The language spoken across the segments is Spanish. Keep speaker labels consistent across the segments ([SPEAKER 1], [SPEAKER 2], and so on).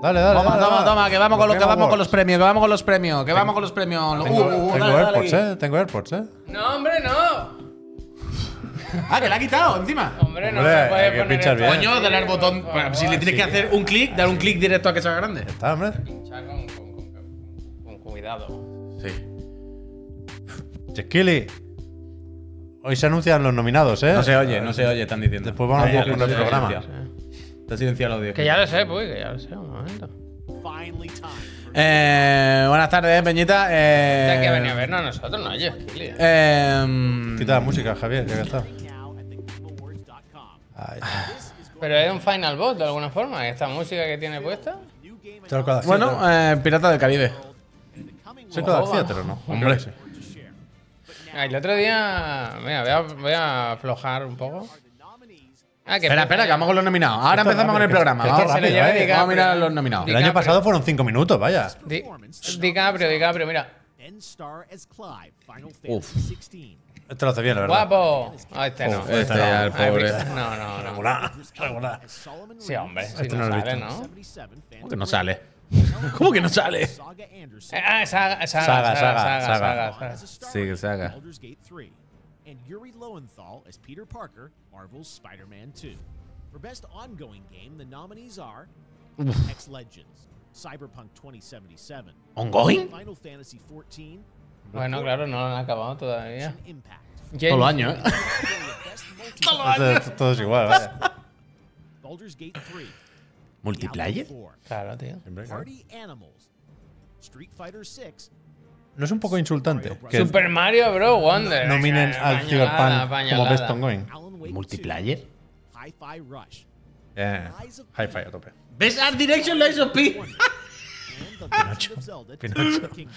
[SPEAKER 1] Dale, dale.
[SPEAKER 2] Toma,
[SPEAKER 1] dale,
[SPEAKER 2] toma,
[SPEAKER 1] dale.
[SPEAKER 2] toma, que vamos con los, que
[SPEAKER 1] Game
[SPEAKER 2] vamos con los
[SPEAKER 1] Awards.
[SPEAKER 2] premios, que vamos con los premios, que vamos con los
[SPEAKER 1] Tengo,
[SPEAKER 2] premios. Uh, uh, uh,
[SPEAKER 1] tengo
[SPEAKER 2] dale, dale,
[SPEAKER 1] AirPods,
[SPEAKER 2] Gui.
[SPEAKER 1] eh. Tengo AirPods, eh.
[SPEAKER 3] No, hombre, no.
[SPEAKER 4] eh.
[SPEAKER 2] Ah, que la ha quitado encima.
[SPEAKER 3] Hombre, no.
[SPEAKER 1] Hombre,
[SPEAKER 3] se puede
[SPEAKER 1] hay que
[SPEAKER 3] poner
[SPEAKER 1] pinchar
[SPEAKER 3] esto.
[SPEAKER 1] bien.
[SPEAKER 2] Coño, dale al botón. pues,
[SPEAKER 3] Por
[SPEAKER 2] Si le
[SPEAKER 3] favor,
[SPEAKER 2] tienes
[SPEAKER 4] Ah,
[SPEAKER 2] que hacer un clic, dar un clic directo a que se haga grande.
[SPEAKER 1] Está, hombre.
[SPEAKER 3] pinchar con- con- con- con- con cuidado.
[SPEAKER 2] Sí.
[SPEAKER 1] Chiquili. Hoy se anuncian los nominados, eh.
[SPEAKER 4] No se oye, no se oye, están diciendo.
[SPEAKER 1] Después vamos
[SPEAKER 4] Está
[SPEAKER 1] a concluir el
[SPEAKER 4] silenciado.
[SPEAKER 1] programa.
[SPEAKER 4] Está silenciado el audio.
[SPEAKER 3] Que ya lo sé, pues, que ya lo sé, un momento.
[SPEAKER 2] Eh, buenas tardes, Peñita. Eh,
[SPEAKER 3] Ya que ha venido a vernos a nosotros, no, oye, Kili.
[SPEAKER 2] eh,
[SPEAKER 1] Quita la música, Javier, ya que está. Ahí.
[SPEAKER 3] Pero es un final boss de alguna forma, esta música que tiene puesta.
[SPEAKER 1] Tengo que dar
[SPEAKER 2] Bueno,
[SPEAKER 1] cierre.
[SPEAKER 2] eh, Pirata del Caribe.
[SPEAKER 1] Soy todo cierre, ¿no? Hombre.
[SPEAKER 3] Ah, El otro día. Mira, voy a, voy a aflojar un poco. Ah, que
[SPEAKER 2] Espera, espera, que vamos con los nominados. Ahora
[SPEAKER 1] Esto
[SPEAKER 2] empezamos con el
[SPEAKER 1] rápido,
[SPEAKER 2] programa.
[SPEAKER 1] que esto
[SPEAKER 2] Vamos,
[SPEAKER 1] rápido,
[SPEAKER 2] se lo lleve
[SPEAKER 1] eh.
[SPEAKER 2] DiCaprio. Vamos a mirar a los nominados.
[SPEAKER 1] El año
[SPEAKER 3] DiCaprio.
[SPEAKER 1] pasado fueron cinco minutos, vaya.
[SPEAKER 3] Di- DiCaprio, DiCaprio, mira.
[SPEAKER 1] Esto lo hace bien, la verdad.
[SPEAKER 3] Guapo. Ah, este no.
[SPEAKER 1] Oh,
[SPEAKER 4] este ya, el
[SPEAKER 3] Ah, he
[SPEAKER 4] pobre.
[SPEAKER 3] visto. No, no, no.
[SPEAKER 1] Regular, regular.
[SPEAKER 3] Sí, hombre, sí
[SPEAKER 1] Este no
[SPEAKER 3] no,
[SPEAKER 1] lo he
[SPEAKER 3] sale,
[SPEAKER 1] visto.
[SPEAKER 3] ¿no?
[SPEAKER 4] ¿Cómo que no sale? ¿Cómo que no sale?
[SPEAKER 3] Eh, Ah, saga, saga,
[SPEAKER 1] Saga,
[SPEAKER 3] saga,
[SPEAKER 1] saga,
[SPEAKER 3] saga, saga,
[SPEAKER 1] saga.
[SPEAKER 3] saga.
[SPEAKER 4] ah. Sí, que saga.
[SPEAKER 5] And Yuri Lowenthal as Peter Parker, Marvel's Spider-Man 2. For best ongoing game, the nominees are X Legends, Cyberpunk 2077,
[SPEAKER 2] ¿Ongoing?
[SPEAKER 5] Final Fantasy 14,
[SPEAKER 3] Bueno, claro, no lo han acabado todavía.
[SPEAKER 5] Mission Impact.
[SPEAKER 2] Todos los años, ¿eh?
[SPEAKER 5] Category of best multiplayer,
[SPEAKER 1] Esto- esto- Todo es igual, vaya.
[SPEAKER 5] Baldur's Gate 3, Diablo
[SPEAKER 4] ¿Multiplayer?
[SPEAKER 5] 4,
[SPEAKER 3] Claro, tío.
[SPEAKER 5] Party Animals, Street Fighter 6,
[SPEAKER 1] ¿No es un poco insultante que
[SPEAKER 3] Super Mario Bro Wonder.
[SPEAKER 1] nominen
[SPEAKER 3] Eh,
[SPEAKER 1] al
[SPEAKER 3] pañolada,
[SPEAKER 1] Cyberpunk como
[SPEAKER 3] pañolada.
[SPEAKER 1] Best Ongoing?
[SPEAKER 5] Alan Wake 2,
[SPEAKER 4] ¿Multiplayer?
[SPEAKER 5] Hi-Fi Rush,
[SPEAKER 1] Eh,
[SPEAKER 5] Eyes of
[SPEAKER 1] Hi-Fi a tope.
[SPEAKER 2] ¿Ves Art Direction Lies of P?
[SPEAKER 5] Wonder, and The Legend of Zelda Tears of the Kingdom.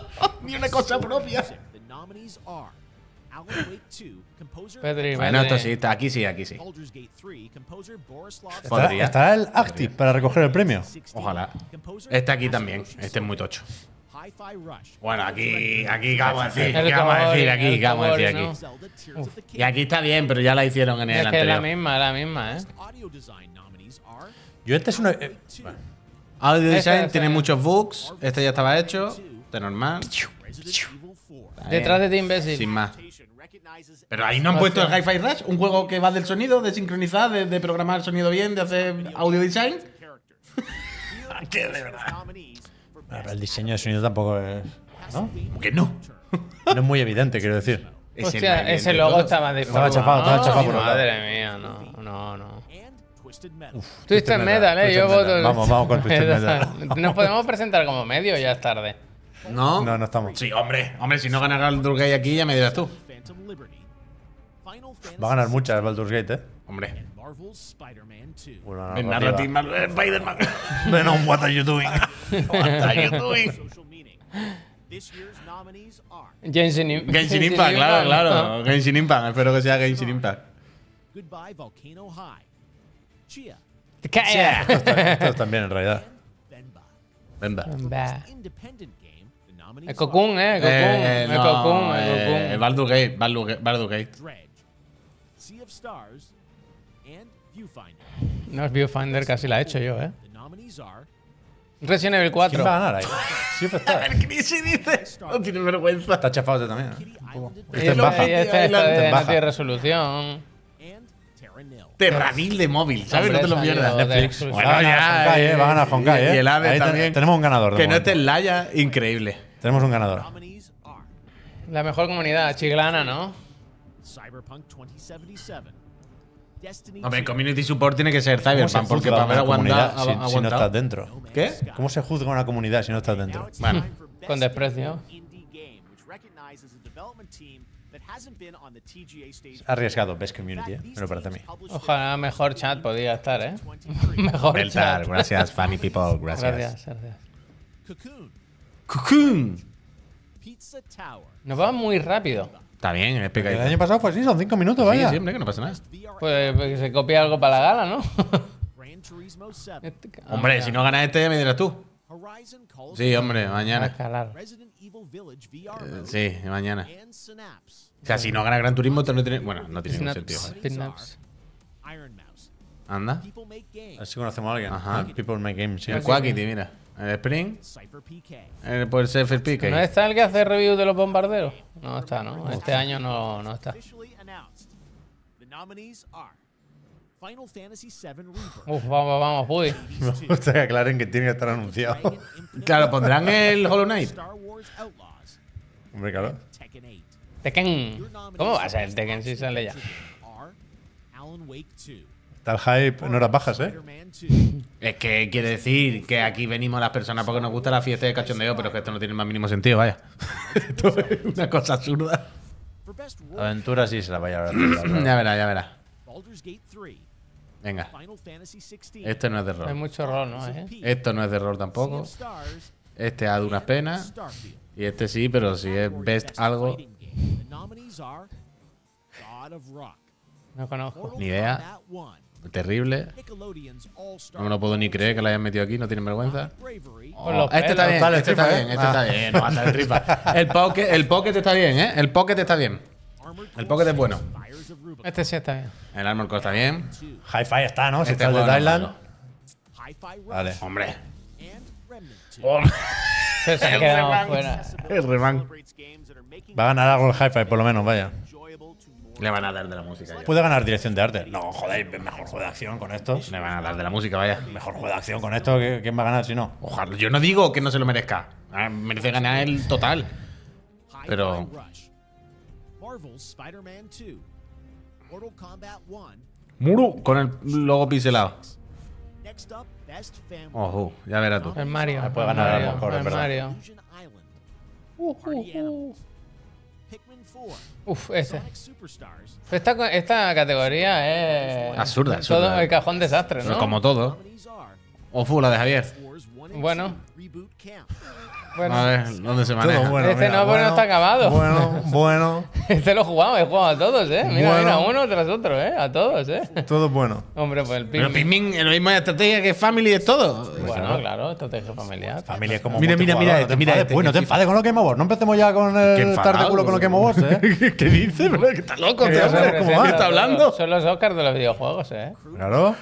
[SPEAKER 2] Ni una cosa propia.
[SPEAKER 5] The nominees are Alan Wake 2, composer
[SPEAKER 3] Pedri,
[SPEAKER 4] Bueno,
[SPEAKER 3] Pedri.
[SPEAKER 4] esto sí, está aquí sí, aquí sí.
[SPEAKER 5] Baldur's Gate 3, composer Borislav
[SPEAKER 1] ¿Estará,
[SPEAKER 4] Podría.
[SPEAKER 1] estará el Active para recoger el premio?
[SPEAKER 5] 16,
[SPEAKER 4] Ojalá.
[SPEAKER 5] composer
[SPEAKER 2] Este aquí también.
[SPEAKER 5] Masayoshi
[SPEAKER 2] Este es muy
[SPEAKER 5] Sono,
[SPEAKER 2] tocho.
[SPEAKER 5] Hi-Fi Rush.
[SPEAKER 4] Bueno, aquí, aquí, ¿qué vamos a decir?
[SPEAKER 3] El
[SPEAKER 4] ¿Qué vamos a decir
[SPEAKER 3] Kabori,
[SPEAKER 4] aquí?
[SPEAKER 3] el
[SPEAKER 4] ¿Qué vamos a
[SPEAKER 3] Kabori,
[SPEAKER 4] decir aquí?
[SPEAKER 3] ¿no?
[SPEAKER 5] Zelda Tears of the
[SPEAKER 4] Y
[SPEAKER 5] Kingdom.
[SPEAKER 4] aquí está bien, pero ya la hicieron en el
[SPEAKER 3] Es que es la
[SPEAKER 4] anterior.
[SPEAKER 3] misma, es la misma, ¿eh?
[SPEAKER 5] Audio design nominees are
[SPEAKER 1] Yo este es una...
[SPEAKER 5] Alan
[SPEAKER 1] eh,
[SPEAKER 5] Wake 2,
[SPEAKER 2] Audio
[SPEAKER 3] Este,
[SPEAKER 2] Design
[SPEAKER 3] este.
[SPEAKER 2] tiene muchos bugs. Este ya estaba hecho. Este normal.
[SPEAKER 5] Resident Evil 4.
[SPEAKER 3] Detrás de ti, imbécil.
[SPEAKER 2] Sin más.
[SPEAKER 5] Recognizes
[SPEAKER 2] Pero ahí no han puesto el Hi-Fi Rush, un juego que va del sonido, de sincronizar, de, de programar el sonido bien, de hacer audio design.
[SPEAKER 5] characters. Here are the nominees for
[SPEAKER 1] a ver,
[SPEAKER 5] best
[SPEAKER 1] el diseño de sonido tampoco es... ¿No?
[SPEAKER 5] Castlevania
[SPEAKER 2] Que no.
[SPEAKER 5] Return.
[SPEAKER 1] No es muy evidente, quiero decir.
[SPEAKER 4] Es el
[SPEAKER 3] Hostia,
[SPEAKER 4] más
[SPEAKER 3] ese
[SPEAKER 4] bien de
[SPEAKER 3] logo
[SPEAKER 4] todos.
[SPEAKER 3] estaba
[SPEAKER 1] Estaba
[SPEAKER 3] deformado.
[SPEAKER 1] chafado, estaba chafado por un lado.
[SPEAKER 3] Madre mía, no, no, no.
[SPEAKER 5] And Twisted Metal.
[SPEAKER 3] Twisted Metal, eh,
[SPEAKER 1] Twisted
[SPEAKER 3] yo
[SPEAKER 1] Metal.
[SPEAKER 3] voto. el
[SPEAKER 1] Vamos, vamos con Twisted
[SPEAKER 3] Nos podemos presentar como medio ya es tarde.
[SPEAKER 2] No.
[SPEAKER 1] No, no estamos.
[SPEAKER 2] Sí, hombre. Hombre, si no gana Galdur Gay aquí, ya me dirás tú.
[SPEAKER 5] Phantom Liberty. Final Fantasy
[SPEAKER 1] Va a ganar muchas el Baldur's Gate, ¿eh?
[SPEAKER 2] Hombre.
[SPEAKER 5] and Marvel's Spider-Man 2.
[SPEAKER 1] Una
[SPEAKER 2] En
[SPEAKER 1] narrativa.
[SPEAKER 2] narrativa, eh, Spider-Man.
[SPEAKER 1] Venom, what are you doing?
[SPEAKER 2] What are you doing?
[SPEAKER 5] Social meaning. This year's nominees are
[SPEAKER 3] Genshin, Im-
[SPEAKER 2] Genshin Impact, claro, claro. Genshin Impact, espero que sea Genshin Impact.
[SPEAKER 5] Goodbye Volcano High, Chia,
[SPEAKER 3] Calla.
[SPEAKER 1] Estos también, en realidad.
[SPEAKER 5] Venba.
[SPEAKER 2] Venga.
[SPEAKER 3] Bah.
[SPEAKER 5] Independent game, the nominees
[SPEAKER 3] Ah. El Cocoon, eh, el Cocoon, el Cocoon, el
[SPEAKER 2] eh,
[SPEAKER 3] Cocoon.
[SPEAKER 2] Baldur Gate, Baldur Gate, Baldur Gate.
[SPEAKER 3] eh.
[SPEAKER 5] are Dredge, Sea of Stars, and Viewfinder.
[SPEAKER 3] No, es Viewfinder casi la he hecho yo, eh.
[SPEAKER 5] The nominees are
[SPEAKER 3] Resident Evil
[SPEAKER 1] ¿Quién va a
[SPEAKER 3] 4.
[SPEAKER 1] ganar ahí? Siempre está.
[SPEAKER 2] Crisis dice. No tiene vergüenza.
[SPEAKER 1] Está chafado este también. ¿eh?
[SPEAKER 5] Kitty Island
[SPEAKER 1] Este es
[SPEAKER 3] lo-
[SPEAKER 1] baja.
[SPEAKER 3] este-
[SPEAKER 2] Este es
[SPEAKER 3] este- este
[SPEAKER 1] baja.
[SPEAKER 3] no tiene resolución.
[SPEAKER 5] and Terra Nil.
[SPEAKER 2] Terranil de móvil, ¿sabes? No te lo
[SPEAKER 3] Hombre,
[SPEAKER 2] pierdas.
[SPEAKER 3] salió de
[SPEAKER 1] Netflix.
[SPEAKER 3] exclusiva.
[SPEAKER 1] Bueno, ya, Honkai, eh, va a ganar Honkai,
[SPEAKER 2] y-
[SPEAKER 1] eh.
[SPEAKER 2] Y el AVE
[SPEAKER 1] Ahí ten-
[SPEAKER 2] también.
[SPEAKER 1] tenemos un ganador de
[SPEAKER 2] Que no
[SPEAKER 1] momento.
[SPEAKER 2] esté en Laia, increíble.
[SPEAKER 1] Tenemos un ganador.
[SPEAKER 5] Nominees are
[SPEAKER 3] La mejor comunidad, Chiglana, ¿no?
[SPEAKER 5] Cyberpunk 2077, Destiny
[SPEAKER 2] Hombre,
[SPEAKER 5] 2,
[SPEAKER 2] el community support tiene que ser
[SPEAKER 1] ¿Cómo se
[SPEAKER 2] Cyberpunk, porque
[SPEAKER 1] juzga
[SPEAKER 2] para
[SPEAKER 1] una
[SPEAKER 2] haber aguanta-
[SPEAKER 1] comunidad si-
[SPEAKER 2] agu-
[SPEAKER 1] si, no estás
[SPEAKER 2] aguantado.
[SPEAKER 1] dentro?
[SPEAKER 2] ¿Qué?
[SPEAKER 1] ¿Cómo se juzga una comunidad si no estás dentro?
[SPEAKER 2] Bueno.
[SPEAKER 3] Con desprecio.
[SPEAKER 1] Arriesgado, best community, eh, me lo parece a mí.
[SPEAKER 3] Ojalá mejor chat podía estar, ¿eh? Mejor
[SPEAKER 4] Beltar,
[SPEAKER 3] chat.
[SPEAKER 4] gracias, Funny People, gracias.
[SPEAKER 3] Gracias, gracias.
[SPEAKER 5] Cocoon,
[SPEAKER 2] Cocoon.
[SPEAKER 5] Pizza Tower,
[SPEAKER 3] Nos va muy rápido.
[SPEAKER 4] Está bien, es
[SPEAKER 1] El
[SPEAKER 4] picadito.
[SPEAKER 1] año pasado fue así, son 5 minutos, vaya.
[SPEAKER 2] Sí, siempre que no pasa nada.
[SPEAKER 5] VR
[SPEAKER 3] Pues, pues se copia algo para la gala, ¿no? Pues-
[SPEAKER 5] Gran Turismo 7,
[SPEAKER 3] Este ca-
[SPEAKER 2] Hombre,
[SPEAKER 3] Ah,
[SPEAKER 2] si no ganas este, ya me dirás tú.
[SPEAKER 5] Horizon Call of
[SPEAKER 2] Sí, hombre,
[SPEAKER 3] va a
[SPEAKER 2] mañana.
[SPEAKER 1] Ah,
[SPEAKER 3] escalar.
[SPEAKER 5] Resident Evil Village VR
[SPEAKER 2] Eh,
[SPEAKER 5] mode,
[SPEAKER 2] Sí, mañana.
[SPEAKER 5] and Synapse,
[SPEAKER 2] O sea, si no gana Gran Turismo, esto no tiene. ¿eh? Bueno, no tiene ningún
[SPEAKER 3] Snaps,
[SPEAKER 2] sentido.
[SPEAKER 3] pin-ups.
[SPEAKER 5] Iron Mouse,
[SPEAKER 2] Anda.
[SPEAKER 5] People Make Games,
[SPEAKER 1] Así conocemos a alguien.
[SPEAKER 2] Ajá.
[SPEAKER 1] Ah, People Make Games, sí.
[SPEAKER 2] El Quackity, mira. El Spring.
[SPEAKER 5] Cypher PK,
[SPEAKER 2] El, puede ser el
[SPEAKER 3] ¿No
[SPEAKER 2] PK.
[SPEAKER 3] está el que hace review de los bombarderos? No está, ¿no? Este año no, no está.
[SPEAKER 5] officially announced. The nominees are Final Fantasy VII Rebirth,
[SPEAKER 3] Uf, vamos, vamos, Pudi.
[SPEAKER 1] Me gusta que aclaren que tiene que estar anunciado.
[SPEAKER 5] Dragon Infinite,
[SPEAKER 2] Claro, pondrán el Hollow Knight.
[SPEAKER 5] Star Wars Outlaws,
[SPEAKER 1] Hombre, claro.
[SPEAKER 5] Tekken 8.
[SPEAKER 3] Tekken.
[SPEAKER 5] Your nominees
[SPEAKER 3] ¿Cómo va a ser el
[SPEAKER 5] for
[SPEAKER 3] Tekken si
[SPEAKER 5] Action
[SPEAKER 3] sale ya?
[SPEAKER 5] Adventure are Alan Wake 2,
[SPEAKER 1] Está el hype en horas bajas, ¿eh?
[SPEAKER 5] Spider-Man 2,
[SPEAKER 2] Es que quiere decir que aquí venimos las personas porque nos gusta la fiesta de cachondeo, pero es que esto no tiene el más mínimo sentido, vaya. esto es una cosa absurda.
[SPEAKER 5] for Best Role,
[SPEAKER 1] Aventura sí se la vaya a
[SPEAKER 2] ya verás, ya verás.
[SPEAKER 5] Baldur's Gate 3,
[SPEAKER 2] Venga.
[SPEAKER 5] Final Fantasy 16,
[SPEAKER 2] Esto no es de
[SPEAKER 3] Hay
[SPEAKER 2] rol.
[SPEAKER 3] mucho rol, ¿no? ¿Eh?
[SPEAKER 2] Esto no es de rol
[SPEAKER 5] Sea
[SPEAKER 2] tampoco.
[SPEAKER 5] of Stars,
[SPEAKER 2] Este a duras penas.
[SPEAKER 5] Starfield.
[SPEAKER 2] Y este sí, pero si es
[SPEAKER 5] Category
[SPEAKER 2] best
[SPEAKER 5] Best
[SPEAKER 2] algo.
[SPEAKER 5] Fighting Game. The nominees are God of Rock,
[SPEAKER 3] No conozco.
[SPEAKER 5] Mortal
[SPEAKER 2] Ni idea.
[SPEAKER 5] Kombat 1,
[SPEAKER 2] Terrible.
[SPEAKER 5] Nickelodeon's All-Star
[SPEAKER 2] No me lo puedo ni creer que lo hayan metido aquí, no tienen vergüenza.
[SPEAKER 5] Bravery,
[SPEAKER 2] Oh,
[SPEAKER 3] Con los
[SPEAKER 2] este está
[SPEAKER 3] pelos.
[SPEAKER 2] bien,
[SPEAKER 1] Está el
[SPEAKER 2] este está
[SPEAKER 1] tripa, ¿eh?
[SPEAKER 2] bien, este está
[SPEAKER 1] Ah.
[SPEAKER 2] bien. No, hasta el tripa. El pocket, el pocket está bien, ¿eh? El pocket está bien.
[SPEAKER 5] Armored
[SPEAKER 2] El
[SPEAKER 5] Core
[SPEAKER 2] Pocket es
[SPEAKER 5] 6,
[SPEAKER 2] bueno.
[SPEAKER 5] Fires of Rubicon
[SPEAKER 3] Este sí está bien.
[SPEAKER 2] El armor core está bien.
[SPEAKER 5] 2,
[SPEAKER 1] Hi-Fi está, ¿no? Si
[SPEAKER 2] Este
[SPEAKER 1] está el de
[SPEAKER 2] juego no es
[SPEAKER 1] Thailand.
[SPEAKER 2] malo.
[SPEAKER 5] Hi-Fi Rush,
[SPEAKER 1] Vale.
[SPEAKER 2] Hombre.
[SPEAKER 5] and Remnant 2.
[SPEAKER 3] Pero se ha quedado fuera.
[SPEAKER 2] Oh, El reman.
[SPEAKER 1] Va a ganar algo el Hi-Fi, por lo menos, vaya.
[SPEAKER 2] Le van a dar de la música. ya.
[SPEAKER 1] Puede ganar dirección de arte. No, joder, mejor juego de acción con esto.
[SPEAKER 2] Le van a dar de la música, vaya.
[SPEAKER 1] Mejor juego de acción con esto. ¿qué- ¿Quién va a ganar si no?
[SPEAKER 2] Ojalá. Yo no digo que no se lo merezca. Ah, Merece ganar el total.
[SPEAKER 5] Hi-Fi
[SPEAKER 2] Pero-
[SPEAKER 5] Rush, Marvel's Spider-Man 2, Mortal Kombat 1,
[SPEAKER 2] Muro. Con el logo pincelado.
[SPEAKER 5] next up, Best Family.
[SPEAKER 2] Ojo, ya verás tú.
[SPEAKER 3] El Mario.
[SPEAKER 1] Ah, puede
[SPEAKER 3] el
[SPEAKER 1] ganar el
[SPEAKER 3] Mario,
[SPEAKER 1] Moncor, es
[SPEAKER 3] el
[SPEAKER 1] verdad.
[SPEAKER 3] Mario.
[SPEAKER 5] Illusion Island,
[SPEAKER 3] Uh,
[SPEAKER 5] Party
[SPEAKER 3] uh, uh.
[SPEAKER 5] Animals, Pikmin 4,
[SPEAKER 3] Uf, este.
[SPEAKER 5] Sonic Superstars,
[SPEAKER 3] Esta, co- esta categoría es.
[SPEAKER 2] Absurda, absurda.
[SPEAKER 3] Todo el cajón desastre,
[SPEAKER 2] Pero
[SPEAKER 3] ¿no?
[SPEAKER 2] Como todo.
[SPEAKER 5] nominees are
[SPEAKER 2] Ojo, la de Javier.
[SPEAKER 5] Wars 1 and
[SPEAKER 3] Bueno.
[SPEAKER 5] 2, Reboot Camp,
[SPEAKER 3] Bueno,
[SPEAKER 2] A ver, ¿dónde se maneja?
[SPEAKER 1] Todo
[SPEAKER 3] Este no, pero no está acabado.
[SPEAKER 1] Bueno, bueno.
[SPEAKER 3] este lo jugamos, he jugado a todos, ¿eh? Mira,
[SPEAKER 1] Bueno.
[SPEAKER 3] mira, uno tras otro, ¿eh? A todos, ¿eh?
[SPEAKER 1] Todo bueno.
[SPEAKER 3] Hombre, pues el
[SPEAKER 2] Pero pues,
[SPEAKER 3] Pikmin.
[SPEAKER 2] Pikmin es la misma estrategia que Family es todo.
[SPEAKER 3] Bueno, claro, estrategia familiar.
[SPEAKER 1] Familia es como
[SPEAKER 2] Mira, mira, mira
[SPEAKER 1] multijugador,
[SPEAKER 2] este,
[SPEAKER 1] no te
[SPEAKER 2] mira
[SPEAKER 1] enfades.
[SPEAKER 2] este,
[SPEAKER 1] Uy, no
[SPEAKER 2] qué
[SPEAKER 1] te enfades con lo que hemos No empecemos ya con el estar de
[SPEAKER 2] enfadado.
[SPEAKER 1] culo con lo que hemos ¿eh?
[SPEAKER 2] ¿Qué dice? ¿Pero que está loco?
[SPEAKER 1] Que
[SPEAKER 2] tío?
[SPEAKER 1] ya sabes
[SPEAKER 2] ¿Cómo
[SPEAKER 1] cómo
[SPEAKER 2] va?
[SPEAKER 1] va.
[SPEAKER 2] ¿Qué está hablando?
[SPEAKER 3] Son los Oscars de los videojuegos, ¿eh?
[SPEAKER 1] Claro.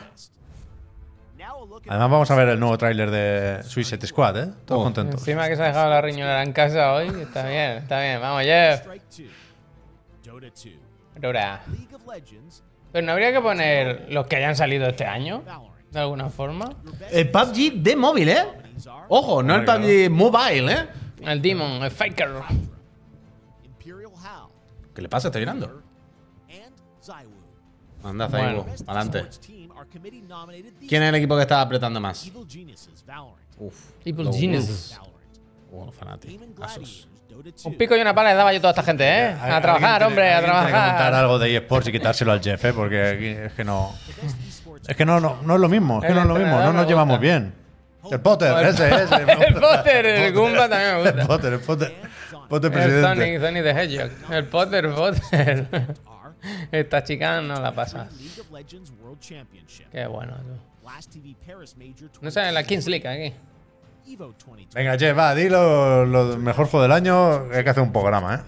[SPEAKER 5] now a look at
[SPEAKER 1] Además vamos a ver el nuevo tráiler de Suicide Squad, ¿eh? Todos
[SPEAKER 2] Oh.
[SPEAKER 1] contentos.
[SPEAKER 3] Encima que se ha dejado la riñonera en casa hoy. Está bien, está bien. Vamos, Jeff.
[SPEAKER 5] Strike 2, Dota 2,
[SPEAKER 3] Aurora.
[SPEAKER 5] League of Legends,
[SPEAKER 3] Pero no habría que poner los que hayan salido este año,
[SPEAKER 5] Valorant.
[SPEAKER 3] de alguna forma.
[SPEAKER 5] Your best
[SPEAKER 2] El PUBG de móvil, ¿eh?
[SPEAKER 5] nominees are
[SPEAKER 2] Ojo, no el
[SPEAKER 1] Hombre,
[SPEAKER 2] PUBG mobile, ¿eh?
[SPEAKER 3] El Demon, el Faker.
[SPEAKER 5] Contra, Imperial Howl,
[SPEAKER 2] ¿Qué le pasa? Está llorando.
[SPEAKER 5] and Zywu.
[SPEAKER 2] Anda,
[SPEAKER 3] Bueno.
[SPEAKER 2] Zaibo,
[SPEAKER 5] Best
[SPEAKER 2] adelante.
[SPEAKER 5] esports team are committee nominated these
[SPEAKER 2] ¿Quién es el equipo que estaba apretando más?
[SPEAKER 5] Evil Geniuses, Valorant,
[SPEAKER 2] Uf.
[SPEAKER 3] Evil
[SPEAKER 2] los
[SPEAKER 3] Geniuses.
[SPEAKER 5] Valorant,
[SPEAKER 2] Wolves. Bueno,
[SPEAKER 5] Demon
[SPEAKER 2] fanático.
[SPEAKER 5] Gladiators, Dota 2,
[SPEAKER 3] Un Oh, pico y una pala le daba yo a toda esta gente, ¿eh? A
[SPEAKER 1] Alguien
[SPEAKER 3] trabajar,
[SPEAKER 1] tiene-
[SPEAKER 3] hombre, a
[SPEAKER 1] alguien tiene que montar
[SPEAKER 3] trabajar.
[SPEAKER 1] algo de eSports y quitárselo al jefe, porque aquí es que no.
[SPEAKER 5] the best esports
[SPEAKER 1] Es que no, no, no es lo mismo, es que
[SPEAKER 3] El
[SPEAKER 1] no es lo mismo,
[SPEAKER 3] entrenador
[SPEAKER 1] no nos
[SPEAKER 3] me
[SPEAKER 1] llevamos
[SPEAKER 3] gusta.
[SPEAKER 1] bien. El Potter, ese, ese.
[SPEAKER 3] Eh, El Potter, el Goomba también me
[SPEAKER 1] El
[SPEAKER 3] gusta.
[SPEAKER 1] Potter, el Potter. Potter
[SPEAKER 3] El
[SPEAKER 1] presidente.
[SPEAKER 3] Sonic, Sonic the Hedgehog. El Potter, Potter.
[SPEAKER 5] are
[SPEAKER 3] Esta chica no la pasa.
[SPEAKER 5] League of Legends World Championship,
[SPEAKER 3] Qué bueno. tú.
[SPEAKER 5] Last TV Paris Major
[SPEAKER 3] No sé, la Kings League aquí.
[SPEAKER 5] Evo 2023.
[SPEAKER 1] Venga, che, va, di lo, lo mejor juego del año. Hay que hacer un programa, ¿eh?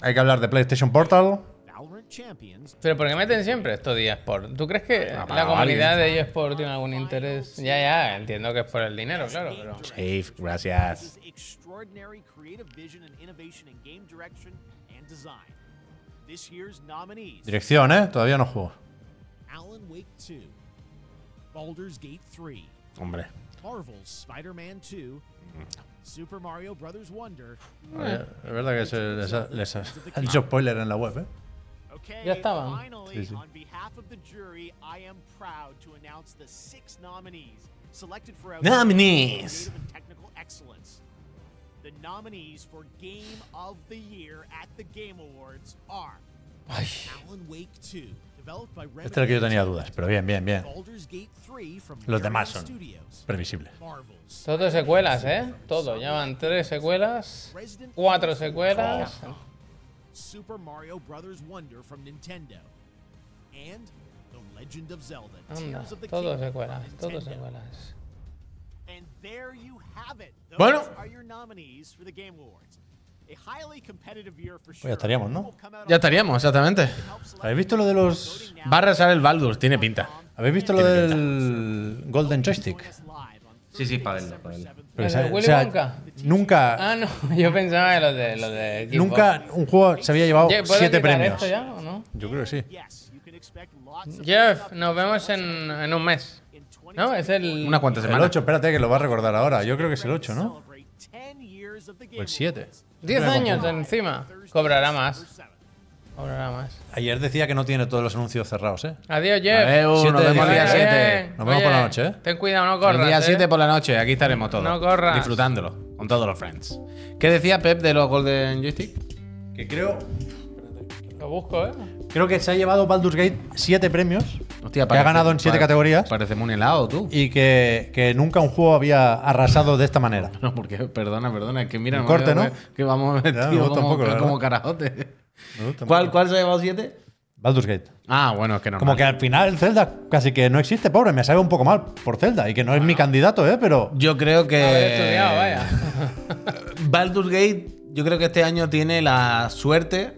[SPEAKER 1] Hay que hablar de PlayStation Portal.
[SPEAKER 5] Valorant Champions,
[SPEAKER 3] Pero ¿por qué meten siempre esto de eSport? ¿Tú crees que
[SPEAKER 2] Ah,
[SPEAKER 3] la
[SPEAKER 2] para
[SPEAKER 3] comunidad de eSport tiene algún interés? Ya, ya, entiendo que es por el dinero, claro, pero...
[SPEAKER 2] Safe, gracias.
[SPEAKER 5] is extraordinary creative vision and innovation in game direction and design. This year's nominees:
[SPEAKER 1] Dirección, ¿eh? Todavía no juego.
[SPEAKER 5] Alan Wake 2, Baldur's Gate 3,
[SPEAKER 2] Hombre.
[SPEAKER 5] Marvel's Spider-Man 2, Super Mario Brothers Wonder.
[SPEAKER 1] Oye, Es verdad que se les, ha- les ha- han hecho spoiler en la web, ¿eh?
[SPEAKER 5] Okay,
[SPEAKER 3] Ya estaban.
[SPEAKER 5] finally,
[SPEAKER 1] Sí, sí.
[SPEAKER 5] on behalf of the jury, I am proud to announce the six nominees selected for outstanding
[SPEAKER 2] Nominees.
[SPEAKER 5] creative and technical excellence. The nominees for Game of the Year at the Game Awards are Alan Wake 2, developed by Remedy
[SPEAKER 1] Este es el que yo tenía dudas, pero bien, bien, bien.
[SPEAKER 5] Baldur's Gate 3 from
[SPEAKER 1] Los
[SPEAKER 5] Larian
[SPEAKER 1] demás son.
[SPEAKER 5] Studios.
[SPEAKER 1] Previsible.
[SPEAKER 5] Marvel's
[SPEAKER 3] Todo secuelas, ¿eh? Todo. Ya van tres secuelas,
[SPEAKER 5] Resident
[SPEAKER 3] cuatro
[SPEAKER 5] Evil four
[SPEAKER 3] secuelas.
[SPEAKER 5] from Capcom, Super Mario Brothers Wonder from Nintendo. And The Legend of Zelda.
[SPEAKER 3] Anda,
[SPEAKER 5] Tears of the
[SPEAKER 3] todo
[SPEAKER 5] Kingdom from
[SPEAKER 3] secuelas, todo
[SPEAKER 5] Nintendo.
[SPEAKER 3] secuelas.
[SPEAKER 5] And there you have it. Those
[SPEAKER 2] Bueno.
[SPEAKER 5] are your nominees for the Game Awards. A highly competitive year for sure.
[SPEAKER 1] ya estaríamos, ¿no?
[SPEAKER 5] Who will come out
[SPEAKER 2] Ya
[SPEAKER 5] on top
[SPEAKER 2] estaríamos, exactamente.
[SPEAKER 5] helps
[SPEAKER 1] ¿Habéis visto lo de los
[SPEAKER 5] voting now?
[SPEAKER 2] Va a rezar el Baldur, tiene pinta.
[SPEAKER 1] ¿Habéis visto lo del Golden Joystick? Pues
[SPEAKER 6] Sí, sí, para verlo, para verlo.
[SPEAKER 1] Porque
[SPEAKER 3] ¿El
[SPEAKER 1] se-
[SPEAKER 3] de Willy Wonka?
[SPEAKER 1] nunca,
[SPEAKER 3] Ah, no, yo pensaba en los de, los de Xbox.
[SPEAKER 1] nunca un juego se había llevado
[SPEAKER 3] Oye, ¿puedo
[SPEAKER 1] siete
[SPEAKER 3] quitar
[SPEAKER 1] premios.
[SPEAKER 3] esto ya o no?
[SPEAKER 1] Yo creo que sí.
[SPEAKER 3] Jeff, nos vemos en, en un mes. ¿No? Es el.
[SPEAKER 2] Unas cuantas
[SPEAKER 1] El
[SPEAKER 2] semanas.
[SPEAKER 1] 8, espérate que lo va a recordar ahora. Ah, Yo creo que es el 8, ¿no? O el 7.
[SPEAKER 3] 10 años encima. Cobrará más. Cobrará más.
[SPEAKER 1] Ayer decía que no tiene todos los anuncios cerrados, ¿eh?
[SPEAKER 3] Adiós, Jeff.
[SPEAKER 2] Adeu,
[SPEAKER 1] Siete
[SPEAKER 2] nos
[SPEAKER 1] de
[SPEAKER 2] vemos el día
[SPEAKER 1] diciembre.
[SPEAKER 2] 7.
[SPEAKER 1] Nos vemos por la noche, ¿eh?
[SPEAKER 3] Ten cuidado, no corras.
[SPEAKER 2] El día
[SPEAKER 3] ¿eh?
[SPEAKER 2] 7 por la noche, aquí estaremos todos.
[SPEAKER 3] No corras.
[SPEAKER 2] Disfrutándolo, con todos los friends. ¿Qué decía Pep de los Golden Joystick?
[SPEAKER 1] Que creo,
[SPEAKER 3] Lo busco, ¿eh?
[SPEAKER 1] creo que se ha llevado Baldur's Gate 7 premios
[SPEAKER 2] Hostia,
[SPEAKER 1] Que ha ganado en siete
[SPEAKER 2] pare-
[SPEAKER 1] categorías.
[SPEAKER 2] Parece muy helado, tú.
[SPEAKER 1] y que, que nunca un juego había arrasado de esta manera.
[SPEAKER 2] No, porque, perdona, perdona, es que mira.
[SPEAKER 1] Un corte,
[SPEAKER 2] veo
[SPEAKER 1] ¿no?
[SPEAKER 2] Que vamos
[SPEAKER 1] me
[SPEAKER 2] metidos
[SPEAKER 1] gusta un
[SPEAKER 2] como,
[SPEAKER 1] poco, la
[SPEAKER 2] como carajote.
[SPEAKER 1] Me gusta
[SPEAKER 2] ¿Cuál,
[SPEAKER 1] mucho.
[SPEAKER 2] ¿Cuál se ha llevado 7?
[SPEAKER 1] Baldur's Gate.
[SPEAKER 2] Ah, bueno, es que no.
[SPEAKER 1] Como que al final Zelda casi que no existe, pobre, me sabe un poco mal por Zelda y que no es mi candidato, ¿eh? Pero
[SPEAKER 2] Yo creo que.
[SPEAKER 1] Eh,
[SPEAKER 3] Haber estudiado, vaya.
[SPEAKER 2] Baldur's Gate, yo creo que este año tiene la suerte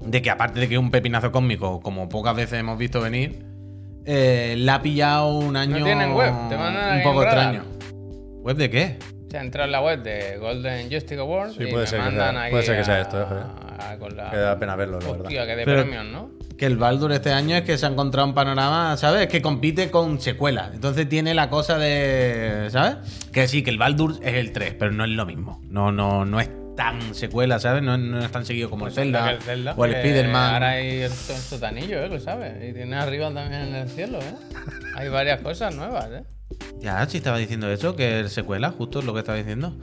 [SPEAKER 2] de que, aparte de que es un pepinazo cósmico, como pocas veces hemos visto venir, eh, la ha pillado un año.
[SPEAKER 3] tienen web, te mandan a
[SPEAKER 2] un poco
[SPEAKER 3] Game Radar.
[SPEAKER 2] extraño. ¿Web de qué?
[SPEAKER 3] Se ha entrado en la web de Golden Joystick Awards
[SPEAKER 1] Sí,
[SPEAKER 3] y
[SPEAKER 1] puede
[SPEAKER 3] me
[SPEAKER 1] ser que
[SPEAKER 3] mandan
[SPEAKER 1] sea-
[SPEAKER 3] aquí
[SPEAKER 1] puede ser que sea
[SPEAKER 3] a-
[SPEAKER 1] esto, eh, joder.
[SPEAKER 3] a- con la...
[SPEAKER 1] Que da pena verlo, la
[SPEAKER 3] Hostia,
[SPEAKER 1] verdad.
[SPEAKER 3] que de
[SPEAKER 2] Pero-
[SPEAKER 3] premios, ¿no?
[SPEAKER 2] Que el Baldur este año es que se ha encontrado un panorama, ¿sabes? Que compite con secuelas. Entonces tiene la cosa de. ¿Sabes? Que sí, que el Baldur es el 3, pero no es lo mismo. No, no, no es tan secuela, ¿sabes? No, no es tan seguido como el Zelda,
[SPEAKER 3] Porque el Zelda,
[SPEAKER 2] o el
[SPEAKER 3] Pues que
[SPEAKER 2] Spider-Man.
[SPEAKER 3] Ahora hay el to- sotanillo, ¿eh? Lo sabes. Y tiene arriba también en el cielo, ¿eh? Hay varias cosas nuevas, ¿eh?
[SPEAKER 2] Ya, sí estaba diciendo eso, que el secuela, justo es lo que estaba diciendo.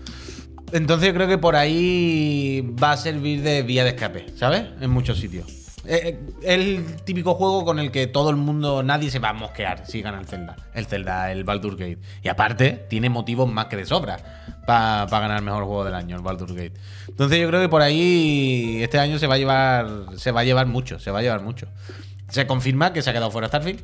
[SPEAKER 2] Entonces yo creo que por ahí va a servir de vía de escape, ¿sabes? En muchos sitios. Eh, eh, el típico juego con el que todo el mundo, nadie se va a mosquear si gana el Zelda. El Zelda, el Baldur's Gate. Y aparte, tiene motivos más que de sobra para ganar el mejor juego del año, el Baldur's Gate. Entonces yo creo que por ahí este año se va a llevar. Se va a llevar mucho, se va a llevar mucho. Se confirma que se ha quedado fuera Starfield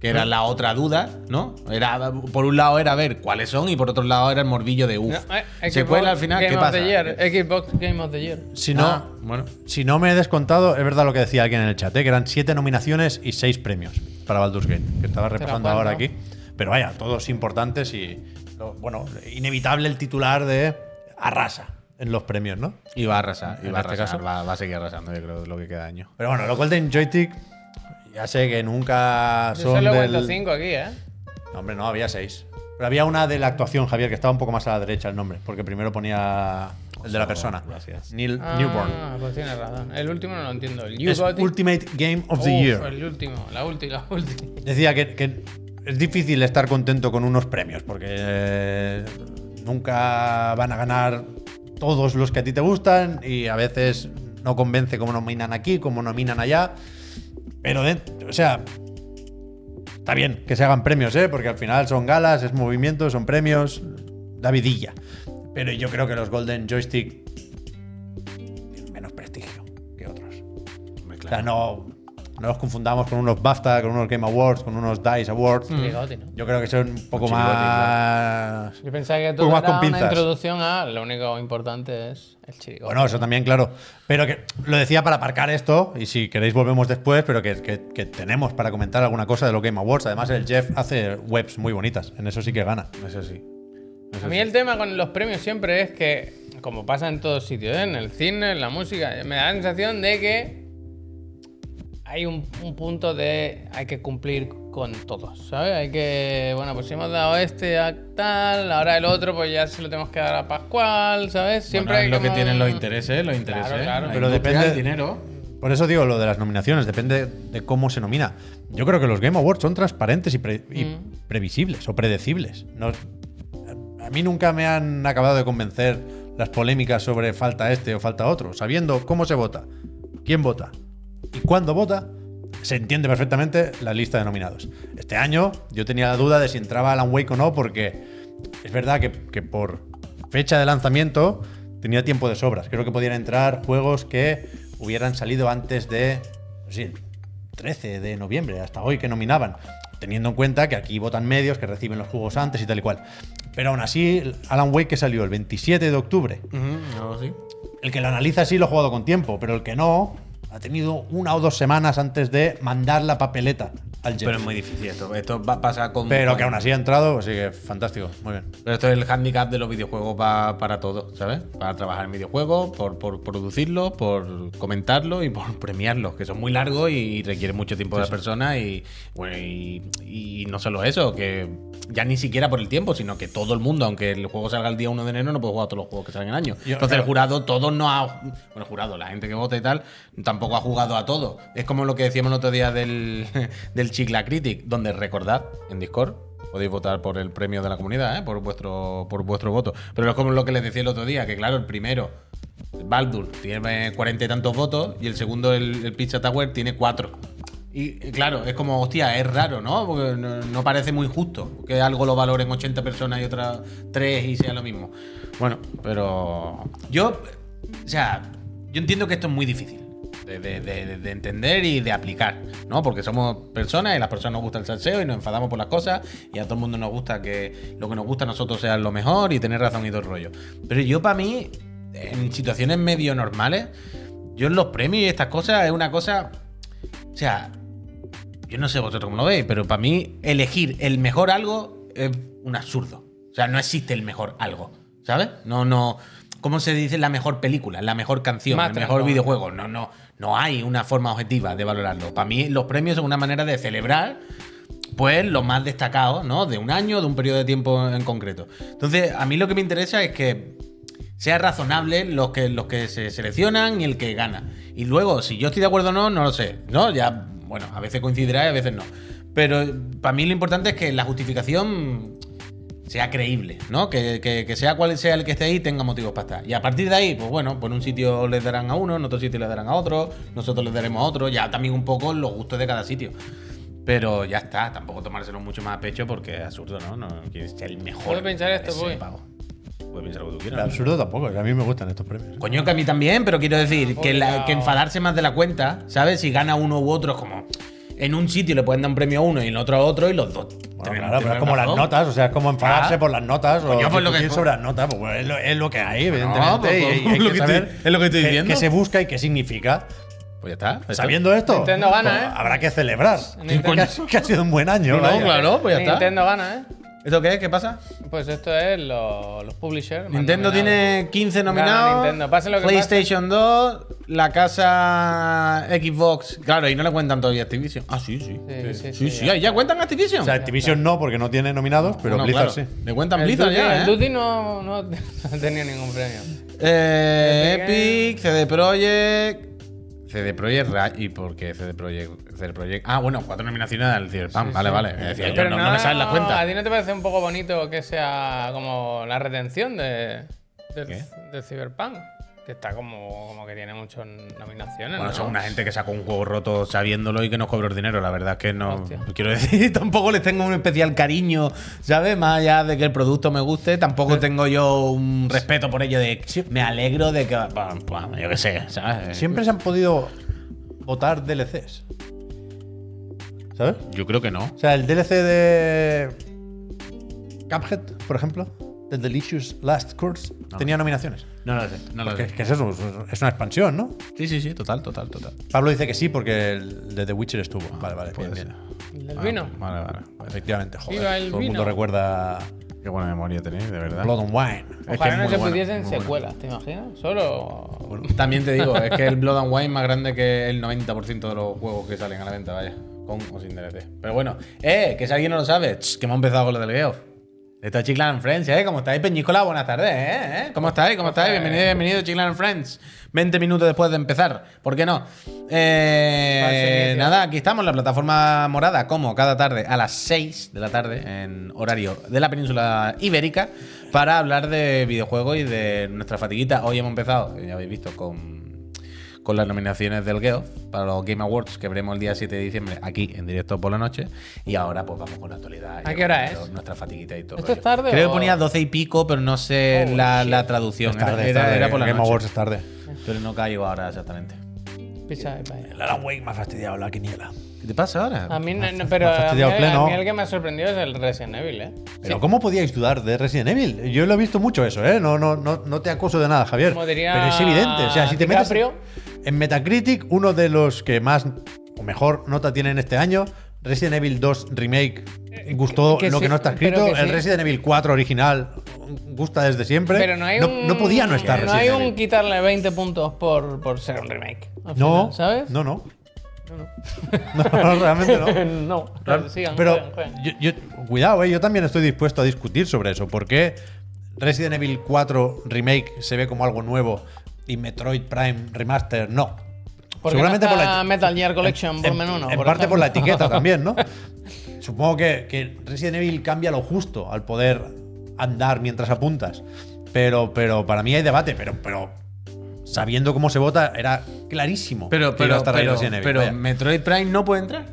[SPEAKER 2] que era la otra duda, ¿no? Era por un lado era ver cuáles son y por otro lado era el morbillo de uff.
[SPEAKER 3] No, eh,
[SPEAKER 2] se
[SPEAKER 3] Xbox
[SPEAKER 2] cuela al final,
[SPEAKER 3] Game
[SPEAKER 2] ¿qué
[SPEAKER 3] of
[SPEAKER 2] pasa?
[SPEAKER 3] the Year, Xbox Game of the Year.
[SPEAKER 1] si no,
[SPEAKER 2] Ah, bueno,
[SPEAKER 1] si no me he descontado, es verdad lo que decía alguien en el chat, ¿eh? que eran siete nominaciones y seis premios para Baldur's Gate, que estaba repasando
[SPEAKER 3] Juan,
[SPEAKER 1] ahora
[SPEAKER 3] ¿no?
[SPEAKER 1] aquí. Pero vaya, todos importantes y lo- bueno, inevitable el titular de arrasa en los premios, ¿no?
[SPEAKER 2] y va a arrasar, y
[SPEAKER 1] En
[SPEAKER 2] va a
[SPEAKER 1] este
[SPEAKER 2] arrasar,
[SPEAKER 1] caso.
[SPEAKER 2] va, va a seguir arrasando, yo creo, lo que queda de año.
[SPEAKER 1] Pero bueno, los Golden Joystick ya sé que nunca
[SPEAKER 3] Yo
[SPEAKER 1] son
[SPEAKER 3] solo he
[SPEAKER 1] del-
[SPEAKER 3] vuelto 5 aquí, ¿eh?
[SPEAKER 1] No, hombre, no, había seis. Pero había una de la actuación, Javier, que estaba un poco más a la derecha el nombre, porque primero ponía el de la persona. Neil
[SPEAKER 3] Ah,
[SPEAKER 1] Newborn.
[SPEAKER 3] pues tienes razón. El último no lo entiendo. El You
[SPEAKER 1] Es
[SPEAKER 3] Got It.
[SPEAKER 1] Ultimate Game of the
[SPEAKER 3] Uf,
[SPEAKER 1] Year.
[SPEAKER 3] El último, la última, la última.
[SPEAKER 1] Decía que, que es difícil estar contento con unos premios, porque eh, nunca van a ganar todos los que a ti te gustan y a veces no convence cómo nominan aquí, cómo nominan allá. Pero, de- o sea, está bien que se hagan premios, ¿eh? Porque al final son galas, es movimiento, son premios, da vidilla. Pero yo creo que los Golden Joystick tienen menos prestigio que otros. O sea, no, no los confundamos con unos BAFTA, con unos Game Awards, con unos DICE Awards.
[SPEAKER 3] You Got It, ¿no?
[SPEAKER 1] Yo creo que son un poco
[SPEAKER 2] Con chirigote,
[SPEAKER 1] más...
[SPEAKER 3] Yo pensaba que todo
[SPEAKER 1] Poco
[SPEAKER 3] era
[SPEAKER 1] más con
[SPEAKER 3] una
[SPEAKER 1] pinzas.
[SPEAKER 3] introducción a lo único importante es el chirigote.
[SPEAKER 1] Bueno, eso también, claro. Pero que lo decía para aparcar esto, y si queréis volvemos después, pero que, que- que tenemos para comentar alguna cosa de los Game Awards. Además, el Jeff hace webs muy bonitas, en eso sí que gana.
[SPEAKER 2] Eso sí.
[SPEAKER 3] A mí el tema con los premios siempre es que, como pasa en todos sitios, ¿eh? en el cine, en la música, me da la sensación de que hay un, un punto de hay que cumplir con todos, ¿sabes? Hay que, bueno, pues si hemos dado este a tal, ahora el otro, pues ya se lo tenemos que dar a Pascual, ¿sabes?
[SPEAKER 2] Siempre
[SPEAKER 3] Siempre hay
[SPEAKER 2] es lo que
[SPEAKER 3] como
[SPEAKER 2] tienen los
[SPEAKER 3] un-
[SPEAKER 2] intereses, los intereses. ¿eh?
[SPEAKER 3] claro.
[SPEAKER 2] La
[SPEAKER 1] Pero
[SPEAKER 2] industria,
[SPEAKER 1] depende-
[SPEAKER 2] el dinero.
[SPEAKER 1] Por eso digo lo de las nominaciones, depende de cómo se nomina. Yo creo que los Game Awards son transparentes y, pre- y previsibles o predecibles. No- a mí nunca me han acabado de convencer las polémicas sobre falta este o falta otro, sabiendo cómo se vota, quién vota y cuándo vota. Se entiende perfectamente la lista de nominados. Este año yo tenía la duda de si entraba Alan Wake o no, porque es verdad que, que por fecha de lanzamiento tenía tiempo de sobras. Creo que podían entrar juegos que hubieran salido antes de. pues Sí, el 13 de noviembre, hasta hoy que nominaban. Teniendo en cuenta que aquí votan medios, que reciben los juegos antes y tal y cual. Pero aún así, Alan Wake que salió el 27 de octubre.
[SPEAKER 2] algo así.
[SPEAKER 1] El que lo analiza sí lo ha jugado con tiempo, pero el que no ha tenido una o dos semanas antes de mandar la papeleta al Jeff.
[SPEAKER 2] Pero es muy difícil esto. Esto va a pasar con.
[SPEAKER 1] Pero que aún así ha entrado, así que fantástico, muy bien.
[SPEAKER 2] Pero esto es el handicap de los videojuegos pa- para todo, ¿sabes? Para trabajar en videojuegos, por, por producirlos, por comentarlos y por premiarlos, que son muy largos y requieren mucho tiempo de la persona. Y, bueno, y, y no solo eso, que ya ni siquiera por el tiempo, sino que todo el mundo, aunque el juego salga el día 1 de enero, no puede jugar a todos los juegos que salgan en el año.
[SPEAKER 1] Yo-
[SPEAKER 2] Entonces
[SPEAKER 1] claro.
[SPEAKER 2] el jurado, todos no ha. Bueno, el jurado, la gente que vota y tal, tampoco ha jugado a todos. Es como lo que decíamos el otro día del, del Chicla Critic, donde recordad en Discord podéis votar por el premio de la comunidad, ¿eh? por, vuestro, por vuestro voto. Pero es como lo que les decía el otro día, que claro, el primero, el Baldur, tiene cuarenta y tantos votos, y el segundo, el, el Pizza Tower, tiene cuatro. Y eh, claro, es como, hostia, es raro, ¿no? Porque no, no parece muy justo que algo lo valoren 80 personas y otras 3 y sea lo mismo. Bueno, pero yo, o sea, yo entiendo que esto es muy difícil de, de- de- de entender y de aplicar, ¿no? Porque somos personas y las personas nos gusta el salseo y nos enfadamos por las cosas y a todo el mundo nos gusta que lo que nos gusta a nosotros sea lo mejor y tener razón y todo el rollo. Pero yo para mí, en situaciones medio normales, yo en los premios y estas cosas es una cosa, o sea, yo no sé vosotros cómo lo veis, pero para mí elegir el mejor algo es un absurdo. O sea, no existe el mejor algo, ¿sabes? No, no. ¿Cómo se dice la mejor película, la mejor canción,
[SPEAKER 3] Más
[SPEAKER 2] el mejor
[SPEAKER 3] trampa.
[SPEAKER 2] videojuego? No, no, no hay una forma objetiva de valorarlo. Para mí los premios son una manera de celebrar pues los más destacados, ¿no? De un año, de un periodo de tiempo en concreto. Entonces, a mí lo que me interesa es que sea razonable los que, los que se seleccionan y el que gana. Y luego, si yo estoy de acuerdo o no, no lo sé. ¿No? Ya, bueno, a veces coincidirá y a veces no. Pero para mí lo importante es que la justificación sea creíble, ¿no? Que, que- que sea cual sea el que esté ahí, tenga motivos para estar. Y a partir de ahí, pues bueno, por un sitio les darán a uno, en otro sitio les darán a otro, nosotros les daremos a otro, ya también un poco los gustos de cada sitio. Pero ya está, tampoco tomárselo mucho más a pecho porque es absurdo, ¿no? No quieres ser el mejor.
[SPEAKER 3] Puedo pensar esto,
[SPEAKER 2] ese
[SPEAKER 3] voy.
[SPEAKER 2] pavo. Puedes pensar lo que tú
[SPEAKER 1] El
[SPEAKER 2] quieras.
[SPEAKER 1] absurdo tampoco, que a mí me gustan estos premios. ¿eh?
[SPEAKER 2] Coño, que a mí también, pero quiero decir que, la-
[SPEAKER 3] obligado.
[SPEAKER 2] que enfadarse más de la cuenta, ¿sabes? Si gana uno u otro, es como en un sitio le pueden dar un premio a uno y en otro a otro y los dos.
[SPEAKER 1] Bueno,
[SPEAKER 2] tienen-
[SPEAKER 1] claro, pero
[SPEAKER 2] tienen
[SPEAKER 1] es como las
[SPEAKER 2] razón.
[SPEAKER 1] notas, o sea, es como enfadarse
[SPEAKER 2] Ah.
[SPEAKER 1] por las notas o
[SPEAKER 2] Coño, pues lo que-
[SPEAKER 1] discutir sobre las notas, pues bueno, es, lo, es lo que hay, evidentemente.
[SPEAKER 2] pues,
[SPEAKER 1] y- y
[SPEAKER 2] pues,
[SPEAKER 1] hay
[SPEAKER 2] lo
[SPEAKER 1] que
[SPEAKER 2] que
[SPEAKER 1] saber
[SPEAKER 2] estoy- es lo que estoy
[SPEAKER 1] qué-
[SPEAKER 2] diciendo.
[SPEAKER 1] qué se busca y qué significa.
[SPEAKER 2] Pues ya está. pues
[SPEAKER 1] Sabiendo esto, pues,
[SPEAKER 3] Nintendo gana, ¿eh?
[SPEAKER 1] habrá que celebrar.
[SPEAKER 3] Nintendo-
[SPEAKER 1] Que ha- Que ha sido un buen año.
[SPEAKER 2] está. No,
[SPEAKER 1] vaya.
[SPEAKER 2] claro, pues ya está.
[SPEAKER 3] Nintendo gana, ¿eh?
[SPEAKER 2] ¿Esto qué es? ¿Qué pasa?
[SPEAKER 3] Pues esto es lo- los publishers. más
[SPEAKER 2] Nintendo
[SPEAKER 3] nominados.
[SPEAKER 2] tiene 15
[SPEAKER 3] Gana
[SPEAKER 2] nominados.
[SPEAKER 3] Nintendo, pase lo que
[SPEAKER 2] PlayStation 2, la casa Xbox. Claro, y no le cuentan todavía Activision. Ah, sí, sí.
[SPEAKER 3] Sí, sí,
[SPEAKER 2] Sí,
[SPEAKER 3] sí,
[SPEAKER 2] sí,
[SPEAKER 3] ya.
[SPEAKER 2] ahí ya cuentan Activision.
[SPEAKER 1] O sea, Activision no, porque no tiene nominados, pero
[SPEAKER 2] Bueno,
[SPEAKER 1] Blizzard
[SPEAKER 2] claro,
[SPEAKER 1] sí.
[SPEAKER 2] Le cuentan
[SPEAKER 3] El
[SPEAKER 2] Blizzard
[SPEAKER 3] Duty-
[SPEAKER 2] ya.
[SPEAKER 3] El
[SPEAKER 2] ¿eh?
[SPEAKER 3] Duty no, no, no tenía ningún premio.
[SPEAKER 2] Eh, Epic,
[SPEAKER 3] Epic
[SPEAKER 2] CD Projekt. CD Projekt Ra- ¿Y por qué CD Projekt? CD Projekt- Ah, bueno, cuatro nominaciones al Cyberpunk. vale, vale. Me decía yo, no, no me salen las
[SPEAKER 3] ¿A
[SPEAKER 2] cuentas.
[SPEAKER 3] ti no te parece un poco bonito que sea como la retención de, del- del Cyberpunk? Que está como, como que tiene muchas nominaciones.
[SPEAKER 2] Bueno,
[SPEAKER 3] ¿no?
[SPEAKER 2] son una gente que sacó un juego roto sabiéndolo y que nos cobró el dinero. La verdad es que no.
[SPEAKER 3] Hostia.
[SPEAKER 2] Quiero decir, tampoco les tengo un especial cariño, ¿sabes? Más allá de que el producto me guste, tampoco tengo yo un respeto por ello de. Me alegro de que. Bueno, pues, yo qué sé, ¿sabes?
[SPEAKER 1] Siempre se han podido votar DLCs. ¿Sabes?
[SPEAKER 2] Yo creo que no.
[SPEAKER 1] O sea, el DLC de Cuphead, por ejemplo, del Delicious Last Course, tenía nominaciones.
[SPEAKER 2] No lo sé. No lo
[SPEAKER 1] ¿Qué,
[SPEAKER 2] sé.
[SPEAKER 1] qué es eso? Es- Es una expansión, ¿no?
[SPEAKER 2] Sí, sí, sí, total, total, total.
[SPEAKER 1] Pablo dice que sí porque el de The Witcher estuvo. Vale, vale,
[SPEAKER 2] Ah, Puede
[SPEAKER 1] bien,
[SPEAKER 2] ser.
[SPEAKER 1] bien.
[SPEAKER 3] El
[SPEAKER 2] Ah,
[SPEAKER 3] del vino.
[SPEAKER 2] Vale, vale. vale.
[SPEAKER 1] Efectivamente,
[SPEAKER 3] Viva
[SPEAKER 1] joder.
[SPEAKER 3] el
[SPEAKER 1] Todo el mundo
[SPEAKER 3] vino.
[SPEAKER 1] recuerda
[SPEAKER 2] Qué buena memoria tenéis, de verdad.
[SPEAKER 1] Blood and Wine.
[SPEAKER 2] que
[SPEAKER 3] Ojalá
[SPEAKER 2] es
[SPEAKER 3] no
[SPEAKER 2] muy
[SPEAKER 3] se
[SPEAKER 2] bueno,
[SPEAKER 3] pudiesen
[SPEAKER 2] muy bueno.
[SPEAKER 3] secuelas, ¿te imaginas? Solo.
[SPEAKER 2] También te digo, es que el Blood and Wine es más grande que el 90% de los juegos que salen a la venta, vaya. Con o sin DLC. Pero bueno, eh, que si alguien no lo sabe, tss, que hemos empezado con lo del Geoff. Esto es Chiclan and Friends, ¿eh? ¿Cómo estáis, Peñícola? Buenas tardes, ¿eh? ¿Eh? ¿Cómo estáis? ¿Cómo
[SPEAKER 3] Pues,
[SPEAKER 2] estáis? Bienvenido, bienvenido, Chiclan and Friends. 20 minutos después de empezar, ¿por qué no?
[SPEAKER 3] Pase
[SPEAKER 2] Eh,
[SPEAKER 3] inicio.
[SPEAKER 2] nada, aquí estamos, la plataforma morada, como cada tarde a las 6 de la tarde, en horario de la península ibérica, para hablar de videojuegos y de nuestra fatiguita. Hoy hemos empezado, eh, ya habéis visto, con, con las nominaciones del Geo para los Game Awards que veremos el día 7 de diciembre aquí en directo por la noche. Y ahora, pues vamos con la actualidad. y
[SPEAKER 3] ¿A qué hora es?
[SPEAKER 2] Nuestra fatiguita y todo.
[SPEAKER 3] ¿Esto es
[SPEAKER 2] ello.
[SPEAKER 3] tarde
[SPEAKER 2] Creo
[SPEAKER 3] o-
[SPEAKER 2] que ponía 12 y pico, pero no sé
[SPEAKER 3] Oh,
[SPEAKER 2] la,
[SPEAKER 3] shit.
[SPEAKER 2] la traducción.
[SPEAKER 1] Es tarde,
[SPEAKER 2] era,
[SPEAKER 1] es
[SPEAKER 2] era-
[SPEAKER 1] tarde.
[SPEAKER 2] era por la
[SPEAKER 1] Game
[SPEAKER 2] noche.
[SPEAKER 1] Awards es tarde.
[SPEAKER 2] Pero no caigo ahora exactamente.
[SPEAKER 3] Pisa de paella.
[SPEAKER 1] El Alan Wake me ha fastidiado la quiniela.
[SPEAKER 2] ¿Qué te pasa ahora?
[SPEAKER 3] A mí, no, no,
[SPEAKER 1] me
[SPEAKER 3] pero
[SPEAKER 1] ha
[SPEAKER 3] a mí,
[SPEAKER 1] fastidiado
[SPEAKER 3] el-
[SPEAKER 1] pleno.
[SPEAKER 3] a mí el que me ha sorprendido es el Resident Evil, ¿eh?
[SPEAKER 1] Pero ¿cómo podíais dudar de Resident Evil? Yo lo he visto mucho eso, ¿eh? No, no, no, no te acoso de nada, Javier.
[SPEAKER 3] Como diría
[SPEAKER 1] Pero es evidente. O sea, si te metes
[SPEAKER 3] DiCaprio.
[SPEAKER 1] en Metacritic, uno de los que más o mejor nota tienen este año Resident Evil 2 Remake gustó
[SPEAKER 3] Eh, que- que
[SPEAKER 1] lo que
[SPEAKER 3] sí,
[SPEAKER 1] no está
[SPEAKER 3] pero
[SPEAKER 1] escrito.
[SPEAKER 3] que
[SPEAKER 1] El
[SPEAKER 3] sí.
[SPEAKER 1] Resident Evil 4 original gusta desde siempre.
[SPEAKER 3] Pero no hay
[SPEAKER 1] no,
[SPEAKER 3] un.
[SPEAKER 1] no podía no estar
[SPEAKER 3] No hay
[SPEAKER 1] Resident
[SPEAKER 3] un
[SPEAKER 1] Evil.
[SPEAKER 3] quitarle 20 puntos por, por ser un remake. al
[SPEAKER 1] No,
[SPEAKER 3] final, ¿sabes?
[SPEAKER 1] No, no. No, no, realmente no.
[SPEAKER 3] no. Claro, sigan,
[SPEAKER 1] Pero,
[SPEAKER 3] jueguen, jueguen.
[SPEAKER 1] yo- yo- cuidado, eh, yo también estoy dispuesto a discutir sobre eso. ¿Por qué Resident Evil 4 Remake se ve como algo nuevo y Metroid Prime Remaster no?
[SPEAKER 3] Porque no está Metal Gear Collection
[SPEAKER 1] en-
[SPEAKER 3] Volumen
[SPEAKER 1] en-
[SPEAKER 3] 1,
[SPEAKER 1] En
[SPEAKER 3] por
[SPEAKER 1] parte por la
[SPEAKER 3] ejemplo.
[SPEAKER 1] etiqueta también, ¿no? Supongo que, que Resident Evil cambia lo justo al poder andar mientras apuntas. Pero, pero para mí hay debate, pero, pero sabiendo cómo se vota, era clarísimo
[SPEAKER 2] Pero,
[SPEAKER 1] que iba a
[SPEAKER 2] pero,
[SPEAKER 1] estar ahí
[SPEAKER 2] pero,
[SPEAKER 1] Resident Evil,
[SPEAKER 2] pero
[SPEAKER 1] vaya.
[SPEAKER 2] Metroid Prime no puede entrar.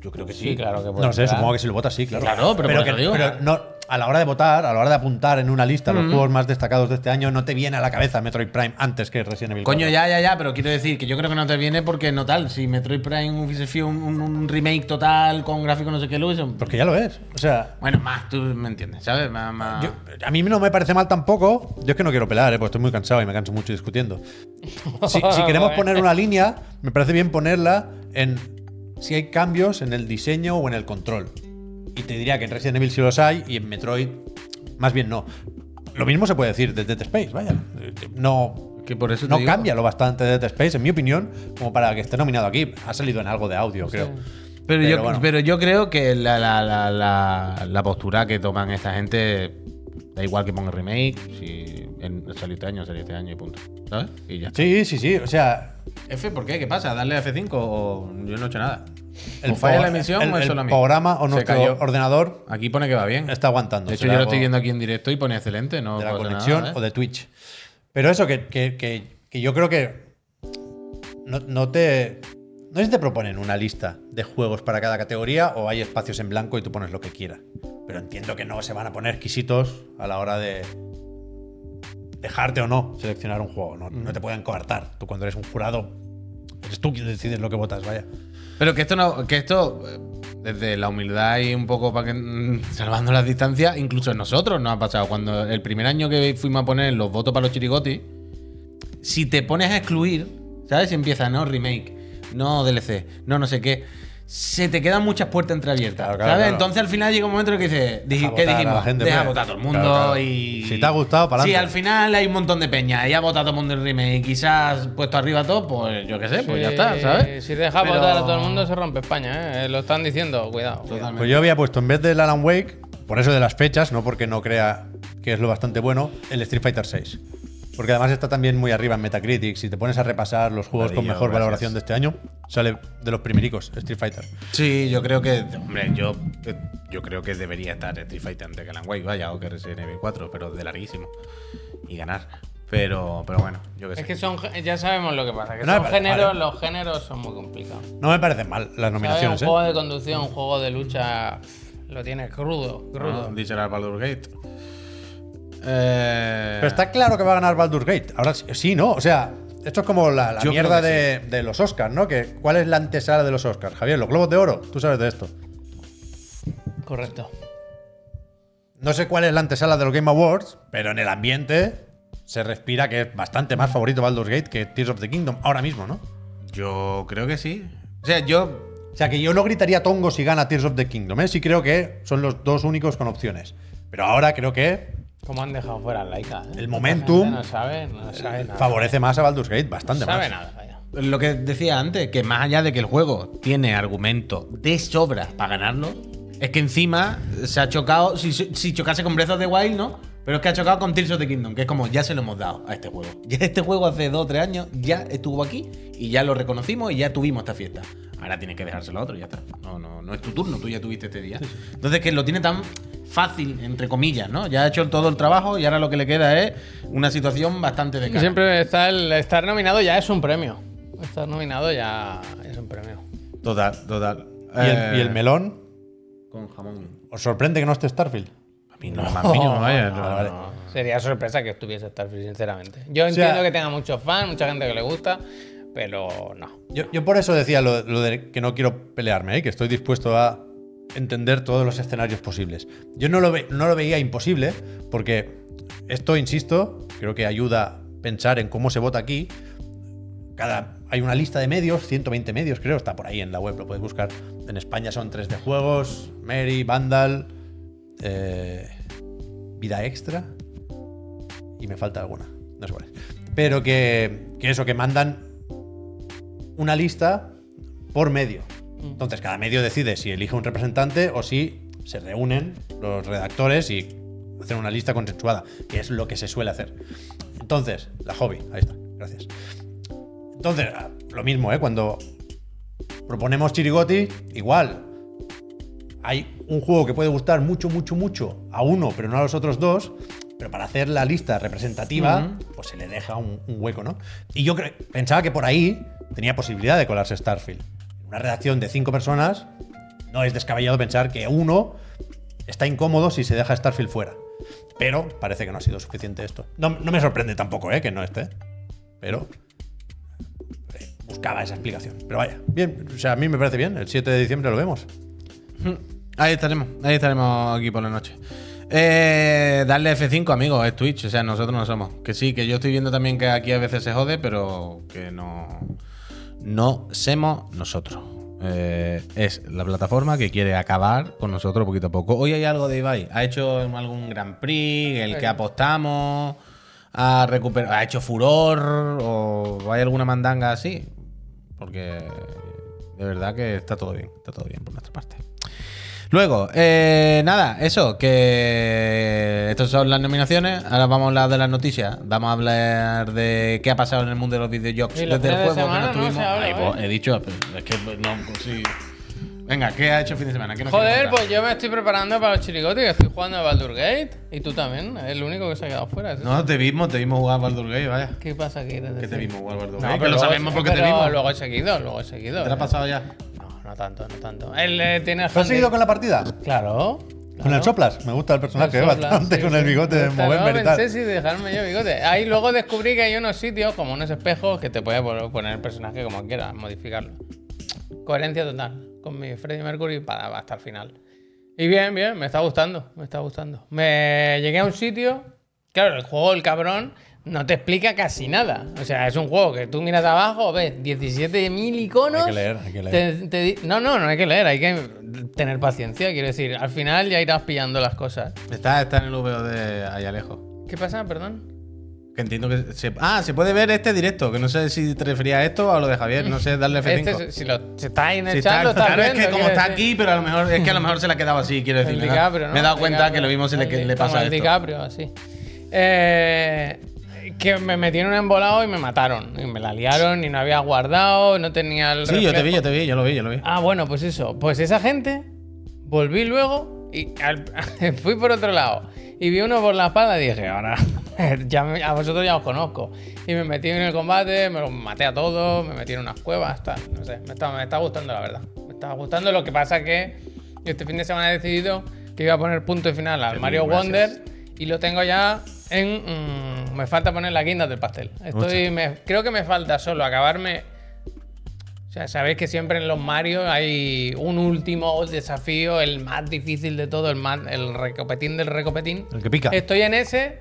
[SPEAKER 3] Yo creo que sí. claro que puede
[SPEAKER 1] No sé,
[SPEAKER 3] entrar.
[SPEAKER 1] supongo que si lo votas sí, claro.
[SPEAKER 2] Claro, pero por eso
[SPEAKER 1] que-
[SPEAKER 2] digo.
[SPEAKER 1] pero no, a la hora de votar, a la hora de apuntar en una lista los juegos más destacados de este año, no te viene a la cabeza Metroid Prime antes que Resident Evil.
[SPEAKER 2] Coño,
[SPEAKER 1] 4.
[SPEAKER 2] ya, ya, ya, pero quiero decir que yo creo que no te viene porque no tal. Si Metroid Prime hubiese sido un, un- un remake total con gráfico no sé qué, lo hubiese-
[SPEAKER 1] Porque ya lo es. O sea,
[SPEAKER 2] Bueno, más, tú me entiendes, ¿sabes? Más, más-
[SPEAKER 1] yo- a mí no me parece mal tampoco. Yo es que no quiero pelar, eh, porque estoy muy cansado y me canso mucho discutiendo. Si, si queremos poner una línea, me parece bien ponerla en si hay cambios en el diseño o en el control. Y te diría que en Resident Evil sí los hay y en Metroid más bien no. Lo mismo se puede decir de Dead Space, vaya. No,
[SPEAKER 2] Que por eso te
[SPEAKER 1] no
[SPEAKER 2] digo.
[SPEAKER 1] cambia lo bastante de Dead Space, en mi opinión, como para que esté nominado aquí. Ha salido en algo de audio, creo.
[SPEAKER 2] Pero,
[SPEAKER 1] Pero
[SPEAKER 2] yo,
[SPEAKER 1] bueno.
[SPEAKER 2] pero yo creo que la, la- la- la- la postura que toman esta gente da igual que ponga remake, si en, salió este año, salió este año y punto. ¿Sabes? Y ya está.
[SPEAKER 1] Sí, sí, sí. O sea,
[SPEAKER 2] F, ¿por qué? ¿Qué pasa? ¿Darle a F5 o yo no he hecho nada?
[SPEAKER 1] el,
[SPEAKER 2] ¿O falla
[SPEAKER 1] progr-
[SPEAKER 2] la emisión
[SPEAKER 1] el-
[SPEAKER 2] o es
[SPEAKER 1] el
[SPEAKER 2] solo a mí?
[SPEAKER 1] programa o
[SPEAKER 2] Se
[SPEAKER 1] nuestro
[SPEAKER 2] cayó.
[SPEAKER 1] ordenador
[SPEAKER 2] Aquí pone que va bien.
[SPEAKER 1] está aguantando.
[SPEAKER 2] De hecho,
[SPEAKER 1] Será
[SPEAKER 2] yo lo
[SPEAKER 1] algo-
[SPEAKER 2] estoy viendo aquí en directo y pone excelente, no
[SPEAKER 1] de la
[SPEAKER 2] pasa nada,
[SPEAKER 1] conexión
[SPEAKER 2] ¿eh?
[SPEAKER 1] o de Twitch. Pero eso que, que- que- que yo creo que no, no te. No sé si te proponen una lista de juegos para cada categoría o hay espacios en blanco y tú pones lo que quieras. Pero entiendo que no se van a poner exquisitos a la hora de dejarte o no seleccionar un juego. No,
[SPEAKER 2] Mm.
[SPEAKER 1] no te pueden coartar. Tú cuando eres un jurado, eres tú quien decides lo que votas, vaya.
[SPEAKER 2] Pero que esto no, que esto eh, desde la humildad y un poco para que mm, salvando las distancias, incluso en nosotros nos ha pasado. Cuando el primer año que fuimos a poner los votos para los chirigotis, si te pones a excluir, ¿sabes? Si empieza no remake, no DLC, no no sé qué. Se te quedan muchas puertas entreabiertas.
[SPEAKER 1] Claro, claro,
[SPEAKER 2] ¿Sabes?
[SPEAKER 1] claro.
[SPEAKER 2] Entonces al final llega un momento en el que dices,
[SPEAKER 1] Deja
[SPEAKER 2] dij- ¿qué
[SPEAKER 1] votar a
[SPEAKER 2] dijimos?
[SPEAKER 1] la gente,
[SPEAKER 2] Deja
[SPEAKER 1] hombre.
[SPEAKER 2] votar a todo el mundo
[SPEAKER 1] Claro, claro.
[SPEAKER 2] y.
[SPEAKER 1] Si te ha gustado, pa'lante.
[SPEAKER 2] Sí, al final hay un montón de peña y ha votado todo el mundo el remake. Quizás puesto arriba todo, pues yo qué sé, pues ya está, ¿sabes?
[SPEAKER 3] Si deja
[SPEAKER 2] Pero-
[SPEAKER 3] votar a todo el mundo, se rompe España, ¿eh? Lo están diciendo, cuidado. cuidado.
[SPEAKER 1] Pues yo había puesto en vez del Alan Wake, por eso de las fechas, no porque no crea que es lo bastante bueno, el Street Fighter 6. Porque además está también muy arriba en Metacritic. Si te pones a repasar los juegos con
[SPEAKER 2] Maravilla,
[SPEAKER 1] mejor
[SPEAKER 2] gracias.
[SPEAKER 1] valoración de este año, sale de los primericos Street Fighter.
[SPEAKER 2] Sí, yo creo que. Hombre, yo, eh, yo creo que debería estar Street Fighter antes que Alan Wake, vaya, o que Resident Evil 4, pero de larguísimo. Y ganar. Pero, pero bueno, yo qué sé.
[SPEAKER 3] Es que son, ge- ya sabemos lo que pasa, que
[SPEAKER 1] No,
[SPEAKER 3] son
[SPEAKER 1] vale,
[SPEAKER 3] géneros,
[SPEAKER 1] vale.
[SPEAKER 3] los géneros son muy complicados.
[SPEAKER 1] No me parecen mal las
[SPEAKER 3] ¿Sabes? Un
[SPEAKER 1] nominaciones, ¿eh?
[SPEAKER 3] juego de conducción, un juego de lucha, lo tiene crudo, crudo.
[SPEAKER 2] No, dice el Baldur Gate. Eh,
[SPEAKER 1] Pero está claro que va a ganar Baldur's Gate. Ahora sí- sí, ¿no? O sea, esto es como la, la
[SPEAKER 2] Yo creo
[SPEAKER 1] mierda
[SPEAKER 2] que
[SPEAKER 1] de, de los Oscars, ¿no? Que, ¿Cuál es la antesala de los Oscars? Javier, los Globos de Oro, tú sabes de esto.
[SPEAKER 3] Correcto.
[SPEAKER 1] No sé cuál es la antesala de los Game Awards, pero en el ambiente se respira que es bastante más favorito Baldur's Gate que Tears of the Kingdom ahora mismo, ¿no?
[SPEAKER 2] Eh, Yo creo que sí. O sea, yo.
[SPEAKER 1] O sea que yo no gritaría tongo si gana Tears of the Kingdom, ¿eh? Sí creo que son los dos únicos con opciones. Pero ahora creo que
[SPEAKER 3] Como han dejado fuera a Laika. ¿eh?
[SPEAKER 1] El momentum-
[SPEAKER 3] No sabe, no sabe nada.
[SPEAKER 1] favorece más a Baldur's Gate, bastante
[SPEAKER 3] no sabe
[SPEAKER 1] más.
[SPEAKER 3] nada, vaya.
[SPEAKER 2] Lo que decía antes, que más allá de que el juego tiene argumento de sobra para ganarlo, es que encima se ha chocado. Si, si chocase con Breath of the Wild, ¿no? Pero es que ha chocado con Tears of the Kingdom, que es como ya se lo hemos dado a este juego. Ya este juego hace 2 o 3 años ya estuvo aquí y ya lo reconocimos y ya tuvimos esta fiesta. Ahora tienes que dejárselo a otro, ya está. No, no, no es tu turno, tú ya tuviste este día. Entonces que lo tiene tan fácil, entre comillas, ¿no? Ya ha hecho todo el trabajo y ahora lo que le queda es una situación bastante de cara.
[SPEAKER 3] Siempre está el estar nominado ya es un premio. Estar nominado ya es un premio.
[SPEAKER 2] Total, total.
[SPEAKER 1] ¿Y,
[SPEAKER 2] Eh.
[SPEAKER 1] el, y el melón?
[SPEAKER 2] Con jamón.
[SPEAKER 1] ¿Os sorprende que no esté Starfield?
[SPEAKER 2] A mí no, a mí no, Oh, vaya,
[SPEAKER 1] Ah,
[SPEAKER 2] no,
[SPEAKER 1] vale.
[SPEAKER 2] no.
[SPEAKER 3] Sería sorpresa que estuviese Starfield, sinceramente. Yo
[SPEAKER 1] sea-
[SPEAKER 3] entiendo que tenga muchos fans, mucha gente que le gusta, pero no.
[SPEAKER 1] Yo, yo por eso decía lo, lo de que no quiero pelearme, ¿eh? que estoy dispuesto a entender todos los escenarios posibles. Yo no lo, ve- no lo veía imposible, porque esto, insisto, creo que ayuda a pensar en cómo se vota aquí. Ca- cada, hay una lista de medios, 120 medios creo, está por ahí en la web, lo puedes buscar. En España son 3D Juegos, Mary, Vandal, eh, Vida Extra y me falta alguna, no sé cuál es. Pero que, que eso, que mandan una lista por medio. Entonces cada medio decide si elige un representante o si se reúnen los redactores y hacen una lista consensuada, que es lo que se suele hacer. Entonces, la hobby, ahí está, gracias. Entonces, ah, lo mismo, ¿eh? Cuando proponemos Chirigoti, igual. Hay un juego que puede gustar mucho, mucho, mucho a uno, pero no a los otros dos. Pero para hacer la lista representativa, pues se le deja un, un hueco, ¿no? Y yo cre- pensaba que por ahí tenía posibilidad de colarse Starfield. En una redacción de cinco personas, no es descabellado pensar que uno está incómodo si se deja Starfield fuera. Pero parece que no ha sido suficiente esto. No, no me sorprende tampoco, ¿eh? Que no esté. Pero eh, buscaba esa explicación. Pero vaya, bien, o sea, a mí me parece bien. El 7 de diciembre lo vemos.
[SPEAKER 4] Ahí estaremos, ahí estaremos aquí por la noche. Eh, darle F5, amigos, es Twitch, o sea, nosotros no somos. Que sí, que yo estoy viendo también que aquí a veces se jode, pero que no. No somos nosotros. Eh, es la plataforma que quiere acabar con nosotros poquito a poco. Hoy hay algo de Ibai. Ha hecho algún Grand Prix, el que
[SPEAKER 3] Sí.
[SPEAKER 4] apostamos, ha recuperado, ha hecho furor, o hay alguna mandanga así. Porque de verdad que está todo bien, está todo bien por nuestra parte. Luego, eh, nada, eso, que estas son las nominaciones. Ahora vamos a hablar de las noticias. Vamos a hablar de qué ha pasado en el mundo de los videojuegos
[SPEAKER 3] Y los
[SPEAKER 4] desde el
[SPEAKER 3] fines de
[SPEAKER 4] juego que no
[SPEAKER 3] semana no se
[SPEAKER 4] tuvimos.
[SPEAKER 3] habla,
[SPEAKER 4] Ay,
[SPEAKER 3] ¿eh?
[SPEAKER 4] pues, he dicho, pero es que no consigo. Venga, ¿qué ha hecho el fin de semana? ¿Qué nos
[SPEAKER 3] Joder,
[SPEAKER 4] quieres
[SPEAKER 3] pues
[SPEAKER 4] contar?
[SPEAKER 3] yo me estoy preparando para los chirigotes, que estoy jugando a Baldur Gate. Y tú también, es el único que se ha quedado fuera. ¿sí?
[SPEAKER 4] No, te vimos, te vimos jugar a Baldur Gate, vaya.
[SPEAKER 3] ¿Qué pasa aquí? desde
[SPEAKER 4] Que te
[SPEAKER 3] el-
[SPEAKER 4] vimos jugar a Baldur
[SPEAKER 3] No, pero
[SPEAKER 4] Gate. que lo
[SPEAKER 3] luego-
[SPEAKER 4] sabemos porque te
[SPEAKER 3] pero
[SPEAKER 4] vimos.
[SPEAKER 3] Luego he seguido, luego he seguido. eh.
[SPEAKER 4] ¿Te lo has pasado ya?
[SPEAKER 3] No, no tanto, no tanto. Él eh, tiene
[SPEAKER 1] ¿Has seguido con la partida?
[SPEAKER 3] Claro.
[SPEAKER 1] Con el
[SPEAKER 3] claro.
[SPEAKER 1] soplas. Me gusta el personaje
[SPEAKER 3] Las
[SPEAKER 1] ¿eh?
[SPEAKER 3] soplas,
[SPEAKER 1] bastante
[SPEAKER 3] sí,
[SPEAKER 1] con
[SPEAKER 3] sí.
[SPEAKER 1] el bigote de
[SPEAKER 3] Hasta
[SPEAKER 1] moverme
[SPEAKER 3] luego
[SPEAKER 1] y tal.
[SPEAKER 3] pensé si dejarme yo bigote. Ahí luego descubrí que hay unos sitios, como unos espejos, que te puedes vol- poner el personaje como quieras, modificarlo. Coherencia total con mi Freddie Mercury para hasta el final. Y bien, bien, me está gustando, me está gustando. Me llegué a un sitio, claro, el juego, el cabrón, no te explica casi nada. O sea, es un juego que tú miras abajo, ves 17.000 iconos.
[SPEAKER 1] Hay que leer, hay que leer.
[SPEAKER 3] te- te di- no, no, no hay que leer, hay que tener paciencia, quiero decir. Al final ya irás pillando las cosas.
[SPEAKER 4] Está, está en el VO de Ayalejo.
[SPEAKER 3] ¿Qué pasa? Perdón.
[SPEAKER 4] Que entiendo que. se- ah, se puede ver este directo. Que no sé si te refería a esto o a lo de Javier. No sé, darle F5.
[SPEAKER 3] Este, si lo, si está ahí en el
[SPEAKER 4] Sí,
[SPEAKER 3] chat,
[SPEAKER 4] está-
[SPEAKER 3] lo estás
[SPEAKER 4] claro, es
[SPEAKER 3] viendo,
[SPEAKER 4] que como
[SPEAKER 3] quiero
[SPEAKER 4] está
[SPEAKER 3] decir.
[SPEAKER 4] aquí, pero a lo mejor es que a lo mejor se la ha quedado así, quiero decir.
[SPEAKER 3] El
[SPEAKER 4] me he dado-
[SPEAKER 3] DiCaprio, ¿no?
[SPEAKER 4] Me he dado cuenta
[SPEAKER 3] DiCaprio.
[SPEAKER 4] que lo vimos y le,
[SPEAKER 3] El
[SPEAKER 4] que
[SPEAKER 3] Di-
[SPEAKER 4] le
[SPEAKER 3] como
[SPEAKER 4] pasa
[SPEAKER 3] el
[SPEAKER 4] esto.
[SPEAKER 3] DiCaprio, así. Eh, que me metí en un embolado y me mataron. Y me la liaron y no había guardado, no tenía el
[SPEAKER 4] Sí, yo te
[SPEAKER 3] reflejo.
[SPEAKER 4] vi, yo te vi, yo lo vi, yo lo vi.
[SPEAKER 3] Ah, bueno, pues eso. Pues esa gente, volví luego y al- fui por otro lado. Y vi uno por la espalda y dije, ahora, ya me- a vosotros ya os conozco. Y me metí en el combate, me los maté a todos, me metí en unas cuevas, tal. No sé, me está, me está gustando la verdad. Me está gustando. Lo que pasa que este fin de semana he decidido que iba a poner punto final al Mario Wonder y lo tengo ya en... mm, me falta poner la guinda del pastel. Estoy, me- creo que me falta solo acabarme o sea, sabéis que siempre en los Mario hay un último desafío, el más difícil de todo, el, más, el recopetín del recopetín.
[SPEAKER 1] El que pica.
[SPEAKER 3] Estoy en ese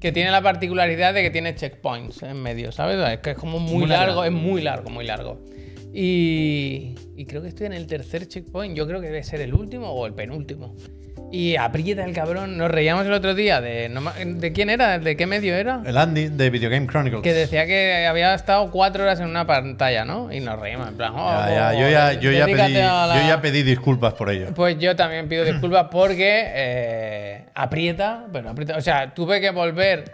[SPEAKER 3] que tiene la particularidad de que tiene checkpoints en medio, ¿sabes? Es que es como muy, largo, es muy largo, muy largo. Y, y creo que estoy en el tercer checkpoint, yo creo que debe ser el último o el penúltimo. Y aprieta el cabrón, nos reíamos el otro día de... no ma- ¿De quién era? ¿De qué medio era?
[SPEAKER 1] El Andy de Video Game Chronicles.
[SPEAKER 3] Que decía que había estado cuatro horas en una pantalla, ¿no? Y nos reímos, en plan, oh,
[SPEAKER 1] Ya, ya, yo, ya, yo, ya
[SPEAKER 3] dedícate
[SPEAKER 1] pedí,
[SPEAKER 3] a la-
[SPEAKER 1] yo ya pedí disculpas por ello.
[SPEAKER 3] Pues yo también pido disculpas porque eh, aprieta, pero aprieta. O sea, tuve que volver,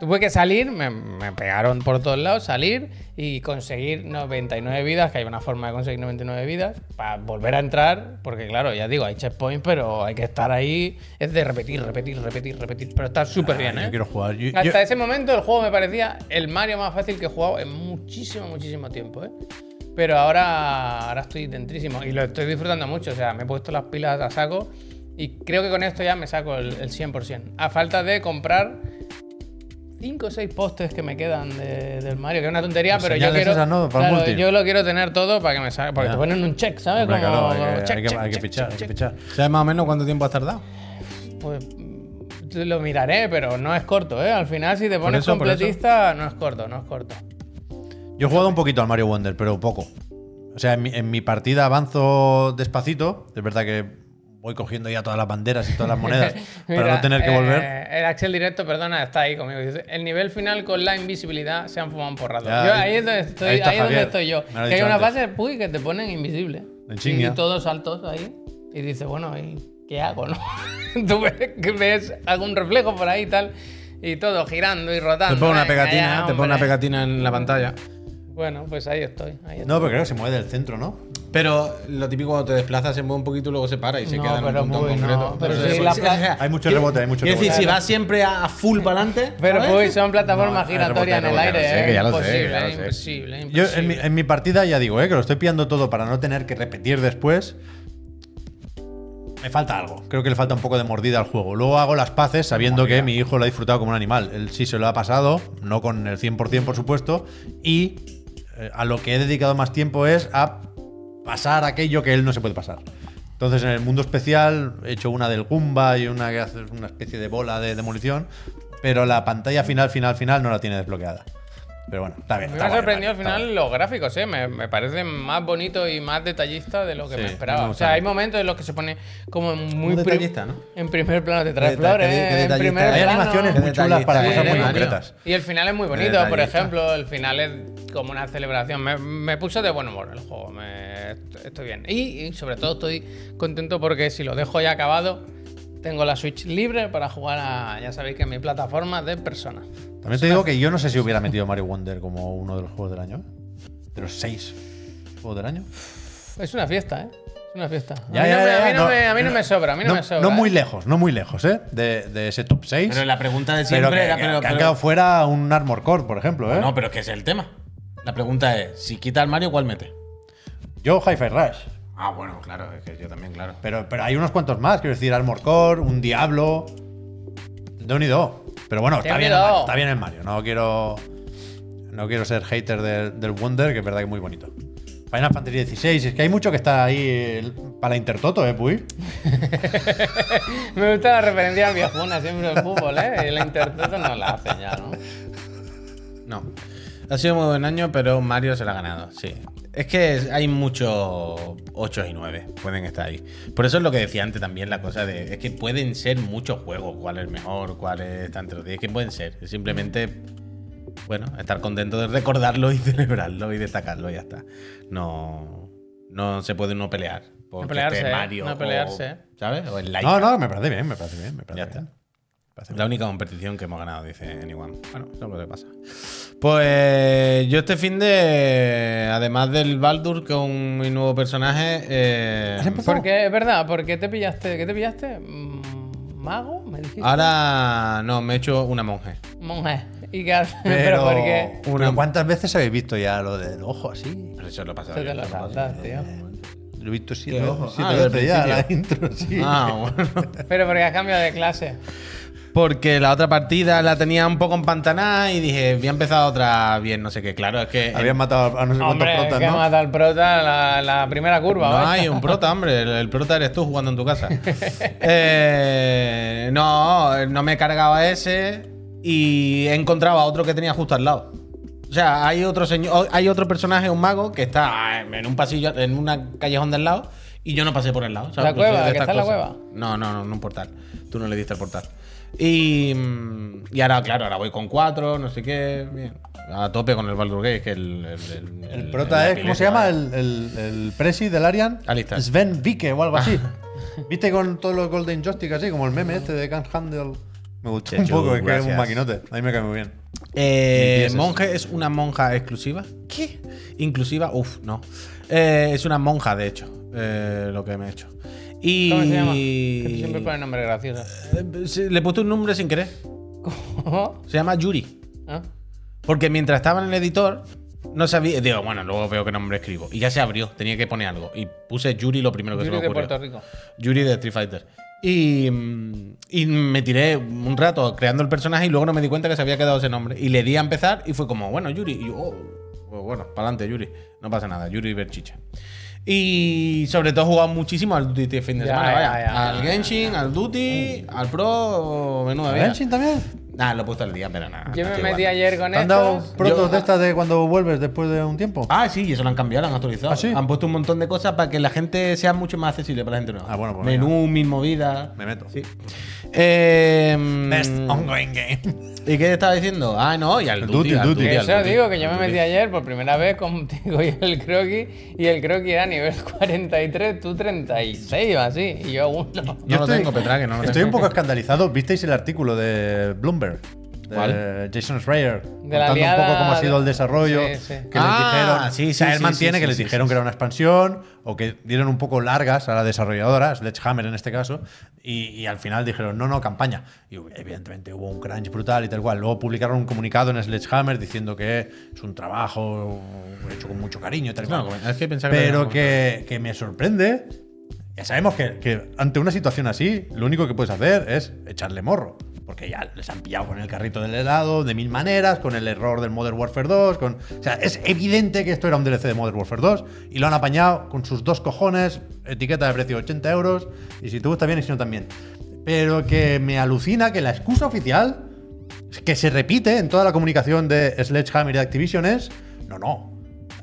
[SPEAKER 3] tuve que salir, me, me pegaron por todos lados, salir y conseguir 99 vidas, que hay una forma de conseguir 99 vidas, para volver a entrar, porque claro, ya digo, hay checkpoints, pero hay que estar ahí, es de repetir, repetir, repetir, repetir, pero está súper bien,
[SPEAKER 1] Ah,
[SPEAKER 3] ¿eh?
[SPEAKER 1] yo quiero jugar. Yo-
[SPEAKER 3] Hasta
[SPEAKER 1] yo-
[SPEAKER 3] ese momento el juego me parecía el Mario más fácil que he jugado en muchísimo, muchísimo tiempo, ¿eh? Pero ahora, ahora estoy dentrísimo y lo estoy disfrutando mucho, o sea, me he puesto las pilas a saco y creo que con esto ya me saco el, el 100%. A falta de comprar 5 o 6 postes que me quedan de- del Mario, que es una tontería,
[SPEAKER 1] Las
[SPEAKER 3] pero yo
[SPEAKER 1] Pues señales
[SPEAKER 3] quiero...
[SPEAKER 1] esas, ¿no? Para el
[SPEAKER 3] claro,
[SPEAKER 1] multi.
[SPEAKER 3] yo lo quiero tener todo para que me salga, porque
[SPEAKER 1] Ya.
[SPEAKER 3] te ponen un check, ¿sabes?
[SPEAKER 1] Hombre,
[SPEAKER 3] Como-
[SPEAKER 1] claro, hay
[SPEAKER 3] como
[SPEAKER 1] que-
[SPEAKER 3] check,
[SPEAKER 1] hay que-
[SPEAKER 3] check,
[SPEAKER 1] hay que
[SPEAKER 3] check,
[SPEAKER 1] fichar, hay que
[SPEAKER 3] check,
[SPEAKER 1] fichar.
[SPEAKER 4] ¿Sabes más o menos cuánto tiempo has tardado?
[SPEAKER 3] Pues mm, lo miraré, pero no es corto, ¿eh? Al final, si te pones
[SPEAKER 4] eso, por eso.
[SPEAKER 3] completista, no es corto, no es corto.
[SPEAKER 1] Yo he jugado un poquito al Mario Wonder, pero poco. O sea, en mi, en mi partida avanzo despacito. Es verdad que voy cogiendo ya todas las banderas y todas las monedas para
[SPEAKER 3] Mira,
[SPEAKER 1] no tener que
[SPEAKER 3] eh,
[SPEAKER 1] volver.
[SPEAKER 3] el Axel Directo, perdona, está ahí conmigo. Dice, el nivel final con la invisibilidad se han fumado un porrazo.
[SPEAKER 1] Ya,
[SPEAKER 3] Yo
[SPEAKER 1] ahí-
[SPEAKER 3] ahí es donde estoy,
[SPEAKER 1] ahí
[SPEAKER 3] ahí
[SPEAKER 1] está
[SPEAKER 3] es donde
[SPEAKER 1] Javier,
[SPEAKER 3] estoy yo.
[SPEAKER 1] me
[SPEAKER 3] Que
[SPEAKER 1] lo ha
[SPEAKER 3] hay
[SPEAKER 1] dicho
[SPEAKER 3] una
[SPEAKER 1] antes.
[SPEAKER 3] fase del PUI que te ponen invisible.
[SPEAKER 1] La
[SPEAKER 3] Y,
[SPEAKER 1] insignia.
[SPEAKER 3] todos altos ahí. Y dices, bueno, ¿y ¿qué hago? No? Tú ves, que ves algún reflejo por ahí y tal. Y todo girando y rotando.
[SPEAKER 4] Te pongo una
[SPEAKER 3] Venga,
[SPEAKER 4] pegatina, ¿eh?
[SPEAKER 3] ya,
[SPEAKER 4] te pongo una
[SPEAKER 3] hombre.
[SPEAKER 4] pegatina en la pantalla.
[SPEAKER 3] Bueno, pues ahí estoy. Ahí estoy.
[SPEAKER 1] No, pero creo que se mueve del centro, ¿no?
[SPEAKER 4] Pero lo típico cuando te desplazas se mueve un poquito y luego se para y se
[SPEAKER 3] No,
[SPEAKER 4] queda en un
[SPEAKER 3] pero
[SPEAKER 4] punto en
[SPEAKER 3] muy
[SPEAKER 4] concreto.
[SPEAKER 3] no, pero
[SPEAKER 4] Entonces,
[SPEAKER 3] sí, la
[SPEAKER 4] o sea,
[SPEAKER 3] pla-
[SPEAKER 1] Hay mucho rebote, hay mucho
[SPEAKER 4] Quiero
[SPEAKER 1] rebote.
[SPEAKER 4] decir, si vas siempre a a full para adelante.
[SPEAKER 3] Pero PUI
[SPEAKER 1] pues,
[SPEAKER 3] son plataformas giratorias en el
[SPEAKER 4] rebote,
[SPEAKER 3] aire.
[SPEAKER 4] ya lo sé, que
[SPEAKER 3] ¿eh?
[SPEAKER 4] ya lo sé,
[SPEAKER 3] imposible,
[SPEAKER 4] que ya lo sé.
[SPEAKER 3] imposible,
[SPEAKER 1] Yo
[SPEAKER 3] imposible.
[SPEAKER 1] en mi, en mi partida ya digo, eh, que lo estoy pillando todo para no tener que repetir después. Me falta algo. Creo que le falta un poco de mordida al juego. Luego hago las paces sabiendo que mi hijo lo ha disfrutado como un animal. Él sí se lo ha pasado, no con el 100% por supuesto. Y eh, a lo que he dedicado más tiempo es a pasar aquello que él no se puede pasar. Entonces en el mundo especial he hecho una del Goomba y una que hace una especie de bola de demolición. Pero la pantalla final, final, final no la tiene desbloqueada. Pero bueno, está bien.
[SPEAKER 3] Me
[SPEAKER 1] está
[SPEAKER 3] ha
[SPEAKER 1] guay,
[SPEAKER 3] sorprendido al
[SPEAKER 1] vale, está
[SPEAKER 3] final
[SPEAKER 1] guay.
[SPEAKER 3] los gráficos, ¿eh? Me, me parecen más bonitos y más detallistas de lo que
[SPEAKER 1] Sí,
[SPEAKER 3] me
[SPEAKER 1] me
[SPEAKER 3] esperaba. O
[SPEAKER 1] gusta
[SPEAKER 3] sea, hay
[SPEAKER 1] mucho.
[SPEAKER 3] momentos en los que se pone como en muy
[SPEAKER 4] Muy
[SPEAKER 3] pri-
[SPEAKER 4] detallista, ¿no?
[SPEAKER 3] En primer plano te trae
[SPEAKER 4] Qué deta-
[SPEAKER 3] flores,
[SPEAKER 4] qué de- qué
[SPEAKER 3] en
[SPEAKER 4] detallista.
[SPEAKER 3] primer
[SPEAKER 4] Hay
[SPEAKER 3] plano.
[SPEAKER 1] animaciones
[SPEAKER 4] Qué
[SPEAKER 1] muy chulas para
[SPEAKER 4] detallista, ¿eh?
[SPEAKER 1] cosas muy
[SPEAKER 3] sí.
[SPEAKER 1] concretas. Eh,
[SPEAKER 3] Y el final es muy bonito,
[SPEAKER 4] detallista.
[SPEAKER 3] por ejemplo, el final es como una celebración. Me, me puso de buen humor el juego, me- est- estoy bien. Y, y sobre todo estoy contento porque si lo dejo ya acabado, tengo la Switch libre para jugar a, ya sabéis que es mi plataforma de personas.
[SPEAKER 1] También te digo que yo no sé si hubiera metido Mario Wonder como uno de los juegos del año. ¿eh? De los seis juegos del año.
[SPEAKER 3] Es una fiesta, ¿eh? Es una fiesta. A
[SPEAKER 1] Ya,
[SPEAKER 3] mí no
[SPEAKER 1] ya,
[SPEAKER 3] me-
[SPEAKER 1] ya,
[SPEAKER 3] a mí no
[SPEAKER 1] no,
[SPEAKER 3] me- a mí no me sobra, a mí no me sobra.
[SPEAKER 1] muy
[SPEAKER 3] ¿eh?
[SPEAKER 1] lejos, no muy lejos, ¿eh? De, de ese top 6.
[SPEAKER 4] Pero la pregunta de
[SPEAKER 1] Pero
[SPEAKER 4] siempre
[SPEAKER 1] que,
[SPEAKER 4] era.
[SPEAKER 1] que-
[SPEAKER 4] Pero,
[SPEAKER 1] que han
[SPEAKER 4] pero-
[SPEAKER 1] quedado fuera un Armor Core, por ejemplo, ¿eh?
[SPEAKER 4] no, pero es que ese es el tema. La pregunta es: si quita al Mario, ¿cuál mete?
[SPEAKER 1] Yo, Hi-Fi Rush.
[SPEAKER 4] Ah, bueno, claro, es que yo también, claro.
[SPEAKER 1] Pero, pero hay unos cuantos más, quiero decir, Armor Core, un Diablo. De unido. Pero bueno, está
[SPEAKER 3] Te
[SPEAKER 1] bien,
[SPEAKER 3] unido.
[SPEAKER 1] el Mario, está bien el Mario. No quiero. No quiero ser hater del, del Wonder, que es verdad que es muy bonito. Final Fantasy XVI, es que hay mucho que está ahí eh, para la Intertoto, ¿eh, Puy?
[SPEAKER 3] Me gusta la referencia viejuna siempre del fútbol, ¿eh? Y la interpreto no la hace ya, ¿no?
[SPEAKER 4] No. Ha sido muy buen año, pero Mario se la ha ganado, sí. Es que hay muchos 8 y 9, pueden estar ahí. Por eso es lo que decía antes también, la cosa de... Es que pueden ser muchos juegos, cuál es el mejor, cuál está entre los 10, que pueden ser. Es Simplemente, bueno, estar contento de recordarlo y celebrarlo y destacarlo, y ya está. No, no se puede uno pelear. Por
[SPEAKER 3] No
[SPEAKER 4] que
[SPEAKER 3] pelearse,
[SPEAKER 4] esté
[SPEAKER 3] ¿eh?
[SPEAKER 4] Mario
[SPEAKER 3] No
[SPEAKER 4] o-
[SPEAKER 3] pelearse.
[SPEAKER 4] ¿Sabes? O el Laika.
[SPEAKER 1] No, no, me parece bien, me parece bien, me parece
[SPEAKER 4] Ya está.
[SPEAKER 1] bien. Me parece
[SPEAKER 4] La
[SPEAKER 1] bien.
[SPEAKER 4] única competición que hemos ganado, dice Anyone. Bueno, eso es lo que pasa. Pues yo este fin de. Además del Baldur con mi nuevo personaje. eh,
[SPEAKER 3] Porque, es verdad, ¿por qué te pillaste? ¿Qué te pillaste? Mm, ¿Mago? ¿Me dijiste?
[SPEAKER 4] ahora no, me he hecho una monje.
[SPEAKER 3] Monje. ¿Y qué haces? Pero,
[SPEAKER 1] Pero,
[SPEAKER 3] ¿por qué?
[SPEAKER 1] pero
[SPEAKER 4] Una-
[SPEAKER 1] ¿cuántas veces habéis visto ya lo del ojo así?
[SPEAKER 4] Pero Pues eso lo he pasado
[SPEAKER 3] Se te
[SPEAKER 4] yo,
[SPEAKER 3] lo
[SPEAKER 4] eso lo he pasado
[SPEAKER 3] saltas, tío.
[SPEAKER 1] Lo he visto siete,
[SPEAKER 4] ¿Qué ojo?
[SPEAKER 1] siete
[SPEAKER 4] Ah, lo del
[SPEAKER 1] veces ya, la
[SPEAKER 4] principio.
[SPEAKER 1] intro, sí.
[SPEAKER 4] yo. Ah, bueno.
[SPEAKER 3] Pero porque has cambiado de clase.
[SPEAKER 4] Porque la otra partida la tenía un poco empantanada y dije, voy a empezar otra bien, no sé qué. Claro, es que. en-
[SPEAKER 1] Habían matado a no sé cuántos
[SPEAKER 3] Hombre,
[SPEAKER 1] protas,
[SPEAKER 3] que
[SPEAKER 1] ¿no?
[SPEAKER 3] mata al prota la, la primera curva,
[SPEAKER 4] No
[SPEAKER 3] vaya.
[SPEAKER 4] hay un prota, hombre. El, el prota eres tú jugando en tu casa. Eh, no, no me cargaba ese y encontraba otro que tenía justo al lado. O sea, hay otro señor, hay otro personaje, un mago, que está en un pasillo, en una callejón del lado, y yo no pasé por el lado. ¿sabes?
[SPEAKER 3] La
[SPEAKER 4] Pues
[SPEAKER 3] cueva,
[SPEAKER 4] soy de
[SPEAKER 3] que
[SPEAKER 4] estas
[SPEAKER 3] está en la
[SPEAKER 4] cosas.
[SPEAKER 3] cueva.
[SPEAKER 4] No, no, no, no un portal. Tú no le diste el portal. Y, mm, y ahora, claro, ahora voy con cuatro, no sé qué. Bien. A tope con el Baldur Gate, que el. El, el-
[SPEAKER 1] El prota
[SPEAKER 4] el-
[SPEAKER 1] es, ¿cómo se
[SPEAKER 4] la
[SPEAKER 1] llama?
[SPEAKER 4] pileta,
[SPEAKER 1] El, el, el presi del Arian.
[SPEAKER 4] Alistar.
[SPEAKER 1] Sven Vike o algo así. Viste con todos los Golden Joystick así, como el meme este de Can't Handle. Me gustó un
[SPEAKER 4] Chechu,
[SPEAKER 1] poco, es que es un
[SPEAKER 4] gracias.
[SPEAKER 1] maquinote. A mí me cae muy bien.
[SPEAKER 4] Eh,
[SPEAKER 1] Limpiezas.
[SPEAKER 4] monje es una monja exclusiva. ¿Qué? Inclusiva, uff, no. Eh, es una monja, de hecho, eh, lo que me he hecho. Y.
[SPEAKER 3] ¿Cómo se llama? Que tú siempre pones nombres graciosos.
[SPEAKER 4] Eh, se- Le he puesto un nombre sin querer. Se llama Yuri.
[SPEAKER 3] ¿Ah?
[SPEAKER 4] Porque mientras estaba en el editor, no sabía. Digo, bueno, luego veo qué nombre escribo. Y ya se abrió, tenía que poner algo. Y puse Yuri lo primero que se
[SPEAKER 3] Yuri
[SPEAKER 4] me
[SPEAKER 3] de
[SPEAKER 4] ocurrió.
[SPEAKER 3] Puerto Rico.
[SPEAKER 1] Ah,
[SPEAKER 4] Yuri de Street Fighter. Y, mm, y me tiré un rato creando el personaje y luego no me di cuenta que se había quedado ese nombre. Y le di a empezar y fue como, bueno, Yuri. Y yo, oh, pues bueno, para adelante, Yuri. No pasa nada, Yuri Berchicha. Y sobre todo he jugado muchísimo al Duty este fin de
[SPEAKER 3] Ya,
[SPEAKER 4] semana.
[SPEAKER 3] ya,
[SPEAKER 4] vaya.
[SPEAKER 3] ya, Mm.
[SPEAKER 4] al
[SPEAKER 3] ya,
[SPEAKER 4] Genshin, al Duty, al Pro, menuda vida.
[SPEAKER 1] ¿Genshin también?
[SPEAKER 2] Nada, lo he puesto al día, pero nada.
[SPEAKER 3] Yo me
[SPEAKER 2] estoy
[SPEAKER 3] metí
[SPEAKER 2] igual.
[SPEAKER 3] ayer con
[SPEAKER 1] ¿Te han dado
[SPEAKER 3] estas.
[SPEAKER 1] protos
[SPEAKER 2] Yo-
[SPEAKER 1] de estas de cuando vuelves después de un tiempo?
[SPEAKER 2] Ah, sí, y eso lo han cambiado, lo han actualizado.
[SPEAKER 1] ¿Ah, sí?
[SPEAKER 2] Han puesto un montón de cosas para que la gente sea mucho más accesible para la gente nueva.
[SPEAKER 1] Ah, bueno, pues
[SPEAKER 2] Menú, mil movidas.
[SPEAKER 1] Me meto.
[SPEAKER 2] Sí. Eh, mm,
[SPEAKER 1] Best ongoing game.
[SPEAKER 2] ¿Y qué te estaba diciendo? Ah, no, y al
[SPEAKER 1] El
[SPEAKER 2] Duty.
[SPEAKER 1] Duty,
[SPEAKER 2] al
[SPEAKER 1] Duty.
[SPEAKER 2] Duty,
[SPEAKER 3] Que
[SPEAKER 2] al
[SPEAKER 3] eso
[SPEAKER 2] Duty.
[SPEAKER 3] digo que yo me metí ayer por primera vez contigo y el croquis y el croquis era nivel 43, tú 36 o así y yo aún no.
[SPEAKER 2] No lo tengo, Petraque, no lo
[SPEAKER 1] Estoy un poco escandalizado. ¿Visteis el artículo de Bloomberg? De
[SPEAKER 2] ¿Cuál?
[SPEAKER 1] Jason Schreier.
[SPEAKER 3] De
[SPEAKER 1] contando un
[SPEAKER 3] la
[SPEAKER 1] poco
[SPEAKER 3] aliada
[SPEAKER 1] cómo ha sido el
[SPEAKER 3] de-
[SPEAKER 1] desarrollo.
[SPEAKER 3] Sí, sí.
[SPEAKER 1] Que
[SPEAKER 2] Ah,
[SPEAKER 1] les dijeron.
[SPEAKER 2] sí,
[SPEAKER 1] o sea,
[SPEAKER 2] sí,
[SPEAKER 1] él
[SPEAKER 2] sí,
[SPEAKER 1] mantiene
[SPEAKER 2] sí,
[SPEAKER 1] que
[SPEAKER 2] sí,
[SPEAKER 1] les
[SPEAKER 2] sí,
[SPEAKER 1] dijeron
[SPEAKER 2] sí,
[SPEAKER 1] que era una expansión o que dieron un poco largas a la desarrolladora, Sledgehammer en este caso, y, y al final dijeron, no, no, campaña. Y hubo- evidentemente hubo un crunch brutal y tal cual. Luego publicaron un comunicado en Sledgehammer diciendo que es un trabajo hecho con mucho cariño y tal y
[SPEAKER 2] No,
[SPEAKER 1] cual.
[SPEAKER 2] es que pensaba que
[SPEAKER 1] Pero
[SPEAKER 2] era-
[SPEAKER 1] que, que me sorprende. Ya sabemos que, que ante una situación así, lo único que puedes hacer es echarle morro. Porque ya les han pillado con el carrito del helado de mil maneras, con el error del Modern Warfare 2. Con, o sea, es evidente que esto era un DLC de Modern Warfare 2 y lo han apañado con sus dos cojones, etiqueta de precio 80 euros. Y si te gusta bien y si no también. Pero que me alucina que la excusa oficial que se repite en toda la comunicación de Sledgehammer y de Activision es, no, no,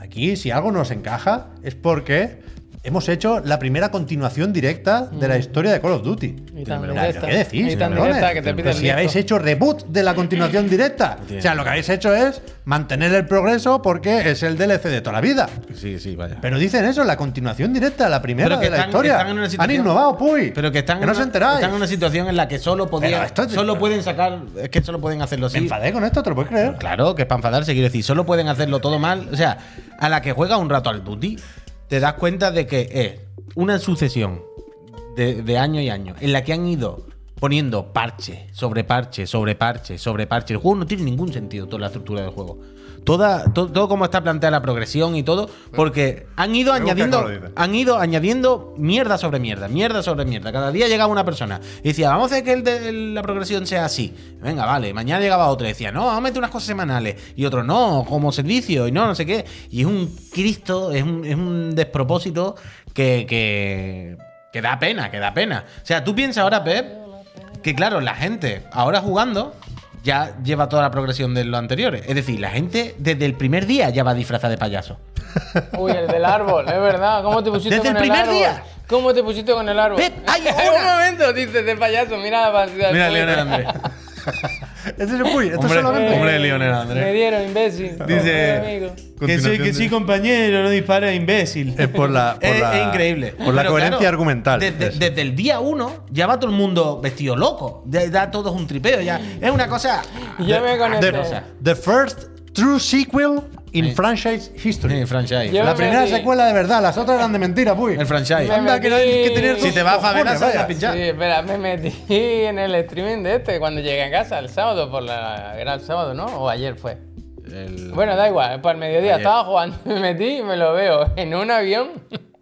[SPEAKER 1] aquí si algo nos encaja es porque hemos hecho la primera continuación directa de
[SPEAKER 2] Mm.
[SPEAKER 1] la historia de Call of Duty.
[SPEAKER 3] Y tan
[SPEAKER 1] Pero,
[SPEAKER 3] directa.
[SPEAKER 1] ¿Qué decís?
[SPEAKER 3] Y tan
[SPEAKER 1] cabrones?
[SPEAKER 3] directa que te pide
[SPEAKER 1] Pero
[SPEAKER 3] el
[SPEAKER 1] si
[SPEAKER 3] disco.
[SPEAKER 1] habéis hecho reboot de la continuación directa. O sea, lo que habéis hecho es mantener el progreso porque es el DLC de toda la vida.
[SPEAKER 2] Sí, sí, vaya.
[SPEAKER 1] Pero dicen eso, la continuación directa, la primera
[SPEAKER 2] Pero que
[SPEAKER 1] de la
[SPEAKER 2] están-
[SPEAKER 1] historia.
[SPEAKER 2] están en una
[SPEAKER 1] Han
[SPEAKER 2] situación-
[SPEAKER 1] innovado, puy.
[SPEAKER 2] Pero que están,
[SPEAKER 1] que
[SPEAKER 2] en
[SPEAKER 1] no
[SPEAKER 2] una-
[SPEAKER 1] os enteráis.
[SPEAKER 2] están en una situación en la que solo podían.
[SPEAKER 1] Pero esto es-
[SPEAKER 2] Solo pueden sacar. Es que solo pueden hacerlo
[SPEAKER 1] Me
[SPEAKER 2] así.
[SPEAKER 1] enfadé con esto, te lo puedes creer.
[SPEAKER 2] Claro, que es para enfadarse, quiero decir, solo pueden hacerlo todo mal. O sea, a la que juegas un rato al duty, te das cuenta de que es una sucesión de, de año y año en la que han ido poniendo parche sobre parche, sobre parche, sobre parche. El juego no tiene ningún sentido, toda la estructura del juego. Toda, to- todo como está planteada la progresión y todo, porque han ido
[SPEAKER 1] Me gusta
[SPEAKER 2] añadiendo,
[SPEAKER 1] cómo lo dices.
[SPEAKER 2] han ido añadiendo mierda sobre mierda, mierda sobre mierda. Cada día llegaba una persona y decía, vamos a hacer que el de- el- la progresión sea así. Venga, vale. Mañana llegaba otra y decía, no, vamos a meter unas cosas semanales. Y otro, no, como servicio, y no, no sé qué. Y es un Cristo, es un, es un despropósito que, que, que da pena, que da pena. O sea, tú piensas ahora, Pep, que claro, la gente ahora jugando ya lleva toda la progresión de los anteriores. Es decir, la gente desde el primer día ya va disfrazada de payaso.
[SPEAKER 3] Uy, el del árbol, es verdad. ¿Cómo te pusiste
[SPEAKER 2] Desde
[SPEAKER 3] con
[SPEAKER 2] el primer
[SPEAKER 3] árbol?
[SPEAKER 2] día.
[SPEAKER 3] ¿Cómo te pusiste con el árbol?
[SPEAKER 2] Pep, hay
[SPEAKER 3] un
[SPEAKER 2] hora.
[SPEAKER 3] momento, dices de payaso, mira la partida. del
[SPEAKER 2] Mira,
[SPEAKER 3] público.
[SPEAKER 2] Leonel Andrés.
[SPEAKER 1] Este es el puy, esto
[SPEAKER 2] Hombre,
[SPEAKER 1] solamente.
[SPEAKER 3] Eh,
[SPEAKER 2] hombre, Leonel Andrés.
[SPEAKER 3] Me dieron, imbécil.
[SPEAKER 2] Dice-
[SPEAKER 3] Ay, amigo.
[SPEAKER 2] Que sí, que sí, compañero, no dispara, imbécil.
[SPEAKER 1] Es Eh, por la- por
[SPEAKER 2] es,
[SPEAKER 1] la-
[SPEAKER 2] es increíble.
[SPEAKER 1] por la coherencia argumental,
[SPEAKER 2] Desde,
[SPEAKER 1] eso.
[SPEAKER 2] desde el día uno ya va todo el mundo vestido loco. Ya, da todos un tripeo. ya Es una cosa.
[SPEAKER 3] Y yo me este. conecté.
[SPEAKER 1] The, the first true sequel in
[SPEAKER 2] Sí.
[SPEAKER 1] franchise history.
[SPEAKER 2] El franchise.
[SPEAKER 3] Yo
[SPEAKER 1] la
[SPEAKER 3] me
[SPEAKER 1] primera
[SPEAKER 3] metí.
[SPEAKER 1] secuela de verdad, las otras eran de mentira, puy.
[SPEAKER 2] El franchise.
[SPEAKER 3] Me
[SPEAKER 1] Anda, que no hay que tener dos
[SPEAKER 3] metí.
[SPEAKER 2] Si te vas a
[SPEAKER 1] cojones,
[SPEAKER 2] Favelas, vas a
[SPEAKER 1] vaya.
[SPEAKER 2] pinchar. Ya.
[SPEAKER 3] Sí, espera, me metí en el streaming de este cuando llegué a casa el sábado por la. Era el sábado, ¿no? O ayer fue. Bueno, da igual, para el mediodía
[SPEAKER 2] Ayer.
[SPEAKER 3] estaba jugando, me metí y me lo veo en un avión.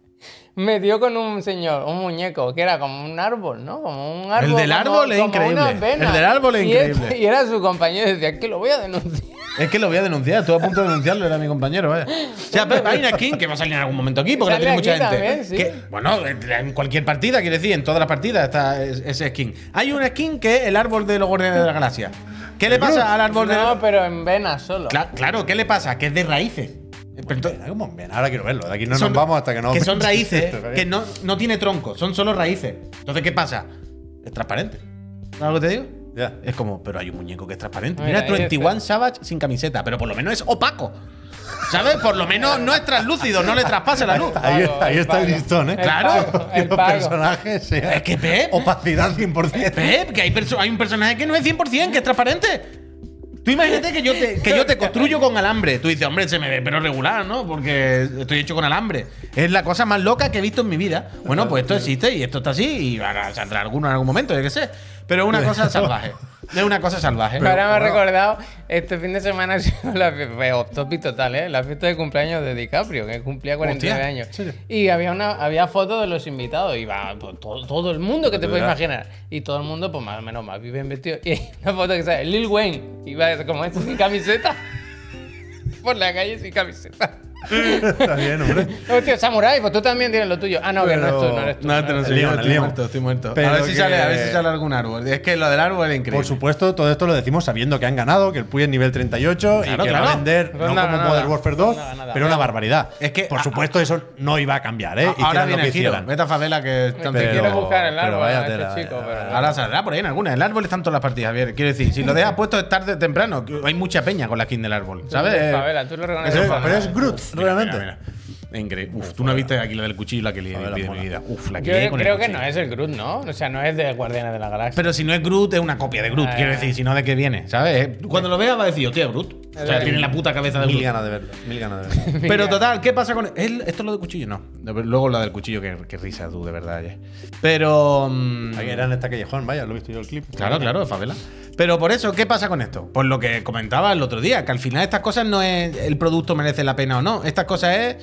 [SPEAKER 3] Me dio con un señor, un muñeco, que era como un árbol, ¿no? Como un árbol.
[SPEAKER 2] del
[SPEAKER 3] como-
[SPEAKER 2] árbol es
[SPEAKER 3] como
[SPEAKER 2] increíble.
[SPEAKER 3] unas venas.
[SPEAKER 2] El del árbol es
[SPEAKER 3] Y este-
[SPEAKER 2] increíble.
[SPEAKER 3] y era su compañero y decía, "Es que lo voy a denunciar.
[SPEAKER 2] Es que lo voy a denunciar. Estuve a punto de denunciarlo, era mi compañero. Vaya. O sea, Pep, hay una skin que va a salir en algún momento aquí porque la
[SPEAKER 3] Sale
[SPEAKER 2] tiene mucha
[SPEAKER 3] aquí
[SPEAKER 2] gente.
[SPEAKER 3] también, sí.
[SPEAKER 2] Que- bueno, en cualquier partida, quiere decir, en todas las partidas está es- ese skin. Hay una skin que es el árbol de los guardianes de la galaxia. ¿Qué le pasa al árbol de
[SPEAKER 3] No, pero en venas solo.
[SPEAKER 2] Cla- claro, ¿qué le pasa? Que es de raíces. Pero ento-
[SPEAKER 1] Venga, como ven, Ahora quiero verlo. De aquí no
[SPEAKER 2] son-
[SPEAKER 1] nos vamos hasta que no.
[SPEAKER 2] Que son raíces,
[SPEAKER 1] Esto, vaya.
[SPEAKER 2] que no, no tiene tronco, son solo raíces. Entonces, ¿qué pasa? Es transparente. ¿Sabes lo que te digo?
[SPEAKER 1] Ya.
[SPEAKER 2] Es como, pero hay un muñeco que es transparente.
[SPEAKER 3] Mira,
[SPEAKER 2] Mira,
[SPEAKER 3] ahí
[SPEAKER 2] 21 Savage sin camiseta, pero por lo menos es opaco. ¿Sabes? Por lo menos no es translúcido, no le traspasa la luz.
[SPEAKER 1] Ahí,
[SPEAKER 3] pago,
[SPEAKER 1] ahí
[SPEAKER 3] el
[SPEAKER 1] está el
[SPEAKER 3] pago.
[SPEAKER 1] listón, ¿eh?
[SPEAKER 3] El
[SPEAKER 2] Claro.
[SPEAKER 3] pago,
[SPEAKER 1] Que
[SPEAKER 3] el
[SPEAKER 1] los
[SPEAKER 3] pago.
[SPEAKER 1] personajes eh, sean
[SPEAKER 2] Es que Pep,
[SPEAKER 1] opacidad 100%.
[SPEAKER 2] Pep, que hay, perso- hay un personaje que no es 100%, que es transparente. Tú imagínate que yo, te, que yo te construyo con alambre. Tú dices, hombre, se me ve pero regular, ¿no? Porque estoy hecho con alambre. Es la cosa más loca que he visto en mi vida. Bueno, pues esto existe y esto está así y ahora saldrá alguno en algún momento, yo qué sé. Pero es una cosa salvaje. Es una cosa salvaje.
[SPEAKER 3] Pero ahora me ha recordado, este fin de semana ha sido la fiesta, total, ¿eh? La fiesta de cumpleaños de DiCaprio, que cumplía 49
[SPEAKER 2] Hostia,
[SPEAKER 3] años. Y había una había fotos de los invitados, y va pues, todo, todo el mundo que te puedes imaginar. Y todo el mundo, pues más o menos, más bien vestido. Y hay una foto que sale Lil Wayne, y va como este sin camiseta, por la calle sin camiseta.
[SPEAKER 1] Está bien, hombre.
[SPEAKER 3] Hostia, Samurai, pues tú también tienes lo tuyo. Ah, no, que no eres tú, no eres tú.
[SPEAKER 2] No, este no soy
[SPEAKER 1] Liam,
[SPEAKER 2] yo, estoy
[SPEAKER 1] Liam.
[SPEAKER 2] muerto, estoy muerto.
[SPEAKER 1] Pero
[SPEAKER 2] a, ver si
[SPEAKER 1] que-
[SPEAKER 2] sale, a ver si sale algún árbol. Es que lo del árbol es increíble.
[SPEAKER 1] Por supuesto, todo esto lo decimos sabiendo que han ganado, que el Puy es nivel 38
[SPEAKER 2] Claro,
[SPEAKER 1] y que
[SPEAKER 2] claro.
[SPEAKER 1] va a vender
[SPEAKER 3] Pues
[SPEAKER 1] no
[SPEAKER 3] nada,
[SPEAKER 1] como
[SPEAKER 3] nada.
[SPEAKER 1] Modern Warfare 2,
[SPEAKER 3] Nada, nada.
[SPEAKER 1] pero una barbaridad.
[SPEAKER 2] Es que-
[SPEAKER 1] por
[SPEAKER 2] a-
[SPEAKER 1] supuesto eso no iba a cambiar, ¿eh?
[SPEAKER 2] Ah, Ahora
[SPEAKER 1] Hicieran lo
[SPEAKER 2] viene
[SPEAKER 1] que
[SPEAKER 2] el giro.
[SPEAKER 1] hicieran.
[SPEAKER 2] Vete a favela que están
[SPEAKER 1] Pero-
[SPEAKER 3] Quiero buscar el
[SPEAKER 1] pero eh,
[SPEAKER 3] árbol
[SPEAKER 1] vaya
[SPEAKER 3] a este
[SPEAKER 1] tela,
[SPEAKER 3] chico,
[SPEAKER 1] vaya
[SPEAKER 3] pero-
[SPEAKER 1] tela.
[SPEAKER 2] Ahora saldrá por ahí en alguna. El árbol están todas las partidas, Javier. Quiero decir, si lo dejas puesto es tarde o temprano. que Hay mucha peña con la skin del árbol, ¿sabes?
[SPEAKER 3] Tú, Favela, tú lo reconoces.
[SPEAKER 1] Pero,
[SPEAKER 3] Favela.
[SPEAKER 1] pero es Groot,
[SPEAKER 2] Mira,
[SPEAKER 1] realmente.
[SPEAKER 2] mira, mira. Increíble. Uf, tú no viste aquí lo del cuchillo y la que lié
[SPEAKER 1] Favela
[SPEAKER 2] de mi
[SPEAKER 1] mola.
[SPEAKER 2] vida. Uf, la que lié
[SPEAKER 3] Yo
[SPEAKER 2] con el
[SPEAKER 3] creo que
[SPEAKER 2] cuchillo.
[SPEAKER 3] no es el Groot, ¿no? O sea, no es de Guardianes de la Galaxia.
[SPEAKER 2] Pero si no es Groot, es una copia de Groot.
[SPEAKER 3] Ah,
[SPEAKER 2] quiero
[SPEAKER 3] ya.
[SPEAKER 2] decir, si no, ¿de qué viene? ¿Sabes? Cuando lo veas, va a decir, hostia, Groot. O sea,
[SPEAKER 3] Es
[SPEAKER 2] tiene la puta cabeza de
[SPEAKER 1] Mil
[SPEAKER 2] Groot.
[SPEAKER 1] ganas de verlo, mil ganas de verlo.
[SPEAKER 2] Pero total, ¿qué pasa con él? ¿Esto es lo del cuchillo? No. Luego lo del cuchillo, que, que risa tú, de verdad. ayer. Pero. mm,
[SPEAKER 1] Ahí era en esta callejón, vaya, lo he visto yo el clip.
[SPEAKER 2] Claro, claro, de favela. Pero por eso, ¿qué pasa con esto? Pues lo que comentaba el otro día, que al final estas cosas no es el producto merece la pena o no. Estas cosas es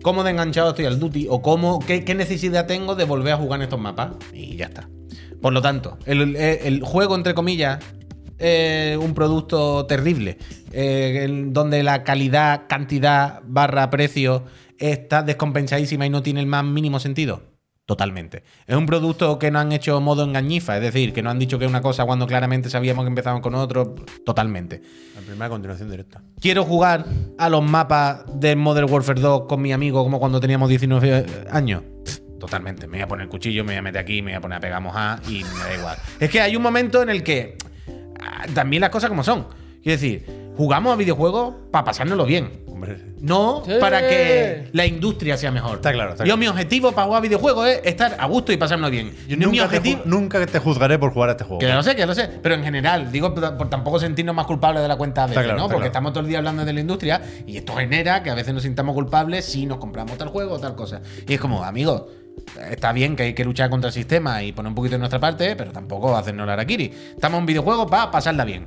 [SPEAKER 2] cómo de enganchado estoy al duty o cómo, qué, qué necesidad tengo de volver a jugar en estos mapas. Y ya está. Por lo tanto, el, el- el juego, entre comillas, es un producto terrible. eh, en donde la calidad, cantidad, barra, precio está descompensadísima y no tiene el más mínimo sentido. Totalmente. Es un producto que no han hecho modo engañifa, es decir, que no han dicho que es una cosa cuando claramente sabíamos que empezaban con otro. Totalmente.
[SPEAKER 1] La primera continuación directa.
[SPEAKER 2] Quiero jugar a los mapas de Modern Warfare 2 con mi amigo como cuando teníamos 19 años. Pff, Totalmente. Me voy a poner el cuchillo, me voy a meter aquí, me voy a poner a pegar mojá y me da igual. Es que hay un momento en el que ah, también las cosas como son. Quiero decir, jugamos a videojuegos para pasárnoslo bien.
[SPEAKER 1] Hombre,
[SPEAKER 2] No
[SPEAKER 3] Sí.
[SPEAKER 2] para que la industria sea mejor.
[SPEAKER 1] Está claro, está
[SPEAKER 2] Yo
[SPEAKER 1] claro.
[SPEAKER 2] mi objetivo para jugar videojuegos es estar a gusto y pasármelo bien.
[SPEAKER 1] yo
[SPEAKER 2] No es
[SPEAKER 1] nunca,
[SPEAKER 2] mi
[SPEAKER 1] te
[SPEAKER 2] objetivo.
[SPEAKER 1] ju- nunca te juzgaré por jugar a este juego.
[SPEAKER 2] Que lo sé, que lo sé. Pero en general, digo, por, por tampoco sentirnos más culpables de la cuenta a veces,
[SPEAKER 1] Está claro,
[SPEAKER 2] ¿no?
[SPEAKER 1] está
[SPEAKER 2] Porque
[SPEAKER 1] claro.
[SPEAKER 2] estamos todo el día hablando de la industria y esto genera que a veces nos sintamos culpables si nos compramos tal juego o tal cosa. Y es como, amigos, está bien que hay que luchar contra el sistema y poner un poquito de nuestra parte, pero tampoco hacernos la araquiri. Estamos en videojuegos para pasarla bien.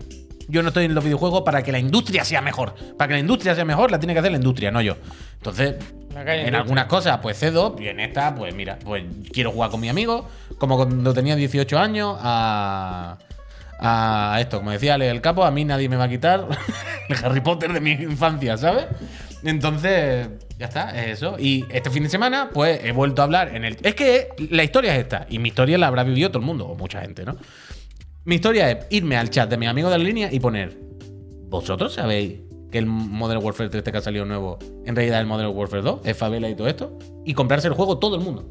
[SPEAKER 2] Yo no estoy en los videojuegos para que la industria sea mejor. Para que la industria sea mejor, la tiene que hacer la industria, no yo. Entonces,
[SPEAKER 3] La calle
[SPEAKER 2] en
[SPEAKER 3] industria.
[SPEAKER 2] algunas cosas pues cedo y en esta pues mira, pues quiero jugar con mi amigo como cuando tenía 18 años a a esto, como decía Ale el capo, a mí nadie me va a quitar el Harry Potter de mi infancia, ¿sabes? Entonces, ya está, es eso. Y este fin de semana, pues he vuelto a hablar en el. Es que la historia es esta, y mi historia la habrá vivido todo el mundo, o mucha gente, ¿no? Mi historia es irme al chat de mis amigos de la línea y poner. ¿Vosotros sabéis que el Modern Warfare 3 que ha salido nuevo, en realidad el Modern Warfare 2, es favela y todo esto? Y comprarse el juego todo el mundo.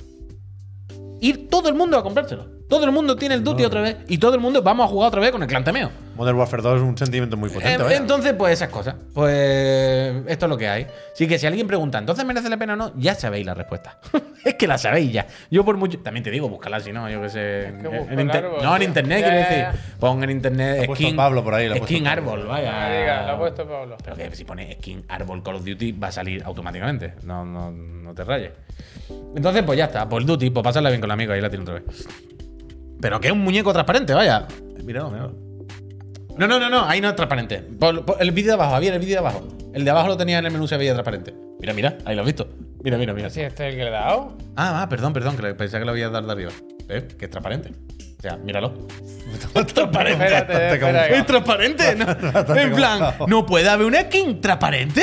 [SPEAKER 2] Ir todo el mundo a comprárselo. Todo el mundo tiene el Duty otra vez. Y todo el mundo vamos a jugar otra vez con el clan Tameo.
[SPEAKER 1] Modern Warfare 2 es un sentimiento muy
[SPEAKER 2] Eh,
[SPEAKER 1] potente, vaya.
[SPEAKER 2] Entonces, pues esas cosas. Pues esto es lo que hay. Así que si alguien pregunta, ¿entonces merece la pena o no? Ya sabéis la respuesta. es que la sabéis ya. Yo por mucho. También te digo, búscala si no, yo qué sé.
[SPEAKER 3] que
[SPEAKER 2] en-
[SPEAKER 3] busco
[SPEAKER 2] en
[SPEAKER 3] el
[SPEAKER 2] inter-
[SPEAKER 3] árbol,
[SPEAKER 2] No, en
[SPEAKER 3] tío.
[SPEAKER 2] internet,
[SPEAKER 3] Ya,
[SPEAKER 2] quiero
[SPEAKER 3] ya,
[SPEAKER 2] decir.
[SPEAKER 3] ya.
[SPEAKER 2] Pon en internet.
[SPEAKER 1] ha puesto
[SPEAKER 2] skin,
[SPEAKER 1] Pablo por ahí, lo ha puesto
[SPEAKER 2] Skin
[SPEAKER 1] Pablo.
[SPEAKER 2] árbol,
[SPEAKER 3] Ah,
[SPEAKER 2] vaya.
[SPEAKER 3] diga, lo ha puesto Pablo.
[SPEAKER 2] Pero que si pones skin árbol Call of Duty va a salir automáticamente. No, no, no te rayes. Entonces, pues ya está. Por el Duty, pues pasarla bien con la amiga. Ahí la tiene otra vez. Pero que es un muñeco transparente, vaya. Míralo, míralo. No, no, no, no. Ahí no es transparente. Por- por- el vídeo de abajo, Javier, el vídeo de abajo. El de abajo lo tenía en el menú, se veía transparente. Mira, mira. Ahí lo has visto. Mira, mira, mira.
[SPEAKER 3] Si este es el que le he dado.
[SPEAKER 2] Ah, ah, perdón, perdón. Que pensé que lo había dado de arriba. ¿Ves? Que es transparente. O sea, míralo. Es transparente.
[SPEAKER 3] Espérate,
[SPEAKER 1] Bastante
[SPEAKER 3] espérate.
[SPEAKER 2] Es transparente. ¿no? en plan,
[SPEAKER 1] complicado.
[SPEAKER 2] no puede haber una skin transparente.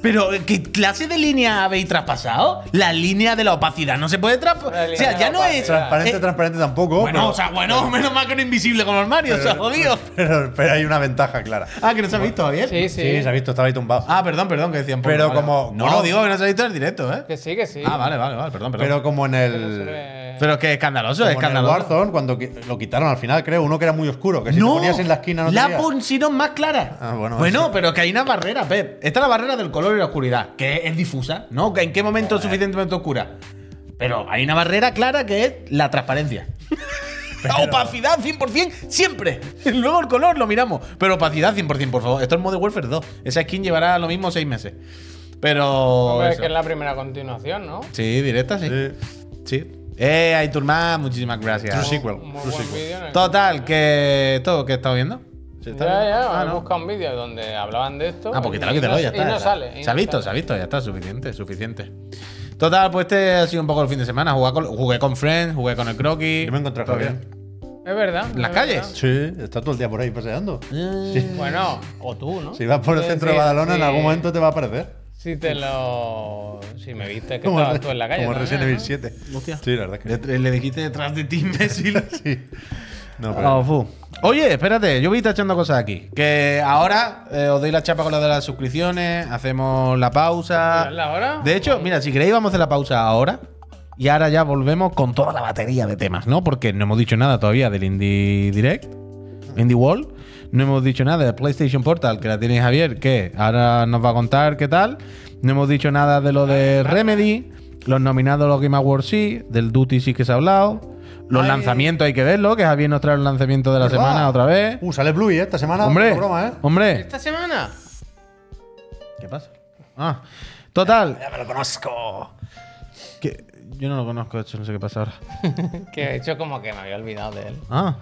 [SPEAKER 2] Pero, ¿qué clase de línea habéis traspasado? La línea de la opacidad no se puede
[SPEAKER 3] La
[SPEAKER 2] traspasar. O
[SPEAKER 3] línea
[SPEAKER 2] sea,
[SPEAKER 3] de
[SPEAKER 2] ya
[SPEAKER 3] la
[SPEAKER 2] no es.
[SPEAKER 1] transparente,
[SPEAKER 2] eh,
[SPEAKER 1] transparente tampoco.
[SPEAKER 2] Bueno,
[SPEAKER 1] pero-
[SPEAKER 2] o sea, bueno, menos mal que no es invisible como los Mario, o sea, jodido.
[SPEAKER 1] pero, pero hay una ventaja clara.
[SPEAKER 2] Ah, que no se ha visto, Javier.
[SPEAKER 3] Sí,
[SPEAKER 1] Sí,
[SPEAKER 3] sí.
[SPEAKER 1] se ha visto, estaba ahí tumbado.
[SPEAKER 2] Ah, perdón, perdón, que decían. por-
[SPEAKER 1] Pero
[SPEAKER 2] vale,
[SPEAKER 1] como-
[SPEAKER 2] vale.
[SPEAKER 1] como-
[SPEAKER 2] No, digo que no se ha visto en el directo, ¿eh?
[SPEAKER 3] Que sí, que sí.
[SPEAKER 2] Ah, vale, vale, vale, perdón, perdón.
[SPEAKER 1] pero como en
[SPEAKER 3] No se
[SPEAKER 1] el.
[SPEAKER 3] ve-
[SPEAKER 2] Pero es que escandaloso,
[SPEAKER 1] como
[SPEAKER 2] es
[SPEAKER 1] en el
[SPEAKER 2] escandaloso.
[SPEAKER 1] Warzone, cuando qui- lo quitaron al final, creo, uno que era muy oscuro, que si te ponías en la esquina no te
[SPEAKER 2] la
[SPEAKER 1] veía.
[SPEAKER 2] pusieron más clara.
[SPEAKER 1] Ah, bueno, sí.
[SPEAKER 2] pero que hay una barrera, Pep. Está la barrera del color y la oscuridad, que es difusa, ¿no? ¿En qué momento es suficientemente oscura? Pero hay una barrera clara que es la transparencia. La opacidad 100%, siempre. Luego el color lo miramos. Pero opacidad 100%, por favor. Esto es Modern Warfare 2. Esa skin llevará lo mismo seis meses. Pero...
[SPEAKER 3] Hombre, es
[SPEAKER 2] eso.
[SPEAKER 3] que es la primera continuación, ¿no?
[SPEAKER 2] Sí, directa, sí.
[SPEAKER 1] Sí.
[SPEAKER 2] Sí. Eh, Aiturma, muchísimas gracias.
[SPEAKER 1] True sequel.
[SPEAKER 3] Un
[SPEAKER 1] True
[SPEAKER 3] muy buen
[SPEAKER 1] sequel.
[SPEAKER 3] vídeo. en el-
[SPEAKER 2] Total, que... ¿Todo que he estado viendo? ¿Se
[SPEAKER 3] Ya,
[SPEAKER 2] está viendo?
[SPEAKER 3] ya,
[SPEAKER 2] Ah,
[SPEAKER 3] he
[SPEAKER 2] no.
[SPEAKER 3] buscado un vídeo donde hablaban de esto.
[SPEAKER 2] Ah, porque te
[SPEAKER 3] y
[SPEAKER 2] lo quítalo,
[SPEAKER 3] no-
[SPEAKER 2] ya está.
[SPEAKER 3] Y no
[SPEAKER 2] ya.
[SPEAKER 3] sale. y
[SPEAKER 2] Se ha
[SPEAKER 3] no
[SPEAKER 2] visto,
[SPEAKER 3] sale.
[SPEAKER 2] se ha visto, ya está, suficiente, suficiente. Total, pues este ha sido un poco el fin de semana. Jugué con, jugué con Friends, jugué con el Croquis.
[SPEAKER 1] Yo me encontré a
[SPEAKER 2] todo
[SPEAKER 1] Javier.
[SPEAKER 2] bien.
[SPEAKER 3] Es verdad.
[SPEAKER 2] ¿En las
[SPEAKER 3] es
[SPEAKER 2] calles?
[SPEAKER 1] Sí, está todo el día por ahí paseando.
[SPEAKER 2] Eh,
[SPEAKER 1] Sí.
[SPEAKER 3] verdad. Bueno, o tú, ¿no?
[SPEAKER 1] Si vas por el
[SPEAKER 3] Quiero
[SPEAKER 1] centro de
[SPEAKER 3] decir,
[SPEAKER 1] Badalona, en
[SPEAKER 3] sí.
[SPEAKER 1] algún momento te va a aparecer.
[SPEAKER 3] Si te lo. Si me viste que
[SPEAKER 1] Como,
[SPEAKER 3] estabas tú en la calle.
[SPEAKER 1] como
[SPEAKER 3] también,
[SPEAKER 1] Resident
[SPEAKER 3] ¿no?
[SPEAKER 1] Evil 7.
[SPEAKER 4] Hostia.
[SPEAKER 1] Sí, la verdad que
[SPEAKER 4] Le, le dijiste detrás de ti, imbécil.
[SPEAKER 1] sí. No, pero.
[SPEAKER 4] Ah, fu. Oye, espérate, yo voy tachando cosas aquí. Que ahora eh, os doy la chapa con lo de las suscripciones, hacemos la pausa.
[SPEAKER 3] ¿Pero es la hora?
[SPEAKER 4] De hecho, mira, si queréis, vamos a hacer la pausa ahora. Y ahora ya volvemos con toda la batería de temas, ¿no? Porque no hemos dicho nada todavía del Indie Direct, Indie World. No hemos dicho nada de PlayStation Portal, que la tiene Javier, que ahora nos va a contar qué tal. No hemos dicho nada de lo de Remedy, los nominados a los Game Awards sí, del Duty sí que se ha hablado. Los
[SPEAKER 1] Ay.
[SPEAKER 4] lanzamientos hay que verlo, que Javier nos trae los lanzamientos de la
[SPEAKER 1] ¿Verdad?
[SPEAKER 4] semana otra vez.
[SPEAKER 1] Uh, sale Bluey ¿eh? esta semana.
[SPEAKER 4] hombre,
[SPEAKER 1] No broma, ¿eh?
[SPEAKER 4] hombre.
[SPEAKER 3] ¿Esta semana?
[SPEAKER 4] ¿Qué pasa? Ah, total.
[SPEAKER 1] Ya me lo conozco.
[SPEAKER 4] que- yo no lo conozco, de hecho, no sé qué pasa ahora.
[SPEAKER 3] Que he hecho como que me había olvidado de él.
[SPEAKER 4] Ah.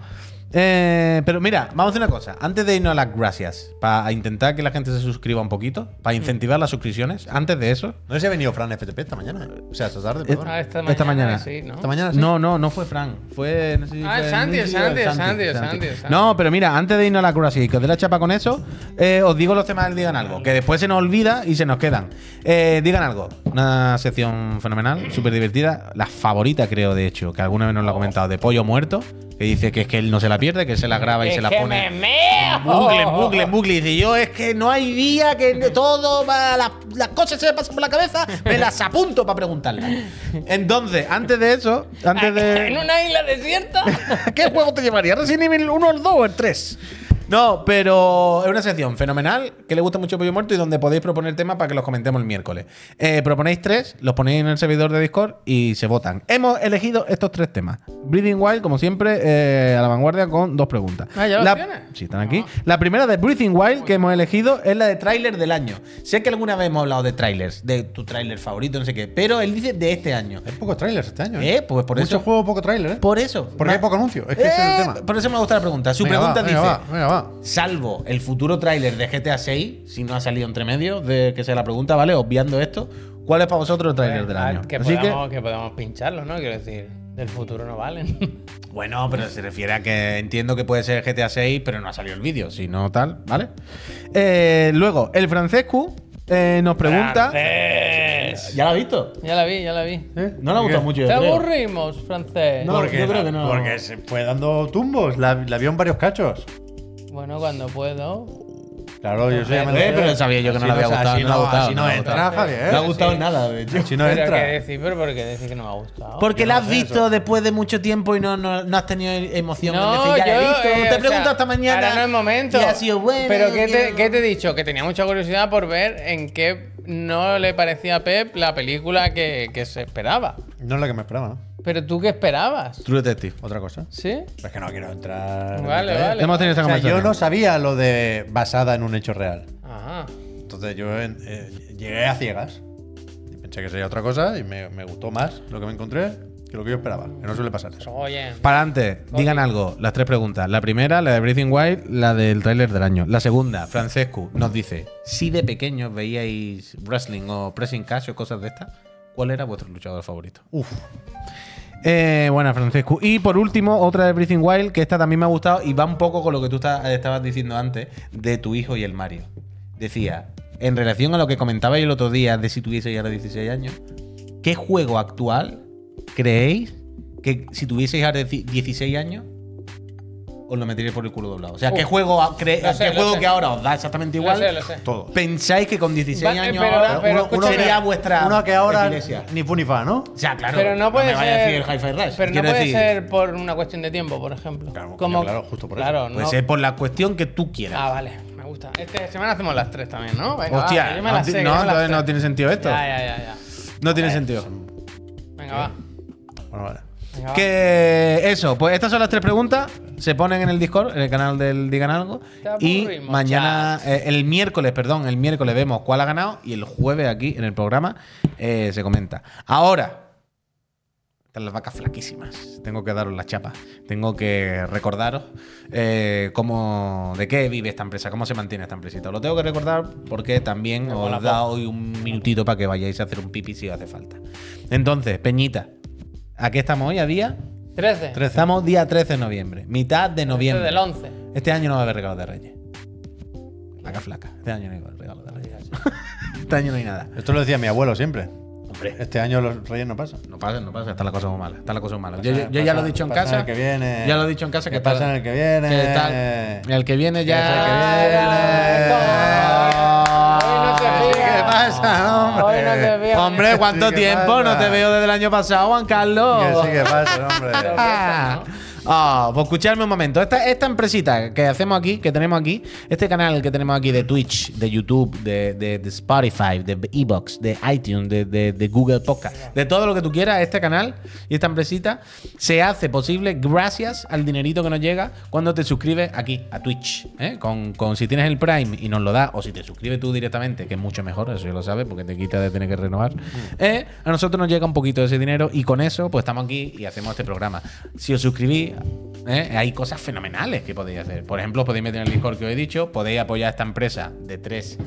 [SPEAKER 4] Eh, pero mira, vamos a hacer una cosa. Antes de irnos a las gracias, para intentar que la gente se suscriba un poquito, para incentivar las suscripciones, antes de eso.
[SPEAKER 1] Mm. No sé si ha venido Fran FTP esta mañana. ¿eh? O sea, esta tarde,
[SPEAKER 4] Eh,
[SPEAKER 1] perdón.
[SPEAKER 3] Ah, esta mañana.
[SPEAKER 4] Esta mañana.
[SPEAKER 3] Sí, ¿no?
[SPEAKER 1] Esta mañana sí.
[SPEAKER 4] No, no, no fue Fran. Fue. No sé si
[SPEAKER 3] Ah,
[SPEAKER 4] fue
[SPEAKER 3] el Santi, el
[SPEAKER 4] Nicky o
[SPEAKER 3] Santi, el Santi, el Santi, el Santi.
[SPEAKER 4] No, pero mira, antes de irnos a las gracias y que os dé la chapa con eso, eh, os digo los temas del Digan Algo, que después se nos olvida y se nos quedan. Eh, Digan Algo, una sección fenomenal, súper divertida, la favorita creo, de hecho, que alguna vez nos lo ha comentado, de Pollo Muerto, que dice que es que él no se la pierde, que él se la graba Ah, y
[SPEAKER 3] Es
[SPEAKER 4] se la
[SPEAKER 3] que
[SPEAKER 4] pone.
[SPEAKER 3] me meo.
[SPEAKER 4] Bucle, bucle, bucle. Y Dice yo, es que no hay día que no- todo, va- las, las cosas se me pasan por la cabeza, me las apunto para preguntarle. Entonces, antes de eso, antes
[SPEAKER 3] ¿En
[SPEAKER 4] de.
[SPEAKER 3] una isla desierta?
[SPEAKER 4] ¿Qué juego te llevaría? ¿Resident Evil 1, el 2 o el 3? No, pero es una sección fenomenal que le gusta mucho a Pollo Muerto y donde podéis proponer temas para que los comentemos el miércoles. Eh, proponéis tres, los ponéis en el servidor de Discord y se votan. Hemos elegido estos tres temas. Breathing Wild, como siempre, eh, a la vanguardia con dos preguntas.
[SPEAKER 3] Ah, ¿ya los
[SPEAKER 4] La-
[SPEAKER 3] tienes? Ah.
[SPEAKER 4] Sí, están aquí. La primera de Breathing Wild que hemos elegido es la de tráiler del año. Sé que alguna vez hemos hablado de trailers, de tu tráiler favorito, no sé qué, pero él dice de este año.
[SPEAKER 1] Hay pocos trailers este año.
[SPEAKER 4] Eh, pues por
[SPEAKER 1] Mucho
[SPEAKER 4] eso-
[SPEAKER 1] juego, poco trailer, ¿eh?
[SPEAKER 4] Por eso. Eh,
[SPEAKER 1] Porque hay poco anuncio, es que ese es el tema.
[SPEAKER 4] Por eso me gusta la pregunta. Su
[SPEAKER 1] Venga,
[SPEAKER 4] pregunta
[SPEAKER 1] va,
[SPEAKER 4] dice,
[SPEAKER 1] venga, va, venga, va.
[SPEAKER 4] salvo el futuro tráiler de GTA 6, si no ha salido entre medio, de que sea la pregunta, ¿vale? Obviando esto, ¿cuál es para vosotros el tráiler del
[SPEAKER 3] Ah,
[SPEAKER 4] año?
[SPEAKER 3] Que
[SPEAKER 4] Así Eh, que-
[SPEAKER 3] podamos, que... podamos pincharlos, ¿no? Quiero decir, del futuro no valen.
[SPEAKER 4] Bueno, pero se refiere a que entiendo que puede ser GTA 6, pero no ha salido el vídeo, si no tal, ¿vale? Eh, luego, el Francescu eh, nos pregunta.
[SPEAKER 3] ¡Francés!
[SPEAKER 4] ¿Ya lo ha visto?
[SPEAKER 3] Ya la vi, ya la vi.
[SPEAKER 2] ¿Eh?
[SPEAKER 4] No le ha gustado mucho. yo
[SPEAKER 3] Te
[SPEAKER 4] creo. Eh,
[SPEAKER 3] aburrimos, francés.
[SPEAKER 4] No. yo creo que no.
[SPEAKER 1] Porque se fue dando tumbos, la, la vio en varios cachos.
[SPEAKER 3] Bueno, cuando puedo.
[SPEAKER 1] Claro, yo soy ya me lo
[SPEAKER 4] Eh,
[SPEAKER 1] sé.
[SPEAKER 4] pero sabía yo que
[SPEAKER 1] Así
[SPEAKER 4] no le había
[SPEAKER 1] o sea,
[SPEAKER 4] gustado,
[SPEAKER 1] así
[SPEAKER 4] no le ha gustado,
[SPEAKER 1] así
[SPEAKER 4] no
[SPEAKER 1] no
[SPEAKER 4] le ha gustado.
[SPEAKER 1] entra,
[SPEAKER 4] No le ha
[SPEAKER 1] Javier.
[SPEAKER 4] gustado nada, de hecho.
[SPEAKER 1] Si no
[SPEAKER 3] pero
[SPEAKER 1] entra.
[SPEAKER 3] qué decir, pero por qué decir que no me ha gustado.
[SPEAKER 4] Porque la
[SPEAKER 1] no
[SPEAKER 4] has
[SPEAKER 1] sé
[SPEAKER 4] visto
[SPEAKER 1] eso.
[SPEAKER 4] después de mucho tiempo y no, no, no has tenido emoción. en decir, ya la he
[SPEAKER 3] yo,
[SPEAKER 4] visto.
[SPEAKER 3] eh, o
[SPEAKER 4] te
[SPEAKER 3] sea,
[SPEAKER 4] pregunto esta mañana.
[SPEAKER 3] Ahora no es momento.
[SPEAKER 4] y ha sido bueno.
[SPEAKER 3] Pero ¿qué te,
[SPEAKER 4] yo-
[SPEAKER 3] qué te he dicho? Que tenía mucha curiosidad por ver en qué no le parecía a Pep la película que, que se esperaba.
[SPEAKER 1] No es la que me esperaba, ¿no?
[SPEAKER 3] Pero tú qué esperabas?
[SPEAKER 4] True Detective.
[SPEAKER 1] Otra cosa.
[SPEAKER 3] ¿Sí?
[SPEAKER 1] Pero es que no quiero entrar.
[SPEAKER 3] Vale,
[SPEAKER 1] Eh,
[SPEAKER 3] vale.
[SPEAKER 4] Hemos tenido esta
[SPEAKER 1] O sea, yo
[SPEAKER 4] conversación.
[SPEAKER 1] no sabía lo de basada en un hecho real.
[SPEAKER 3] Ajá.
[SPEAKER 1] Entonces yo en- eh, llegué a ciegas. Y pensé que sería otra cosa y me, me gustó más lo que me encontré que lo que yo esperaba. Que no suele pasar eso.
[SPEAKER 3] Oye.
[SPEAKER 4] Para antes, digan algo, las tres preguntas. La primera, la de Breathing Wild, la del tráiler del año. La segunda, Francescu, nos dice, si de pequeños veíais wrestling o pressing cash o cosas de estas, ¿cuál era vuestro luchador favorito?
[SPEAKER 1] Uf.
[SPEAKER 4] Eh, buena, Francesco. Y por último, otra de Breathing Wild, que esta también me ha gustado y va un poco con lo que tú está- estabas diciendo antes de tu hijo y el Mario. Decía, en relación a lo que comentabais el otro día de si tuvieseis ahora 16 años, ¿qué juego actual creéis que si tuvieseis ahora 16 años os lo meteríais por el culo doblado? O sea, ¿qué
[SPEAKER 3] Uf.
[SPEAKER 4] juego, a- cre-
[SPEAKER 3] Lo sé,
[SPEAKER 4] qué
[SPEAKER 3] lo
[SPEAKER 4] juego
[SPEAKER 3] sé.
[SPEAKER 4] que ahora os da exactamente igual?
[SPEAKER 3] Lo sé, lo sé.
[SPEAKER 1] Todo.
[SPEAKER 4] ¿Pensáis que con 16
[SPEAKER 3] Vale,
[SPEAKER 4] años
[SPEAKER 3] pero-
[SPEAKER 4] ahora
[SPEAKER 3] pero
[SPEAKER 4] uno- uno
[SPEAKER 3] escúchame.
[SPEAKER 4] sería vuestra
[SPEAKER 1] Uno que ahora
[SPEAKER 4] iglesia?
[SPEAKER 1] ni fu ni fa, ¿no?
[SPEAKER 4] O sea, claro,
[SPEAKER 3] Pero no puede
[SPEAKER 4] me vaya a
[SPEAKER 3] ser.
[SPEAKER 4] decir el Hi-Fi Rush.
[SPEAKER 3] pero no
[SPEAKER 4] Quiero
[SPEAKER 3] puede
[SPEAKER 4] decir-
[SPEAKER 3] ser por una cuestión de tiempo, por ejemplo.
[SPEAKER 1] Claro, coño, claro, justo por eso.
[SPEAKER 3] Claro,
[SPEAKER 4] Pues
[SPEAKER 3] no-
[SPEAKER 4] es por la cuestión que tú quieras.
[SPEAKER 3] Ah, vale, me gusta. Esta semana hacemos las tres también, ¿no? Venga, va,
[SPEAKER 4] Hostia,
[SPEAKER 3] que yo me
[SPEAKER 4] no,
[SPEAKER 3] las
[SPEAKER 4] ti-
[SPEAKER 3] sé, que
[SPEAKER 4] no,
[SPEAKER 3] yo me las
[SPEAKER 4] entonces
[SPEAKER 3] sé.
[SPEAKER 4] no tiene sentido esto.
[SPEAKER 3] Ya, ya, ya, ya.
[SPEAKER 4] No tiene sentido.
[SPEAKER 3] Venga, va.
[SPEAKER 1] Bueno, vale.
[SPEAKER 3] Venga, va.
[SPEAKER 4] Que eso, pues estas son las tres preguntas. Se ponen en el Discord, en el canal del Digan Algo.
[SPEAKER 3] Te
[SPEAKER 4] Y
[SPEAKER 3] aburrimos,
[SPEAKER 4] mañana, eh, el miércoles, perdón, el miércoles vemos cuál ha ganado. Y el jueves aquí en el programa eh, se comenta. Ahora, están las vacas flaquísimas. Tengo que daros la chapa. Tengo que recordaros eh, cómo, de qué vive esta empresa, cómo se mantiene esta empresita. Os Lo tengo que recordar porque también os da hoy un minutito para que vayáis a hacer un pipi si os hace falta. Entonces, Peñita, aquí estamos hoy a día.
[SPEAKER 3] 13.
[SPEAKER 4] Estamos día 13 de noviembre, mitad de
[SPEAKER 3] Este
[SPEAKER 4] noviembre.
[SPEAKER 3] del 11.
[SPEAKER 4] Este año no va a haber regalo de Reyes. Vaca flaca. Este año no va a haber regalo de Reyes. Este año no hay nada.
[SPEAKER 1] Esto lo decía mi abuelo siempre. Hombre. Este año los reyes no pasan.
[SPEAKER 2] No pasa, no pasa, está la cosa muy mala. Está la cosa muy mala. Yo,
[SPEAKER 1] Pasa-
[SPEAKER 2] yo ya lo he
[SPEAKER 1] pasa-
[SPEAKER 2] dicho en
[SPEAKER 1] pasa
[SPEAKER 2] casa.
[SPEAKER 1] el que viene.
[SPEAKER 2] Ya lo he dicho en casa que
[SPEAKER 1] Que pasa
[SPEAKER 2] tal-
[SPEAKER 1] en el que viene.
[SPEAKER 2] que tal. El que viene
[SPEAKER 3] Ah,
[SPEAKER 1] Ya,
[SPEAKER 2] ya.
[SPEAKER 3] Hoy no te
[SPEAKER 2] Ay,
[SPEAKER 3] rías.
[SPEAKER 2] ¿Qué pasa, hombre?
[SPEAKER 3] Hoy no te rías.
[SPEAKER 2] Hombre, ¿cuánto
[SPEAKER 1] Sí, ¿qué
[SPEAKER 2] tiempo? No
[SPEAKER 1] pasa?
[SPEAKER 2] te veo desde el año pasado, Juan
[SPEAKER 1] Que
[SPEAKER 2] Carlos.
[SPEAKER 1] sí que pasa, hombre.
[SPEAKER 2] Ah, Ah, pues escuchadme un momento. Esta, esta empresita que hacemos aquí, que tenemos aquí, este canal que tenemos aquí de Twitch, de YouTube, de, de- de Spotify, de Evox, de iTunes, de, de- de Google Podcast, de todo lo que tú quieras, este canal y esta empresita se hace posible gracias al dinerito que nos llega cuando te suscribes aquí a Twitch. ¿eh? Con, con si tienes el Prime y nos lo da, o si te suscribes tú directamente, que es mucho mejor, eso ya lo sabes, porque te quita de tener que renovar. Eh, a nosotros nos llega un poquito de ese dinero y con eso, pues estamos aquí y hacemos este programa. Si os suscribís, eh, hay cosas fenomenales que podéis hacer. Por ejemplo, podéis meter en el Discord que os he dicho, podéis apoyar a esta empresa de tres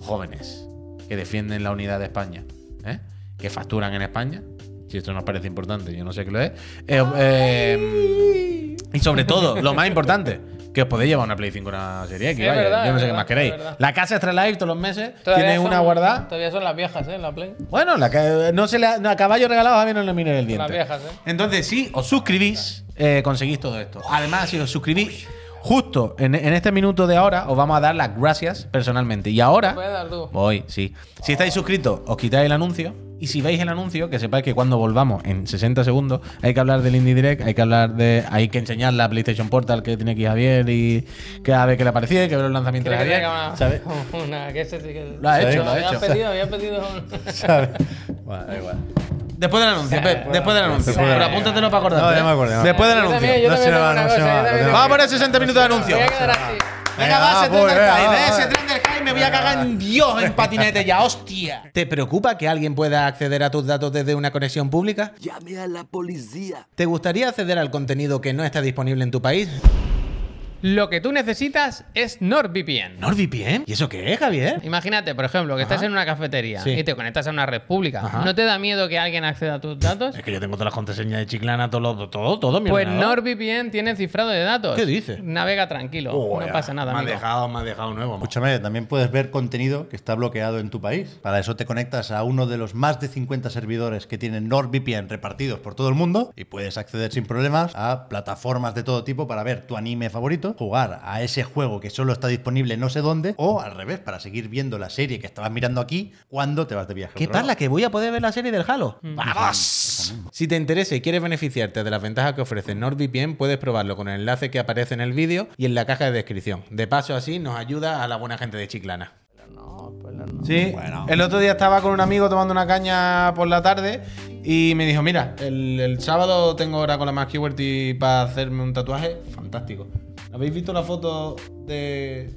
[SPEAKER 2] jóvenes que defienden la unidad de España, ¿eh? que facturan en España. Si esto nos parece importante, yo no sé qué lo es. Eh, eh, y sobre todo, lo más importante, que os podéis llevar una Play 5 una serie X,
[SPEAKER 3] Es
[SPEAKER 2] vaya,
[SPEAKER 3] verdad,
[SPEAKER 2] yo no
[SPEAKER 3] es
[SPEAKER 2] sé qué
[SPEAKER 3] verdad,
[SPEAKER 2] más queréis.
[SPEAKER 3] es verdad.
[SPEAKER 2] La casa extra live todos los meses,
[SPEAKER 3] Todavía
[SPEAKER 2] tiene
[SPEAKER 3] son-
[SPEAKER 2] una guardada.
[SPEAKER 3] Todavía son las viejas, ¿eh? La Play.
[SPEAKER 2] Bueno, la que no se le ha- no, a caballo regalado a mí no le miren el diente.
[SPEAKER 3] Las viejas, ¿eh?
[SPEAKER 2] Entonces, si os suscribís, eh, conseguís todo esto. Además, si os suscribís, justo en, en este minuto de ahora, os vamos a dar las gracias personalmente. Y ahora.
[SPEAKER 3] Puedes dar tú.
[SPEAKER 2] Voy, sí. Si estáis suscritos, os quitáis el anuncio. Y si veis el anuncio, que sepáis que cuando volvamos en 60 segundos, hay que hablar del Indie Direct, hay que hablar de. Hay que enseñar la PlayStation Portal que tiene aquí Javier y cada vez que le aparecía, hay que ver los lanzamientos de
[SPEAKER 3] ¿Quieres que te
[SPEAKER 2] Javier.
[SPEAKER 3] haga una,
[SPEAKER 1] ¿Sabe?
[SPEAKER 3] una- que ese sí que-
[SPEAKER 2] Lo ha
[SPEAKER 1] ¿Sabe?
[SPEAKER 2] hecho, lo ha
[SPEAKER 3] Había
[SPEAKER 2] hecho.
[SPEAKER 3] pedido, había pedido un-
[SPEAKER 1] ¿Sabes? Bueno, da igual.
[SPEAKER 2] Después del anuncio, Pep, después del anuncio.
[SPEAKER 1] Después del
[SPEAKER 2] Pero
[SPEAKER 1] anuncio.
[SPEAKER 2] apúntatelo para acordarte.
[SPEAKER 1] No, ya me
[SPEAKER 2] ¿eh?
[SPEAKER 1] acuerdo, ya me
[SPEAKER 2] Después del
[SPEAKER 3] Yo
[SPEAKER 2] anuncio.
[SPEAKER 3] también, yo
[SPEAKER 1] No se
[SPEAKER 3] también
[SPEAKER 1] me va,
[SPEAKER 3] tengo una
[SPEAKER 1] no se
[SPEAKER 3] cosa,
[SPEAKER 1] me va,
[SPEAKER 3] yo también
[SPEAKER 1] no
[SPEAKER 3] tengo
[SPEAKER 1] se
[SPEAKER 2] Vamos a
[SPEAKER 1] me
[SPEAKER 3] una
[SPEAKER 2] poner 60 minutos de anuncio.
[SPEAKER 3] Voy a quedar así.
[SPEAKER 2] Venga,
[SPEAKER 1] Venga,
[SPEAKER 2] va,
[SPEAKER 1] va,
[SPEAKER 2] ese tren
[SPEAKER 1] voy,
[SPEAKER 2] del
[SPEAKER 1] venga,
[SPEAKER 2] Kai,
[SPEAKER 1] va,
[SPEAKER 2] de ese
[SPEAKER 1] va.
[SPEAKER 2] tren del Kai me voy a cagar en Dios en patinete ya, hostia. ¿Te preocupa que alguien pueda acceder a tus datos desde una conexión pública?
[SPEAKER 7] Llame a la policía.
[SPEAKER 2] ¿Te gustaría acceder al contenido que no está disponible en tu país?
[SPEAKER 3] Lo que tú necesitas es NordVPN.
[SPEAKER 2] ¿NordVPN? ¿Y eso qué es, Javier?
[SPEAKER 3] Imagínate, por ejemplo, que estás en una cafetería
[SPEAKER 2] Sí.
[SPEAKER 3] y te conectas a una red pública.
[SPEAKER 2] Ajá.
[SPEAKER 3] ¿No te da miedo que alguien acceda a tus datos?
[SPEAKER 2] Es que yo tengo todas las contraseñas de Chiclana, todo, lo- todo, todo mi
[SPEAKER 3] Pues
[SPEAKER 2] ordenador.
[SPEAKER 3] NordVPN tiene cifrado de datos.
[SPEAKER 2] ¿Qué dices?
[SPEAKER 3] Navega tranquilo,
[SPEAKER 2] Joder,
[SPEAKER 3] no pasa nada,
[SPEAKER 2] Me ha
[SPEAKER 3] amigo.
[SPEAKER 2] dejado, me ha dejado nuevo. macho.
[SPEAKER 1] Escúchame, también puedes ver contenido que está bloqueado en tu país. Para eso te conectas a uno de los más de 50 servidores que tienen NordVPN repartidos por todo el mundo y puedes acceder sin problemas a plataformas de todo tipo para ver tu anime favorito, jugar a ese juego que solo está disponible no sé dónde o al revés, para seguir viendo la serie que estabas mirando aquí cuando te vas de viaje. a
[SPEAKER 2] ¿Qué
[SPEAKER 1] otro lado.
[SPEAKER 2] pasa? Que voy a poder ver la serie del Halo.
[SPEAKER 3] Mm.
[SPEAKER 2] ¡Vamos! Si te interesa y quieres beneficiarte de las ventajas que ofrece NordVPN, puedes probarlo con el enlace que aparece en el vídeo y en la caja de descripción. De paso, así nos ayuda a la buena gente de Chiclana. Sí,
[SPEAKER 1] Bueno.
[SPEAKER 2] el otro día estaba con un amigo tomando una caña por la tarde y me dijo, mira, el, el sábado tengo hora con la Max Kiwerty para hacerme un tatuaje fantástico. ¿Habéis visto la foto de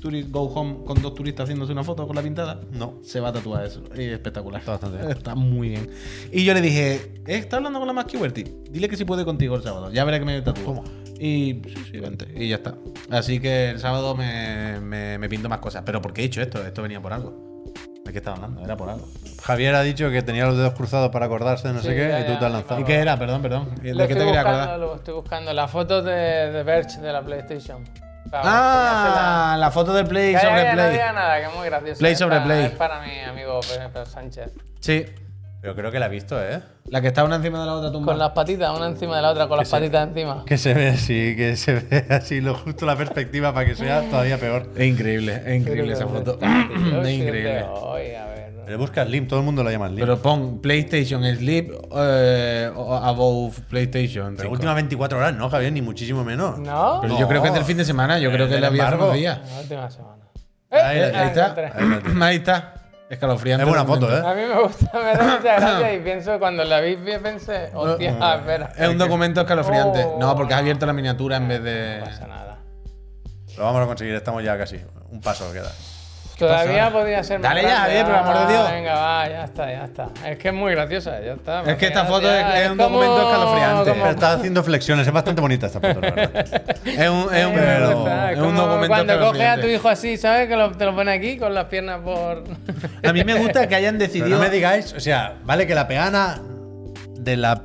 [SPEAKER 2] Tourist Go Home con dos turistas haciéndose una foto con la pintada?
[SPEAKER 1] No.
[SPEAKER 2] Se va a tatuar eso. Es espectacular.
[SPEAKER 1] Está bastante bien.
[SPEAKER 2] Está muy bien. Y yo le dije, "Eh, ¿está hablando con la Max Kiwerty? Dile que si puede contigo el sábado. Ya verá que me tatúo.
[SPEAKER 1] Toma.
[SPEAKER 2] Y sí, sí, vente. Y ya está. Así que el sábado me, me- me pinto más cosas. Pero ¿por qué he hecho esto? Esto venía por algo. ¿De qué estaba hablando? Era por algo.
[SPEAKER 1] Javier ha dicho que tenía los dedos cruzados para acordarse de no
[SPEAKER 3] Sí,
[SPEAKER 1] sé qué
[SPEAKER 3] ya,
[SPEAKER 1] y tú
[SPEAKER 3] ya,
[SPEAKER 1] te has lanzado.
[SPEAKER 2] ¿Y qué era? Perdón, perdón. ¿De
[SPEAKER 3] Lo
[SPEAKER 2] qué
[SPEAKER 3] estoy
[SPEAKER 2] te quería
[SPEAKER 3] buscando,
[SPEAKER 2] acordar?
[SPEAKER 3] lo estoy buscando. Las fotos de, de Verge de la PlayStation. Para
[SPEAKER 2] Ah, la foto del Play sobre
[SPEAKER 3] enseñártela. Ya, ya, ya, No
[SPEAKER 2] Play.
[SPEAKER 3] diga nada, que es muy gracioso.
[SPEAKER 2] Play
[SPEAKER 3] Es
[SPEAKER 2] sobre
[SPEAKER 3] para-
[SPEAKER 2] Play.
[SPEAKER 3] Es para mi amigo Pedro Sánchez.
[SPEAKER 2] Sí.
[SPEAKER 1] Pero creo que la ha visto, ¿eh?
[SPEAKER 2] La que está una encima de la otra tumba.
[SPEAKER 3] Con las patitas, una encima de la otra, con las patitas encima.
[SPEAKER 1] Que se ve así, que se ve así, lo justo la perspectiva para que sea todavía peor.
[SPEAKER 2] Es increíble, es increíble esa foto. es increíble.
[SPEAKER 3] Hoy, a ver.
[SPEAKER 1] Le buscas Lim, todo el mundo lo llama Lim.
[SPEAKER 2] Pero pon PlayStation Sleep eh, o- above PlayStation.
[SPEAKER 1] Pero
[SPEAKER 2] cinco.
[SPEAKER 1] últimas 24 horas, ¿no, Javier? Ni muchísimo menos.
[SPEAKER 3] ¿No?
[SPEAKER 2] Pero yo creo que es Eh, del fin de semana, yo creo que
[SPEAKER 1] Sin
[SPEAKER 2] la había hace
[SPEAKER 1] embargo,
[SPEAKER 2] unos días.
[SPEAKER 3] La última semana.
[SPEAKER 1] Ahí,
[SPEAKER 2] Eh,
[SPEAKER 1] ahí
[SPEAKER 2] ahí está.
[SPEAKER 3] encontré.
[SPEAKER 2] Ahí está. Escalofriante.
[SPEAKER 1] Es buena foto, ¿eh?
[SPEAKER 3] A mí me gusta, me da mucha gracia y pienso, cuando la vi, pensé, hostia, espera.
[SPEAKER 2] Es un documento escalofriante.
[SPEAKER 3] Oh.
[SPEAKER 2] No, porque has abierto la miniatura en vez
[SPEAKER 3] No
[SPEAKER 2] de.
[SPEAKER 3] pasa nada.
[SPEAKER 1] Lo vamos a conseguir, estamos ya casi. Un paso queda.
[SPEAKER 3] Todavía podía ser más
[SPEAKER 2] Dale ya,
[SPEAKER 3] grande.
[SPEAKER 2] Javier, por el amor de
[SPEAKER 3] Ah,
[SPEAKER 2] Dios.
[SPEAKER 3] Venga, va, ya está, ya está. Es que es muy graciosa, ya está.
[SPEAKER 2] Es que esta
[SPEAKER 3] Ya-
[SPEAKER 2] foto
[SPEAKER 3] ya,
[SPEAKER 2] es- es un documento escalofriante.
[SPEAKER 1] Pero
[SPEAKER 3] como-
[SPEAKER 1] está haciendo flexiones, es bastante bonita esta foto, la verdad.
[SPEAKER 2] Es un, es un,
[SPEAKER 3] Eh, me
[SPEAKER 2] pero-
[SPEAKER 3] gusta,
[SPEAKER 2] es
[SPEAKER 3] es
[SPEAKER 2] un
[SPEAKER 3] como
[SPEAKER 2] documento
[SPEAKER 3] Cuando coges a
[SPEAKER 2] escalofriante.
[SPEAKER 3] tu hijo así, ¿sabes? Que lo- te lo pone aquí con las piernas por.
[SPEAKER 2] A mí me gusta que hayan
[SPEAKER 1] Pero
[SPEAKER 2] decidido.
[SPEAKER 1] no me digáis, o sea, vale que la peana de la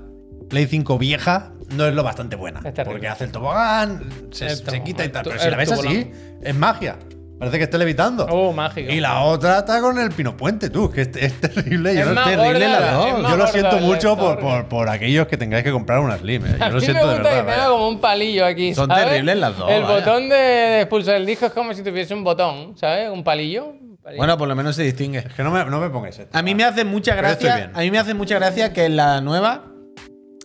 [SPEAKER 1] Play 5 vieja no es lo bastante buena.
[SPEAKER 3] Es terrible.
[SPEAKER 1] Porque hace el tobogán, se,
[SPEAKER 3] El
[SPEAKER 1] se
[SPEAKER 3] tobogán,
[SPEAKER 1] quita y tal.
[SPEAKER 3] tu-
[SPEAKER 1] Pero si la
[SPEAKER 3] el
[SPEAKER 1] ves así, es magia. Parece que está levitando.
[SPEAKER 3] Oh, mágico.
[SPEAKER 1] Y la otra está con el pinopuente, tú. Que es, es terrible.
[SPEAKER 3] Es
[SPEAKER 1] Yo,
[SPEAKER 3] más
[SPEAKER 1] lo,
[SPEAKER 3] gorda la- es más
[SPEAKER 1] yo lo
[SPEAKER 3] gorda
[SPEAKER 1] siento
[SPEAKER 3] la
[SPEAKER 1] mucho por,
[SPEAKER 3] Storm.
[SPEAKER 1] por- por aquellos que tengáis que comprar una Slim. eh. Yo lo
[SPEAKER 3] a mí
[SPEAKER 1] siento
[SPEAKER 3] me
[SPEAKER 1] de verdad.
[SPEAKER 3] gusta que tenga
[SPEAKER 1] vaya.
[SPEAKER 3] como un palillo aquí.
[SPEAKER 2] Son
[SPEAKER 3] ¿sabes?
[SPEAKER 2] terribles las dos,
[SPEAKER 3] El
[SPEAKER 2] vaya.
[SPEAKER 3] botón de expulsar el disco es como si tuviese un botón, ¿sabes? Un palillo. un palillo.
[SPEAKER 2] Bueno, por lo menos se distingue.
[SPEAKER 1] Es que no me, no me pongáis esto.
[SPEAKER 2] A mí me hace mucha
[SPEAKER 1] Pero estoy
[SPEAKER 2] gracia.
[SPEAKER 1] bien.
[SPEAKER 2] A mí me hace mucha gracia que en la nueva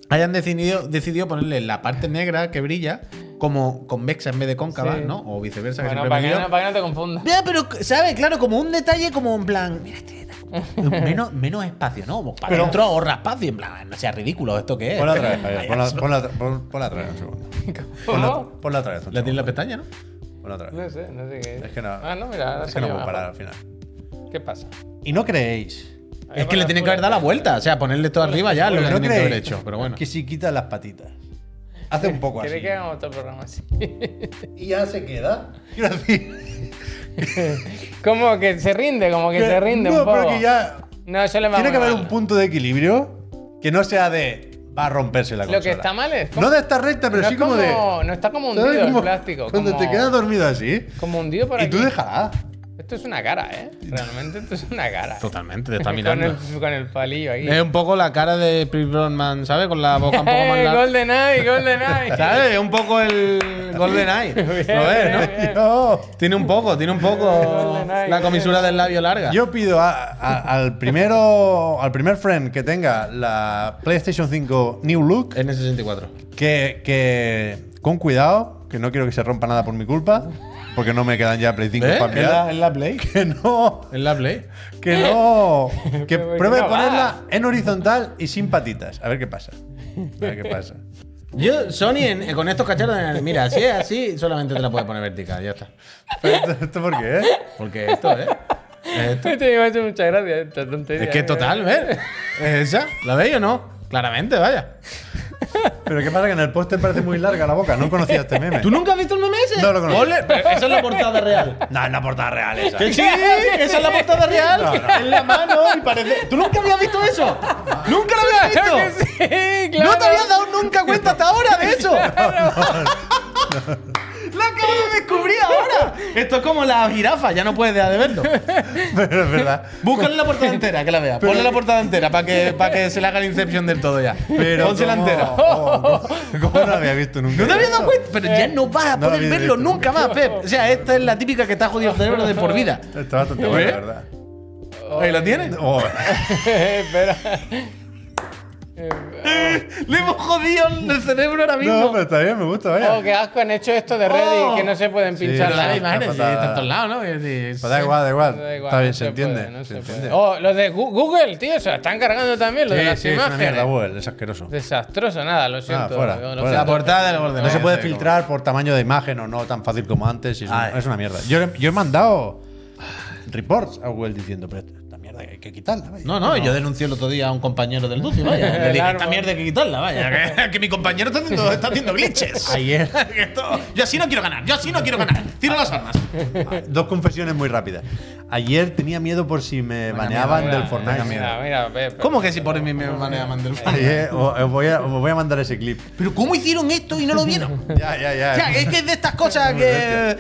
[SPEAKER 2] hayan decidido, decidido ponerle la parte negra que brilla como convexa en vez de cóncava,
[SPEAKER 3] Sí.
[SPEAKER 2] ¿no? O viceversa,
[SPEAKER 3] Bueno,
[SPEAKER 2] que siempre
[SPEAKER 3] para,
[SPEAKER 2] me
[SPEAKER 3] que
[SPEAKER 2] lío.
[SPEAKER 3] no, para que no te confundas.
[SPEAKER 2] Ya, pero, ¿sabes? Claro, como un detalle, como en plan. Mira este detalle. Menos, menos espacio, ¿no? Como Para
[SPEAKER 1] Pero-
[SPEAKER 2] dentro ahorra espacio, en plan, no sea ridículo, ¿esto qué es?
[SPEAKER 1] Ponla otra vez, Javier. Ponla, ponla otra- pon- ponla otra vez un segundo.
[SPEAKER 3] ¿Cómo?
[SPEAKER 1] Ponla, ponla otra vez. Un
[SPEAKER 2] Le tiene la
[SPEAKER 1] segundo.
[SPEAKER 2] pestaña, ¿no?
[SPEAKER 1] Ponla otra vez.
[SPEAKER 3] No sé, no sé qué es.
[SPEAKER 1] Es que no,
[SPEAKER 3] Ah, no, mira, ahora
[SPEAKER 1] es que no
[SPEAKER 3] salió
[SPEAKER 1] puedo
[SPEAKER 3] abajo.
[SPEAKER 1] parar al final.
[SPEAKER 3] ¿Qué pasa?
[SPEAKER 1] Y no creéis.
[SPEAKER 2] Es que le tienen que haber dado la vuelta, o sea, ponerle todo arriba ya, lo
[SPEAKER 1] Pero
[SPEAKER 2] que
[SPEAKER 1] no
[SPEAKER 2] tienen que haber
[SPEAKER 1] creéis
[SPEAKER 2] hecho, pero bueno.
[SPEAKER 1] Ah, Que si quita las patitas. Hace un poco así.
[SPEAKER 3] ¿Quieres que hagamos otro programa así?
[SPEAKER 1] Y ya se queda. Quiero decir.
[SPEAKER 3] como que se rinde, como que, se rinde
[SPEAKER 1] no,
[SPEAKER 3] un poco.
[SPEAKER 1] pero que ya.
[SPEAKER 3] No, eso le va
[SPEAKER 1] Tiene que
[SPEAKER 3] muy
[SPEAKER 1] haber
[SPEAKER 3] mal.
[SPEAKER 1] un punto de equilibrio que no sea de. Va a romperse la
[SPEAKER 3] Lo
[SPEAKER 1] consola.
[SPEAKER 3] que está mal es como-
[SPEAKER 1] No de esta recta, pero
[SPEAKER 3] no
[SPEAKER 1] sí
[SPEAKER 3] es
[SPEAKER 1] como, de.
[SPEAKER 3] No está como
[SPEAKER 1] ¿sabes?
[SPEAKER 3] hundido el
[SPEAKER 1] Como
[SPEAKER 3] plástico.
[SPEAKER 1] Cuando
[SPEAKER 3] como,
[SPEAKER 1] te quedas dormido así.
[SPEAKER 3] Como hundido por
[SPEAKER 1] Y
[SPEAKER 3] aquí.
[SPEAKER 1] tú déjala.
[SPEAKER 3] Esto es una cara, ¿eh? Realmente esto es una cara.
[SPEAKER 2] Totalmente, te está
[SPEAKER 3] con,
[SPEAKER 2] mirando.
[SPEAKER 3] el, con el palillo aquí.
[SPEAKER 2] Es un poco la cara de Chris Brownman, ¿sabes? Con la boca un poco más larga.
[SPEAKER 3] Golden Eye, Golden Eye.
[SPEAKER 2] ¿Sabes? Es un poco el Golden Eye. Lo ves,
[SPEAKER 3] bien,
[SPEAKER 2] ¿no?
[SPEAKER 3] bien.
[SPEAKER 1] No.
[SPEAKER 2] Tiene un poco, tiene un poco
[SPEAKER 3] Golden Eye,
[SPEAKER 2] la comisura del labio larga.
[SPEAKER 1] Yo pido a- a- al primero. Al primer friend que tenga la PlayStation 5 New Look.
[SPEAKER 2] N64.
[SPEAKER 1] Que, que con cuidado, que no quiero que se rompa nada por mi culpa, porque no me quedan ya Play 5
[SPEAKER 2] ¿Ves?
[SPEAKER 1] para
[SPEAKER 2] ¿Eh? ¿En la,
[SPEAKER 1] mirar.
[SPEAKER 2] en la Play?
[SPEAKER 1] Que no,
[SPEAKER 2] ¿En la Play?
[SPEAKER 1] que no. Que
[SPEAKER 3] Pero que
[SPEAKER 1] pruebe
[SPEAKER 3] no va.
[SPEAKER 1] ponerla en horizontal y sin patitas. A ver qué pasa. A ver qué pasa.
[SPEAKER 2] Yo, Sony, en- con estos cacharros, de- mira, si es así, solamente te la puedes poner vertical, ya está.
[SPEAKER 1] Pero esto, esto por qué, ¿eh?
[SPEAKER 2] Porque esto, ¿eh? Es esto.
[SPEAKER 3] Esto Este me ha hecho muchas gracias. Esta tontería.
[SPEAKER 2] Es que total, ¿ves? Es esa. ¿La veis o no? Claramente, vaya.
[SPEAKER 1] Pero qué pasa que en el póster parece muy larga la boca. No conocía este meme.
[SPEAKER 2] ¿Tú nunca has visto el meme ese?
[SPEAKER 1] No lo conozco.
[SPEAKER 2] Ole, pero Esa es la portada real.
[SPEAKER 1] No, es la portada real esa.
[SPEAKER 2] ¿Que sí? Esa es la portada real. En la mano y parece. ¿Tú nunca habías visto eso? ¡Nunca lo habías
[SPEAKER 3] Claro que
[SPEAKER 2] visto!
[SPEAKER 3] sí, claro.
[SPEAKER 2] ¡No te habías dado nunca cuenta hasta ahora de eso! ¡La acabo de descubrir ahora! Esto es como la jirafa, ya no puedes dejar de verlo.
[SPEAKER 1] Pero es verdad.
[SPEAKER 2] Búscale la portada entera, que la vea. Ponle la portada entera para que, pa' que se le haga la inception del todo ya.
[SPEAKER 1] Pero
[SPEAKER 2] Pónsela
[SPEAKER 1] ¿cómo-
[SPEAKER 2] entera.
[SPEAKER 1] ¿Cómo cómo no la había visto nunca?
[SPEAKER 2] ¿No te habías dado
[SPEAKER 1] Esto.
[SPEAKER 2] cuenta? Pero ya no vas
[SPEAKER 1] No
[SPEAKER 2] a poder
[SPEAKER 1] había
[SPEAKER 2] verlo
[SPEAKER 1] visto
[SPEAKER 2] nunca más, Pep. O sea, esta es la típica que te ha jodido el cerebro de por vida.
[SPEAKER 1] Está bastante bueno,
[SPEAKER 2] ¿Eh?
[SPEAKER 1] la verdad.
[SPEAKER 2] Ahí lo tienes.
[SPEAKER 1] Oh,
[SPEAKER 3] Espera.
[SPEAKER 2] Le hemos jodido el cerebro ahora mismo.
[SPEAKER 1] no, pero está bien, me gusta, vaya.
[SPEAKER 3] Oh, qué asco han hecho esto de Reddit
[SPEAKER 2] Oh.
[SPEAKER 3] que no se pueden pinchar
[SPEAKER 1] pero
[SPEAKER 2] Claro,
[SPEAKER 3] las
[SPEAKER 1] la
[SPEAKER 2] hay
[SPEAKER 1] imagen
[SPEAKER 2] imágenes
[SPEAKER 3] imágenes.
[SPEAKER 1] está
[SPEAKER 2] sí, de
[SPEAKER 1] patada.
[SPEAKER 2] tantos lados, ¿no? Es decir,
[SPEAKER 1] Pero da igual, da igual.
[SPEAKER 3] Da igual,
[SPEAKER 1] Está bien,
[SPEAKER 3] no
[SPEAKER 1] se,
[SPEAKER 3] puede,
[SPEAKER 1] entiende.
[SPEAKER 3] no
[SPEAKER 1] se
[SPEAKER 3] se puede.
[SPEAKER 1] entiende.
[SPEAKER 3] Oh, los de Gu- Google, tío, se la están cargando también, los de
[SPEAKER 1] Sí,
[SPEAKER 3] las
[SPEAKER 1] sí, es una
[SPEAKER 3] imágenes.
[SPEAKER 1] mierda, Google, es asqueroso.
[SPEAKER 3] Desastroso, nada, lo siento.
[SPEAKER 1] Ah, fuera,
[SPEAKER 3] lo
[SPEAKER 1] fuera.
[SPEAKER 2] La
[SPEAKER 3] siento.
[SPEAKER 2] portada del orden.
[SPEAKER 1] No se puede filtrar por tamaño de imagen o no tan fácil como antes. y Es, un-
[SPEAKER 2] Ay.
[SPEAKER 1] es una mierda. Yo, le- yo he mandado reports a Google diciendo, pero esta mierda hay que quitarla. vaya".
[SPEAKER 2] No, no, yo denuncié el otro día a un compañero del Duty, vaya. Le
[SPEAKER 3] El
[SPEAKER 2] dije, esta
[SPEAKER 3] árbol.
[SPEAKER 2] mierda hay que quitarla, vaya. Que, que mi compañero está haciendo, está haciendo glitches.
[SPEAKER 1] Ayer.
[SPEAKER 2] Que esto- yo así no quiero ganar, yo así no quiero ganar. Tiro las armas.
[SPEAKER 1] Dos confesiones muy rápidas. Ayer tenía miedo por si me baneaban
[SPEAKER 3] Mira,
[SPEAKER 1] del Fortnite.
[SPEAKER 3] Mira, mira, pues, Pepe.
[SPEAKER 2] ¿Cómo que si por mí me van a mandar el
[SPEAKER 1] Ayer, o- os voy a, os voy a mandar ese clip.
[SPEAKER 2] Pero ¿cómo hicieron esto y no lo vieron?
[SPEAKER 1] Ya, ya, ya.
[SPEAKER 2] O sea, es que es de estas cosas que. eh,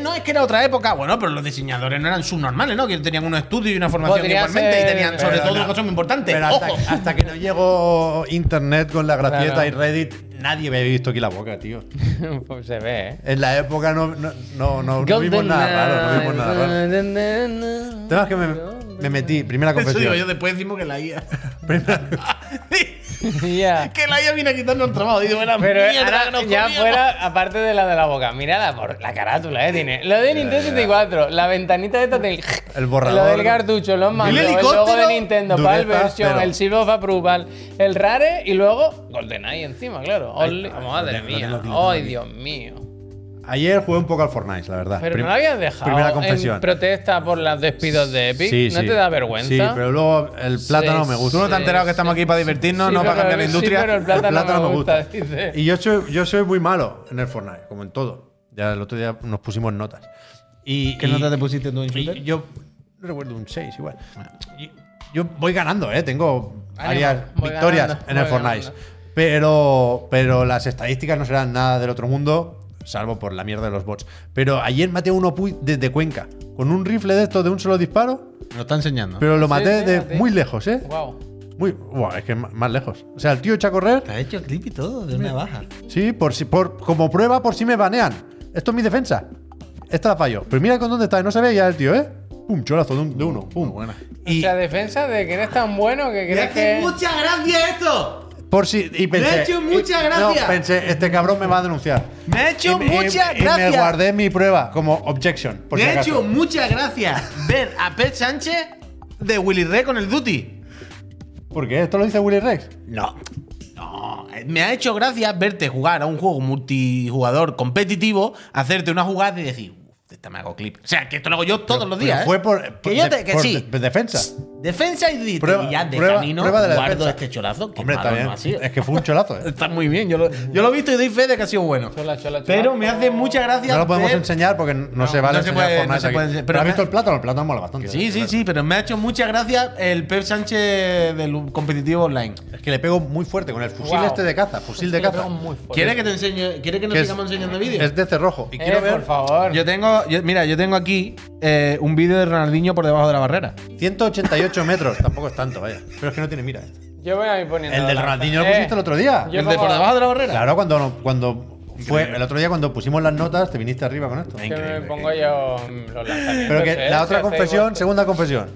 [SPEAKER 2] no es que era otra época, bueno, pero los diseñadores no eran subnormales, ¿no? Que tenían unos estudios y una formación
[SPEAKER 3] Podría
[SPEAKER 2] igualmente
[SPEAKER 3] ser-
[SPEAKER 2] y tenían sobre
[SPEAKER 1] Pero
[SPEAKER 2] todo
[SPEAKER 1] no.
[SPEAKER 2] una cosa muy importante.
[SPEAKER 1] Pero hasta,
[SPEAKER 2] ¡Ojo!
[SPEAKER 1] hasta que no llegó internet con la gracieta
[SPEAKER 3] Claro.
[SPEAKER 1] y Reddit, nadie me había visto aquí la boca, tío.
[SPEAKER 3] Pues se ve, ¿eh?
[SPEAKER 1] En la época no, no, no, no- no vimos nada raro, no vimos nada raro. El tema es que me, me metí, primera
[SPEAKER 2] Eso digo
[SPEAKER 1] confesión.
[SPEAKER 2] yo, después decimos que la IA.
[SPEAKER 1] primera-
[SPEAKER 3] Ya.
[SPEAKER 2] que la IA viene a quitarnos el trabajo. Digo, era
[SPEAKER 3] Pero
[SPEAKER 2] mierda
[SPEAKER 3] ahora
[SPEAKER 2] que nos
[SPEAKER 3] ya
[SPEAKER 2] comíamos.
[SPEAKER 3] fuera, aparte de la de la boca, mira la, por- la carátula, ¿eh? Tiene. Lo de Nintendo 64, la ventanita esta del.
[SPEAKER 1] El borrador.
[SPEAKER 3] Lo del cartucho, los mandos, el logo
[SPEAKER 2] helicóptero,
[SPEAKER 3] de Nintendo,
[SPEAKER 1] dureza
[SPEAKER 3] PAL Version,
[SPEAKER 1] cero.
[SPEAKER 3] el Seal of Approval, el Rare y luego GoldenEye encima, claro. Only-
[SPEAKER 1] ay,
[SPEAKER 3] madre
[SPEAKER 1] lo tengo, lo
[SPEAKER 3] mía.
[SPEAKER 1] tengo aquí, lo tengo
[SPEAKER 3] Ay,
[SPEAKER 1] aquí.
[SPEAKER 3] Dios mío.
[SPEAKER 1] Ayer jugué un poco al Fortnite, la verdad.
[SPEAKER 3] Pero
[SPEAKER 1] Prim-
[SPEAKER 3] no lo habías dejado.
[SPEAKER 1] Primera
[SPEAKER 3] En
[SPEAKER 1] confesión.
[SPEAKER 3] protesta por los despidos de Epic. ¿No
[SPEAKER 1] sí.
[SPEAKER 3] te da vergüenza?
[SPEAKER 1] Sí, pero luego el plátano me gusta.
[SPEAKER 2] Tú no te has enterado que estamos aquí para divertirnos,
[SPEAKER 3] Sí,
[SPEAKER 2] no para
[SPEAKER 3] pero-
[SPEAKER 2] cambiar la
[SPEAKER 3] sí,
[SPEAKER 2] industria.
[SPEAKER 3] pero el plátano, me gusta, dice.
[SPEAKER 1] Y yo soy, yo soy muy malo en el Fortnite, como en todo. Ya el otro día nos pusimos notas. Y,
[SPEAKER 2] ¿Qué
[SPEAKER 1] y-
[SPEAKER 2] nota te pusiste tú en
[SPEAKER 1] y
[SPEAKER 2] shooter?
[SPEAKER 1] yo no recuerdo un 6 igual. Y Yo voy ganando, ¿eh? Tengo varias
[SPEAKER 3] voy
[SPEAKER 1] victorias
[SPEAKER 3] ganando,
[SPEAKER 1] en el
[SPEAKER 3] voy
[SPEAKER 1] Fortnite.
[SPEAKER 3] ganando.
[SPEAKER 1] Pero, pero las estadísticas no serán nada del otro mundo. salvo por la mierda de los bots. Pero ayer maté a uno pu- desde Cuenca, con un rifle de estos de un solo disparo,
[SPEAKER 2] Me lo está enseñando.
[SPEAKER 1] pero lo
[SPEAKER 3] Sí,
[SPEAKER 1] maté
[SPEAKER 3] sí,
[SPEAKER 1] de
[SPEAKER 3] maté.
[SPEAKER 1] muy lejos, ¿eh?
[SPEAKER 3] Wow.
[SPEAKER 1] Muy, buah, es que ma- más lejos. O sea, el tío echa a correr,
[SPEAKER 2] Te has hecho clip y todo de una baja.
[SPEAKER 1] sí, por si, por, como prueba por si me banean. Esto es mi defensa. Esta la fallo. Pero mira con dónde está, no se ve ya el tío, ¿eh? Pum, cholazo de, un- de uno. Pum.
[SPEAKER 3] O
[SPEAKER 1] Y
[SPEAKER 3] sea, defensa de que eres tan bueno que crees que.
[SPEAKER 2] muchas gracias esto!
[SPEAKER 1] por si. Y pensé,
[SPEAKER 2] ha hecho mucha
[SPEAKER 1] y-
[SPEAKER 2] gracia.
[SPEAKER 1] No, pensé, este cabrón me va a denunciar.
[SPEAKER 2] ¡Me ha hecho
[SPEAKER 1] Y- y-
[SPEAKER 2] muchas
[SPEAKER 1] y me
[SPEAKER 2] gracias!
[SPEAKER 1] guardé mi prueba como objection. Por
[SPEAKER 2] Me
[SPEAKER 1] si
[SPEAKER 2] ha
[SPEAKER 1] acaso.
[SPEAKER 2] hecho muchas gracias ver a Pet Sánchez de Willy Rey con el Duty.
[SPEAKER 1] ¿Por qué? ¿Esto lo dice Willy Rex?
[SPEAKER 2] No. No. Me ha hecho gracia verte jugar a un juego multijugador competitivo, hacerte una jugada y decir, "Uf, de esta me hago clip. O sea, que esto lo hago yo todos los
[SPEAKER 1] pero
[SPEAKER 2] días. ¿eh?
[SPEAKER 1] fue por-
[SPEAKER 2] que
[SPEAKER 1] por
[SPEAKER 2] yo
[SPEAKER 1] de-
[SPEAKER 2] te, que
[SPEAKER 1] por
[SPEAKER 2] sí.
[SPEAKER 1] de- defensa.
[SPEAKER 2] Defensa y Duty.
[SPEAKER 1] Prueba-
[SPEAKER 2] y ya de
[SPEAKER 1] prueba-
[SPEAKER 2] camino
[SPEAKER 1] prueba de la
[SPEAKER 2] guardo
[SPEAKER 1] defensa.
[SPEAKER 2] este cholazo. Que
[SPEAKER 1] Hombre,
[SPEAKER 2] malo
[SPEAKER 1] está bien.
[SPEAKER 2] no ha sido.
[SPEAKER 1] Es que fue un cholazo. eh.
[SPEAKER 2] Está muy bien. Yo lo, yo lo he visto y doy fe de que ha sido bueno.
[SPEAKER 3] Chola, chola, chola.
[SPEAKER 2] Pero me hace mucha gracia.
[SPEAKER 1] No lo podemos
[SPEAKER 2] ver-
[SPEAKER 1] enseñar porque no, se vale
[SPEAKER 2] no se
[SPEAKER 1] enseñar
[SPEAKER 2] puede-
[SPEAKER 1] formas
[SPEAKER 2] no se
[SPEAKER 1] aquí.
[SPEAKER 2] puede enseñar,
[SPEAKER 1] Pero
[SPEAKER 2] pero
[SPEAKER 1] has
[SPEAKER 2] me-
[SPEAKER 1] visto el plátano, el plátano mola bastante. ¿eh?
[SPEAKER 2] Sí, sí, sí, pero me ha hecho mucha gracia el Pep Sánchez del competitivo online.
[SPEAKER 1] Es que le pego muy fuerte con el fusil
[SPEAKER 3] Wow.
[SPEAKER 1] este de caza, fusil de
[SPEAKER 3] Yo
[SPEAKER 1] caza.
[SPEAKER 3] tengo muy fuerte.
[SPEAKER 2] ¿Quiere que te enseñe? ¿Quiere que nos
[SPEAKER 1] Que es-
[SPEAKER 2] sigamos enseñando vídeos?
[SPEAKER 1] Es de cerrojo. Y
[SPEAKER 3] Eh,
[SPEAKER 1] quiero ver
[SPEAKER 3] Por favor.
[SPEAKER 2] Yo tengo, yo- mira, yo tengo aquí eh, un vídeo de Ronaldinho por debajo de la barrera.
[SPEAKER 1] 188 metros. Tampoco es tanto, vaya. Pero es que no tiene mira. este.
[SPEAKER 3] Yo voy a ir poniendo.
[SPEAKER 1] El del
[SPEAKER 3] la-
[SPEAKER 1] Ronaldinho lo
[SPEAKER 3] Eh,
[SPEAKER 1] pusiste el otro día.
[SPEAKER 3] Yo
[SPEAKER 2] ¿El de
[SPEAKER 3] pongo-
[SPEAKER 2] por debajo de la barrera?
[SPEAKER 1] Claro, cuando, cuando fue el otro día cuando pusimos las notas, te viniste arriba con esto.
[SPEAKER 3] Que me pongo yo mm, los lanzamientos.
[SPEAKER 1] Pero que la otra
[SPEAKER 3] hechos,
[SPEAKER 1] confesión,
[SPEAKER 3] seis
[SPEAKER 1] segunda confesión.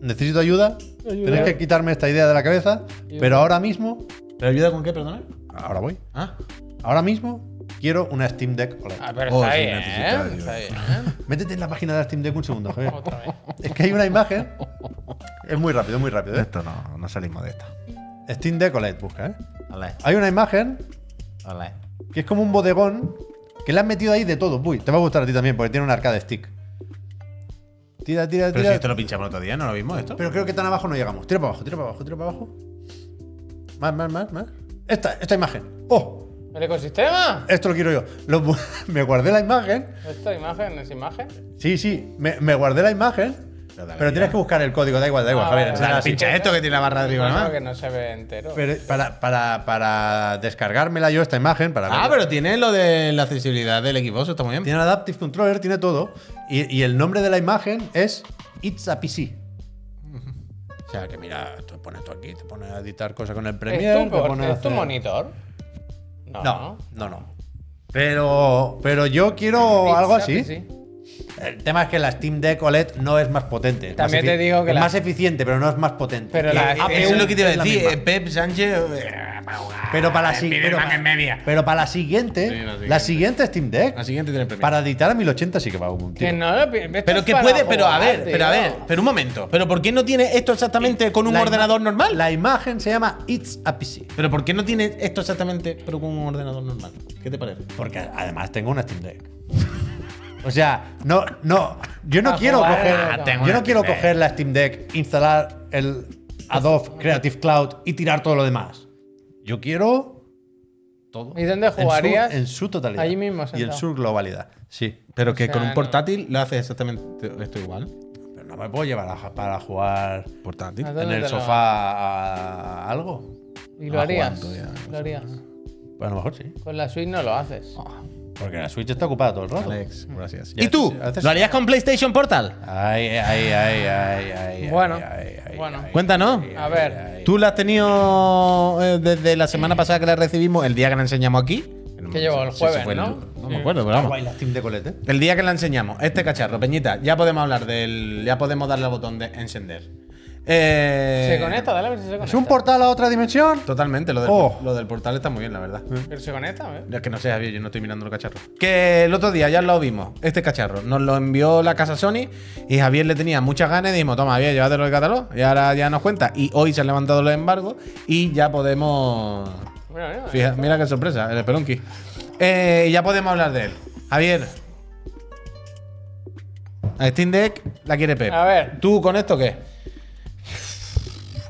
[SPEAKER 1] Necesito ayuda. Tenéis que quitarme esta idea de la cabeza. Pero ahora mismo,
[SPEAKER 2] ¿Pero ayuda con qué, perdona?
[SPEAKER 1] ahora voy.
[SPEAKER 2] Ah,
[SPEAKER 1] Ahora mismo quiero una Steam Deck OLED.
[SPEAKER 3] Ah, pero
[SPEAKER 2] Oh,
[SPEAKER 3] está
[SPEAKER 2] sí,
[SPEAKER 3] bien,
[SPEAKER 2] necesitaba yo.
[SPEAKER 3] está bien. ¿eh?
[SPEAKER 1] Métete en la página de Steam Deck un segundo, Javier.
[SPEAKER 3] Otra vez.
[SPEAKER 1] Es que hay una imagen. Es muy rápido, muy rápido, ¿eh?
[SPEAKER 2] esto no, no salimos de esto.
[SPEAKER 1] Steam Deck OLED, busca, ¿eh?
[SPEAKER 2] Hola,
[SPEAKER 1] Hay una imagen
[SPEAKER 2] hola.
[SPEAKER 1] que es como un bodegón que le han metido ahí de todo. Uy, te va a gustar a ti también porque tiene un arcade stick. Tira, tira,
[SPEAKER 2] Pero si
[SPEAKER 1] tira.
[SPEAKER 2] esto lo pinchamos el otro día, ¿no lo vimos esto?
[SPEAKER 1] Pero creo que tan abajo no llegamos. Tira para abajo, tira para abajo, tira para abajo. Más, más, más, más. Esta, esta imagen. ¡Oh!
[SPEAKER 3] ¿El ecosistema?
[SPEAKER 1] Esto lo quiero yo. Lo bu- me guardé la imagen.
[SPEAKER 3] ¿Esta imagen es imagen?
[SPEAKER 1] Sí, sí. Me, me guardé la imagen.
[SPEAKER 2] Pero dale
[SPEAKER 1] Pero
[SPEAKER 2] ya.
[SPEAKER 1] tienes que buscar el código. Da igual, da igual,
[SPEAKER 3] Ah,
[SPEAKER 1] Javier.
[SPEAKER 3] vale,
[SPEAKER 1] enséñala
[SPEAKER 3] vale,
[SPEAKER 1] así.
[SPEAKER 2] Pincha esto que tiene la barra de arriba,
[SPEAKER 3] No,
[SPEAKER 2] ¿no?
[SPEAKER 3] que no se ve entero.
[SPEAKER 1] Pero para, para, para descargármela yo esta imagen, para
[SPEAKER 2] Ah,
[SPEAKER 1] ver-
[SPEAKER 2] pero tiene lo de la accesibilidad del equipo, eso está muy bien.
[SPEAKER 1] Tiene el Adaptive Controller, tiene todo. Y, y el nombre de la imagen es It's a PC. O sea, que mira, te pones tú aquí, te pones a editar cosas con el Premiere.
[SPEAKER 3] ¿Es tu,
[SPEAKER 1] te
[SPEAKER 3] por-
[SPEAKER 1] pones a
[SPEAKER 3] es tu
[SPEAKER 1] hacer-
[SPEAKER 3] monitor? No.
[SPEAKER 1] No, no, no. Pero, pero yo quiero algo
[SPEAKER 3] Pizza,
[SPEAKER 1] así.
[SPEAKER 3] sí.
[SPEAKER 1] El tema es que la Steam Deck OLED no es más potente. es más
[SPEAKER 3] También te
[SPEAKER 1] efi-
[SPEAKER 3] digo que
[SPEAKER 1] es
[SPEAKER 3] la-
[SPEAKER 1] más eficiente, pero no es más potente.
[SPEAKER 3] Pero
[SPEAKER 1] Y
[SPEAKER 3] la-
[SPEAKER 1] APU
[SPEAKER 2] Ah, Eso es lo que te iba
[SPEAKER 1] es
[SPEAKER 2] a
[SPEAKER 1] la
[SPEAKER 2] decir.
[SPEAKER 1] misma.
[SPEAKER 2] eh, Pep Sánchez. eh, para jugar.
[SPEAKER 1] Pero para la,
[SPEAKER 2] El
[SPEAKER 1] si- pero,
[SPEAKER 2] Spider-Man
[SPEAKER 1] pa-
[SPEAKER 2] en media.
[SPEAKER 1] pero para la siguiente,
[SPEAKER 2] Sí, la
[SPEAKER 1] la,
[SPEAKER 2] siguiente.
[SPEAKER 1] siguiente Steam Deck,
[SPEAKER 2] La siguiente tiene premio.
[SPEAKER 1] para editar a 1080 sí que va como un tiro.
[SPEAKER 3] Que no lo pi- esto
[SPEAKER 2] Pero
[SPEAKER 3] es
[SPEAKER 2] que
[SPEAKER 3] para
[SPEAKER 2] puede, pero a
[SPEAKER 3] jugar,
[SPEAKER 2] ver, pero a
[SPEAKER 3] tío.
[SPEAKER 2] ver, pero un momento. ¿Pero por qué no tiene esto exactamente con un
[SPEAKER 1] La
[SPEAKER 2] ordenador
[SPEAKER 1] ima-
[SPEAKER 2] normal?
[SPEAKER 1] La imagen se llama It's a PC.
[SPEAKER 2] ¿Pero por qué no tiene esto exactamente pero con un ordenador normal? ¿Qué te parece?
[SPEAKER 1] Porque además tengo una Steam Deck. O sea, no, no, yo no
[SPEAKER 3] Para
[SPEAKER 1] quiero
[SPEAKER 3] jugar,
[SPEAKER 1] coger,
[SPEAKER 3] ah,
[SPEAKER 2] tengo
[SPEAKER 1] yo
[SPEAKER 2] una
[SPEAKER 1] no quiero
[SPEAKER 2] Steam Deck.
[SPEAKER 1] coger la Steam Deck, instalar el Adobe Creative Cloud y tirar todo lo demás. Yo quiero todo.
[SPEAKER 3] ¿Y dónde
[SPEAKER 1] En su- En
[SPEAKER 3] jugarías?
[SPEAKER 1] su, totalidad.
[SPEAKER 3] Allí mismo,
[SPEAKER 1] y en
[SPEAKER 3] sentado.
[SPEAKER 1] su globalidad. Sí.
[SPEAKER 2] Pero que
[SPEAKER 3] sea,
[SPEAKER 2] con un
[SPEAKER 3] no.
[SPEAKER 2] portátil lo hace exactamente esto igual.
[SPEAKER 1] Pero no me puedo llevar a- para jugar
[SPEAKER 2] Portátil.
[SPEAKER 3] ¿A
[SPEAKER 1] en
[SPEAKER 3] dónde
[SPEAKER 1] el
[SPEAKER 3] te lo-
[SPEAKER 1] sofá a- a algo.
[SPEAKER 3] ¿Y
[SPEAKER 2] Ah,
[SPEAKER 3] lo harías?
[SPEAKER 2] jugando ya, no
[SPEAKER 3] Lo harías.
[SPEAKER 1] Pues a lo mejor sí.
[SPEAKER 3] Con la Switch no lo haces.
[SPEAKER 1] Porque la Switch está ocupada todo el rato.
[SPEAKER 2] Alex, gracias.
[SPEAKER 1] Ya,
[SPEAKER 2] ¿Y tú?
[SPEAKER 1] haces-
[SPEAKER 2] ¿Lo harías con PlayStation Portal?
[SPEAKER 1] Ay, ay, ay, ay, ay.
[SPEAKER 3] Bueno,
[SPEAKER 1] ay, ay, ay,
[SPEAKER 3] bueno.
[SPEAKER 1] ay.
[SPEAKER 2] Cuéntanos.
[SPEAKER 3] A ver.
[SPEAKER 2] ¿Tú la has tenido eh, desde la semana pasada que la recibimos, el día que la enseñamos aquí? No me-
[SPEAKER 3] llegó el
[SPEAKER 2] si
[SPEAKER 3] jueves,
[SPEAKER 2] fue el-
[SPEAKER 3] ¿no?
[SPEAKER 2] No Ah,
[SPEAKER 3] Sí.
[SPEAKER 2] me acuerdo, pero vamos.
[SPEAKER 1] Guay, la Steam de colete.
[SPEAKER 2] El día que la enseñamos, este cacharro, Peñita, ya podemos hablar del. Ya podemos darle al botón de encender. Eh,
[SPEAKER 3] Se conecta, dale a ver si se conecta.
[SPEAKER 1] ¿Es un portal a otra dimensión?
[SPEAKER 2] Totalmente, lo del,
[SPEAKER 1] Oh.
[SPEAKER 2] lo del portal está muy bien, la verdad.
[SPEAKER 3] Pero se conecta, a ver.
[SPEAKER 2] Es que no sé, Javier, yo no estoy mirando los cacharros. Que el otro día ya lo vimos, este cacharro. Nos lo envió la casa Sony y Javier le tenía muchas ganas y dijimos, toma, Javier, llévatelo al catálogo. Y ahora ya nos cuenta. Y hoy se han levantado los embargos y ya podemos.
[SPEAKER 3] Mira, mira,
[SPEAKER 2] Fija- mira qué sorpresa, el Spelunky. Eh, ya podemos hablar de él. Javier. A Steam Deck la
[SPEAKER 3] Ah.
[SPEAKER 2] quiere Pep.
[SPEAKER 3] A ver.
[SPEAKER 2] ¿Tú con esto qué?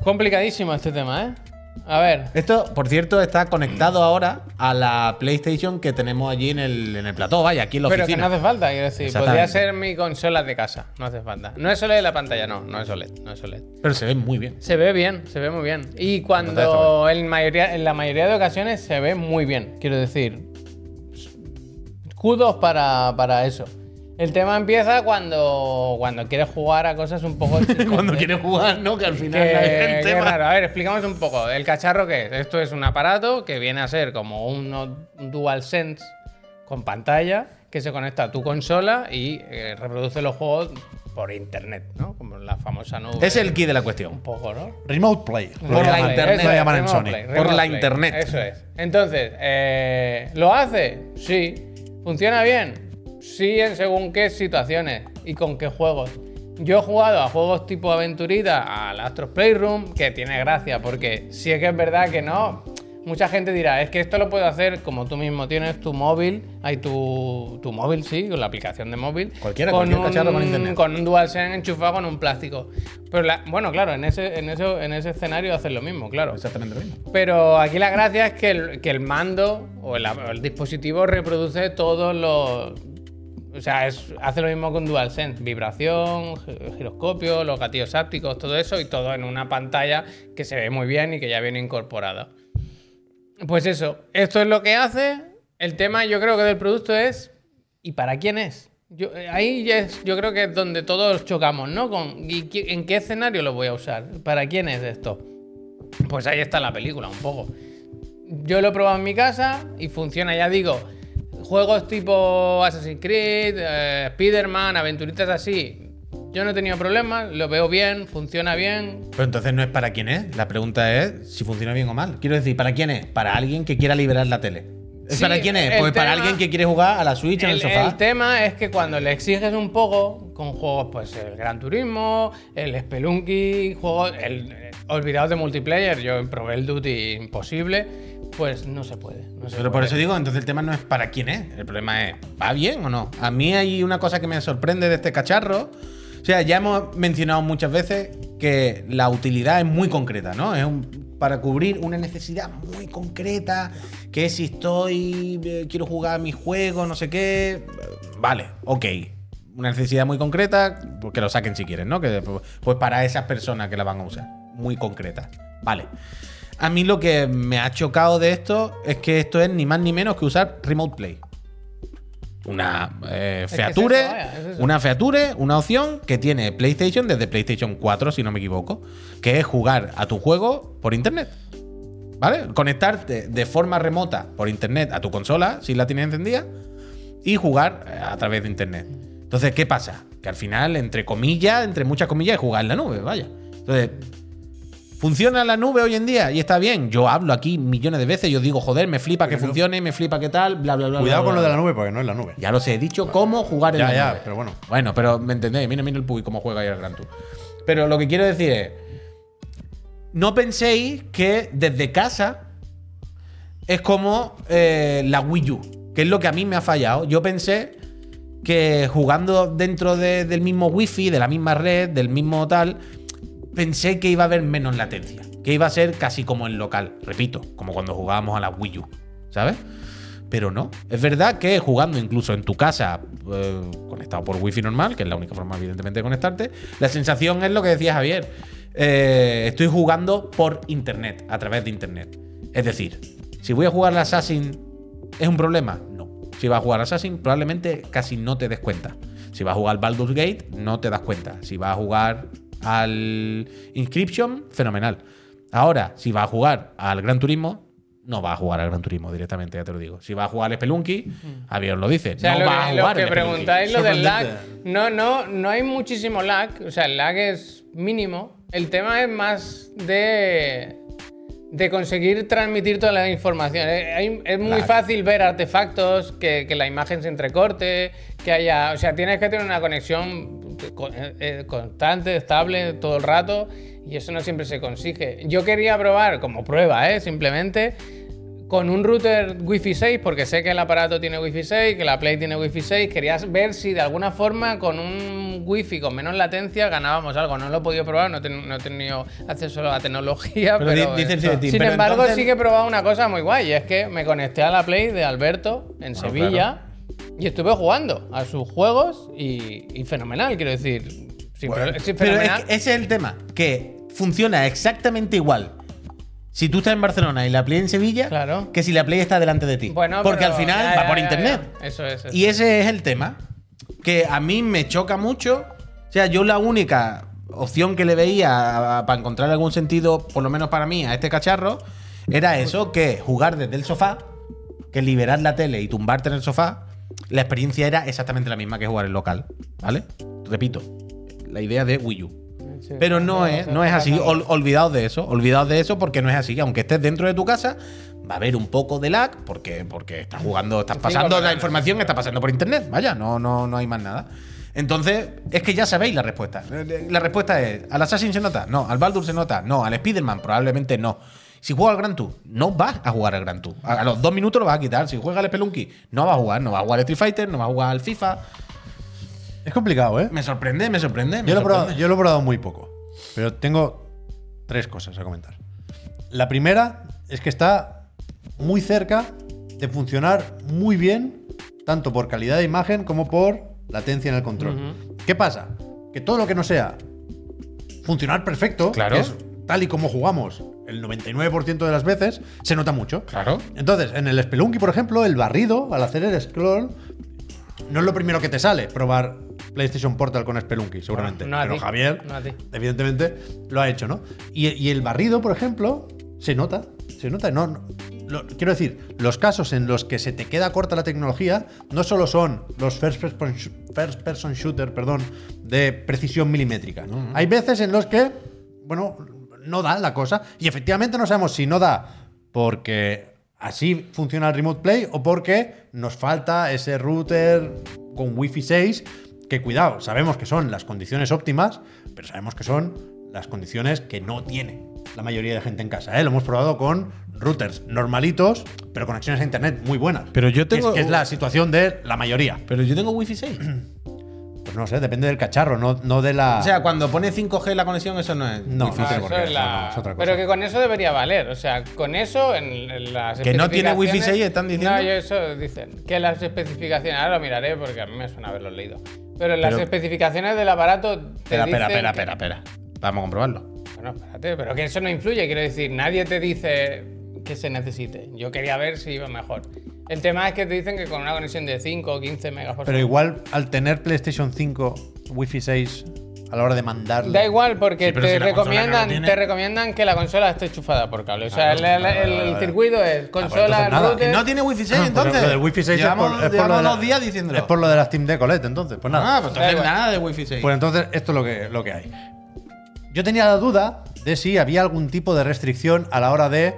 [SPEAKER 3] Complicadísimo este tema, ¿eh? A ver.
[SPEAKER 2] Esto, por cierto, está conectado ahora a la PlayStation que tenemos allí en el, en el plató, vaya, aquí en la
[SPEAKER 3] Pero que no
[SPEAKER 2] oficina.
[SPEAKER 3] hace falta, quiero decir. Podría
[SPEAKER 2] Exactamente.
[SPEAKER 3] ser mi consola de casa. No hace falta. No es OLED la pantalla, no. No es OLED. No es OLED.
[SPEAKER 2] Pero se ve muy bien.
[SPEAKER 3] Se ve bien, se ve muy bien.
[SPEAKER 2] pantalla
[SPEAKER 3] Y
[SPEAKER 2] está
[SPEAKER 3] cuando en, mayoría- en la mayoría de ocasiones se ve muy bien, quiero decir. Kudos para, para eso. El tema empieza cuando, cuando quieres jugar a cosas un poco. ¿eh?
[SPEAKER 2] Cuando quieres jugar, ¿no? Que al
[SPEAKER 3] Que-
[SPEAKER 2] final
[SPEAKER 3] que
[SPEAKER 2] la gente va-
[SPEAKER 3] raro. A ver, explicamos un poco. ¿El cacharro qué es? Esto es un aparato que viene a ser como un, un DualSense con pantalla que se conecta a tu consola y eh, reproduce los juegos por internet, ¿no? Como la famosa nube.
[SPEAKER 2] Es el key de la
[SPEAKER 3] Un
[SPEAKER 2] cuestión.
[SPEAKER 3] poco, ¿no?
[SPEAKER 1] Remote Play. lo
[SPEAKER 2] Por la
[SPEAKER 1] llaman-
[SPEAKER 2] internet.
[SPEAKER 1] Lo llaman en
[SPEAKER 3] remote
[SPEAKER 1] Sony.
[SPEAKER 3] play,
[SPEAKER 2] Por
[SPEAKER 3] remote
[SPEAKER 2] la
[SPEAKER 3] play.
[SPEAKER 2] internet.
[SPEAKER 3] Eso es. Entonces, eh, ¿lo hace? Sí. ¿Funciona bien? Sí, en según qué situaciones y con qué juegos. Yo he jugado a juegos tipo aventurita, al Astros Playroom, que tiene gracia, porque sí es que es verdad que no. Mucha gente dirá, es que esto lo puedo hacer como tú mismo tienes tu móvil, hay tu, tu móvil, sí, con la aplicación de móvil.
[SPEAKER 2] Cualquiera,
[SPEAKER 3] con
[SPEAKER 2] cualquier cacharro con
[SPEAKER 3] un-
[SPEAKER 2] internet.
[SPEAKER 3] con un DualSense enchufado con un plástico. Pero la- bueno, claro, en ese, en, eso, en ese escenario hacen lo mismo, claro.
[SPEAKER 2] Exactamente lo mismo.
[SPEAKER 3] Pero aquí la gracia es que el, que el mando o el, o el dispositivo reproduce todos los. O sea, es- hace lo mismo con DualSense: vibración, gi- giroscopio, los gatillos ápticos, todo eso y todo en una pantalla que se ve muy bien y que ya viene incorporada. Pues eso, esto es lo que hace. El tema, yo creo que del producto es. ¿Y para quién es? Yo, eh, ahí ya es, yo creo que es donde todos chocamos, ¿no? Con, ¿y qué- ¿En qué escenario lo voy a usar? ¿Para quién es esto? Pues ahí está la película, un poco. Yo lo he probado en mi casa y funciona, ya digo. Juegos tipo Assassin's Creed, eh, Spider-Man, aventuritas así. Yo no he tenido problemas, lo veo bien, funciona bien.
[SPEAKER 2] Pero entonces no es para quién es. La pregunta es si funciona bien o mal. Quiero decir, ¿para quién es? Para alguien que quiera liberar la tele.
[SPEAKER 3] Sí,
[SPEAKER 2] ¿Para quién es?
[SPEAKER 3] el
[SPEAKER 2] Pues para
[SPEAKER 3] tema-
[SPEAKER 2] alguien que quiere jugar a la Switch en el sofá.
[SPEAKER 3] tema es que cuando le exiges un poco con juegos, pues el Gran Turismo, el Spelunky, juegos el, eh, olvidados de multiplayer, yo probé el Duty imposible, pues no se puede. no se
[SPEAKER 2] Pero por
[SPEAKER 3] puede.
[SPEAKER 2] eso digo, entonces el tema no es para quién es. El problema es, ¿va bien o no? A mí hay una cosa que me sorprende de este cacharro. O sea, ya hemos mencionado muchas veces que la utilidad es muy concreta, ¿no? Es un- para cubrir una necesidad muy concreta, que si estoy, eh, quiero jugar a mi juego, no sé qué, eh, vale, ok. Una necesidad muy concreta, pues que lo saquen si quieren, ¿no? Que, pues pues para esas personas que la van a usar, muy concreta, vale. A mí lo que me ha chocado de esto es que esto es ni más ni menos que usar Remote Play. Una eh,
[SPEAKER 3] que es
[SPEAKER 2] feature,
[SPEAKER 3] eso, vaya, es eso.
[SPEAKER 2] una feature, una opción que tiene PlayStation desde PlayStation 4, si no me equivoco, que es jugar a tu juego por internet. ¿Vale? Conectarte de forma remota por internet a tu consola, si la tienes encendida, y jugar eh, a través de internet. Entonces, ¿qué pasa? Que al final, entre comillas, entre muchas comillas, es jugar en la nube, vaya. Entonces, funciona la nube hoy en día y está bien. Yo hablo aquí millones de veces, yo digo, joder, me flipa que funcione, me flipa que tal, bla, bla, bla.
[SPEAKER 1] Cuidado
[SPEAKER 2] bla,
[SPEAKER 1] con lo
[SPEAKER 2] bla,
[SPEAKER 1] de
[SPEAKER 2] bla.
[SPEAKER 1] la nube, porque no es la nube.
[SPEAKER 2] Ya los he dicho, cómo jugar en
[SPEAKER 1] Ya,
[SPEAKER 2] la
[SPEAKER 1] ya,
[SPEAKER 2] nube.
[SPEAKER 1] pero bueno.
[SPEAKER 2] Bueno, pero me entendéis, mira, mira el Puy cómo juega ahí el Gran Tour. Pero lo que quiero decir es, no penséis que desde casa es como eh, la Wii U, que es lo que a mí me ha fallado. Yo pensé que jugando dentro de- del mismo wifi, de la misma red, del mismo tal, pensé que iba a haber menos latencia, que iba a ser casi como en local, repito, como cuando jugábamos a la Wii U, ¿sabes? Pero no. Es verdad que jugando incluso en tu casa, eh, conectado por wifi normal, que es la única forma, evidentemente, de conectarte, la sensación es lo que decía Javier. Eh, estoy jugando por internet, a través de internet. Es decir, si voy a jugar al Assassin, ¿es un problema? No. Si vas a jugar al Assassin, probablemente casi no te des cuenta. Si vas a jugar al Baldur's Gate, no te das cuenta. Si vas a jugar al Inscription, fenomenal. Ahora, si vas a jugar al Gran Turismo, no vas a jugar al Gran Turismo directamente, ya te lo digo. Si vas a jugar al Spelunky, Javier lo dice.
[SPEAKER 3] O sea,
[SPEAKER 2] no
[SPEAKER 3] lo,
[SPEAKER 2] vas
[SPEAKER 3] que,
[SPEAKER 2] a jugar
[SPEAKER 3] lo que
[SPEAKER 2] al Spelunky.
[SPEAKER 3] preguntáis lo del lag,
[SPEAKER 1] Sorprendente.
[SPEAKER 3] no, no, no hay muchísimo lag, o sea, el lag es mínimo. El tema es más de, de conseguir transmitir toda la información. Eh, hay- Es muy
[SPEAKER 2] Lag.
[SPEAKER 3] fácil ver artefactos, que, que la imagen se entrecorte, que haya, o sea, tienes que tener una conexión co- eh, eh, constante, estable todo el rato, y eso no siempre se consigue. Yo quería probar, como prueba, ¿eh? simplemente, co- con un router Wi-Fi 6, porque sé que el aparato tiene Wi-Fi 6, que la Play tiene Wi-Fi 6, quería ver si de alguna forma con un Wi-Fi con menos latencia ganábamos algo. No lo he podido probar, no, he ten- no he tenido acceso a la tecnología,
[SPEAKER 2] Pero
[SPEAKER 3] pero... eh,
[SPEAKER 2] di- dice el
[SPEAKER 3] sin
[SPEAKER 2] Cinetin, pero
[SPEAKER 3] embargo,
[SPEAKER 2] entonces-
[SPEAKER 3] sí que he probado una cosa muy guay, y es que me conecté a la Play de Alberto
[SPEAKER 2] Ah,
[SPEAKER 3] en Sevilla y estuve jugando a sus juegos y, y fenomenal, quiero decir. Sí, pero- sí,
[SPEAKER 2] Pero es
[SPEAKER 3] fenomenal.
[SPEAKER 2] que ese es el tema, que funciona exactamente igual. Si tú estás en Barcelona y la Play en Sevilla,
[SPEAKER 3] Claro.
[SPEAKER 2] que si la Play está delante de ti.
[SPEAKER 3] Bueno,
[SPEAKER 2] Porque
[SPEAKER 3] pero-
[SPEAKER 2] al final
[SPEAKER 3] ya,
[SPEAKER 2] va
[SPEAKER 3] ya,
[SPEAKER 2] por
[SPEAKER 3] ya,
[SPEAKER 2] internet.
[SPEAKER 3] ya. Eso es. eso
[SPEAKER 2] Y ese es el tema. Que a mí me choca mucho. O sea, yo la única opción que le veía para encontrar algún sentido, por lo menos para mí, a este cacharro, era eso, que jugar desde el sofá, que liberar la tele y tumbarte en el sofá, la experiencia era exactamente la misma que jugar en local. ¿Vale? Repito, la idea de Wii U.
[SPEAKER 3] es. Sí.
[SPEAKER 2] Pero no es, no es así. Ol- olvidaos de eso. Olvidaos de eso porque no es así. Aunque estés dentro de tu casa, va a haber un poco de lag porque, porque estás jugando, estás pasando la
[SPEAKER 3] coordenadas,
[SPEAKER 2] información, está pasando por internet. Vaya, no, no, no hay más nada. Entonces, es que ya sabéis la respuesta. La respuesta es: ¿al Assassin se nota? No. ¿Al Baldur se nota? No. ¿Al Spider-Man? Probablemente no. Si juegas al Gran Tour, no vas a jugar al Gran Tour. A a los dos minutos lo vas a quitar. Si juegas al Spelunky, no vas a jugar. No vas a jugar al Street Fighter, no vas a jugar al FIFA.
[SPEAKER 1] Es complicado, ¿eh?
[SPEAKER 2] Me sorprende, me sorprende. me
[SPEAKER 1] Yo lo, he probado,
[SPEAKER 2] sorprende.
[SPEAKER 1] yo lo he probado muy poco, pero tengo tres cosas a comentar. La primera es que está muy cerca de funcionar muy bien, tanto por calidad de imagen como por latencia en el control. ¿Qué pasa? Que todo lo que no sea funcionar perfecto,
[SPEAKER 2] Claro.
[SPEAKER 1] que es tal y como jugamos el 99% de las veces, se nota mucho.
[SPEAKER 2] Claro.
[SPEAKER 1] Entonces, en el Spelunky, por ejemplo, el barrido, al hacer el scroll, no es lo primero que te sale probar PlayStation Portal con Spelunky, seguramente.
[SPEAKER 3] Bueno, no a
[SPEAKER 1] Pero
[SPEAKER 3] ti,
[SPEAKER 1] Javier,
[SPEAKER 3] no a ti.
[SPEAKER 1] evidentemente, lo ha hecho, ¿no? Y, y el barrido, por ejemplo, se nota. Se nota. No, no- lo- quiero decir, los casos en los que se te queda corta la tecnología no solo son los first person, shoo- first person shooter perdón, de precisión milimétrica. Hay veces en los que, bueno, no da la cosa. Y efectivamente no sabemos si no da porque así funciona el Remote Play o porque nos falta ese router con Wi-Fi 6 que cuidado, sabemos que son las condiciones óptimas, pero sabemos que son las condiciones que no tiene la mayoría de gente en casa. ¿eh? Lo hemos probado con routers normalitos, pero conexiones a internet muy buenas.
[SPEAKER 2] Pero yo
[SPEAKER 1] Que es-
[SPEAKER 2] tengo-
[SPEAKER 1] que es la situación de la mayoría.
[SPEAKER 2] Pero yo tengo Wi-Fi 6.
[SPEAKER 1] Pues no sé, depende del cacharro, no, no de la.
[SPEAKER 2] O sea, cuando pone 5G la conexión, eso no es.
[SPEAKER 1] no, no
[SPEAKER 2] Wi-Fi.
[SPEAKER 1] tiene
[SPEAKER 3] Ah,
[SPEAKER 1] por
[SPEAKER 3] eso
[SPEAKER 1] qué,
[SPEAKER 3] es
[SPEAKER 1] no,
[SPEAKER 3] la-
[SPEAKER 1] no, es otra cosa.
[SPEAKER 3] Pero que con eso debería valer. O sea, con eso en, en las
[SPEAKER 2] Que no tiene Wi-Fi
[SPEAKER 3] especificaciones-
[SPEAKER 2] 6, están diciendo.
[SPEAKER 3] No, yo eso dicen. Que las especificaciones. Ahora lo miraré porque a mí me suena haberlo leído. Pero en las
[SPEAKER 2] Pero-
[SPEAKER 3] especificaciones del aparato. Te
[SPEAKER 2] Espera, espera,
[SPEAKER 3] dicen
[SPEAKER 2] espera,
[SPEAKER 3] que-
[SPEAKER 2] espera, espera. Vamos a comprobarlo.
[SPEAKER 3] Bueno, espérate, pero que eso no influye. Quiero decir, nadie te dice que se necesite. Yo quería ver si iba mejor. El tema es que te dicen que con una conexión de 5 o 15 megas por
[SPEAKER 1] Pero igual al tener PlayStation 5, Wi-Fi 6, a la hora de mandarle.
[SPEAKER 3] Da igual porque
[SPEAKER 2] Sí, pero
[SPEAKER 3] te,
[SPEAKER 2] si la consola
[SPEAKER 3] recomiendan,
[SPEAKER 2] no lo tiene.
[SPEAKER 3] te recomiendan que la consola esté chufada por cable. O sea, el, el-
[SPEAKER 1] vale,
[SPEAKER 3] el- el
[SPEAKER 1] vale.
[SPEAKER 3] circuito es consola,
[SPEAKER 1] Ah, pues entonces nada.
[SPEAKER 3] router-
[SPEAKER 2] No tiene Wi-Fi 6,
[SPEAKER 1] Ah, pues
[SPEAKER 2] entonces.
[SPEAKER 1] Lo del Wi-Fi 6 es
[SPEAKER 2] llevamos,
[SPEAKER 1] por, es por
[SPEAKER 2] llevamos
[SPEAKER 1] lo de la-
[SPEAKER 2] los días diciéndolo.
[SPEAKER 1] Es por lo de las Team de Colette, entonces. Pues nada.
[SPEAKER 2] Ah, pues entonces
[SPEAKER 3] Da igual.
[SPEAKER 2] nada de Wi-Fi 6.
[SPEAKER 1] Pues entonces, esto es lo que, lo que hay. Yo tenía la duda de si había algún tipo de restricción a la hora de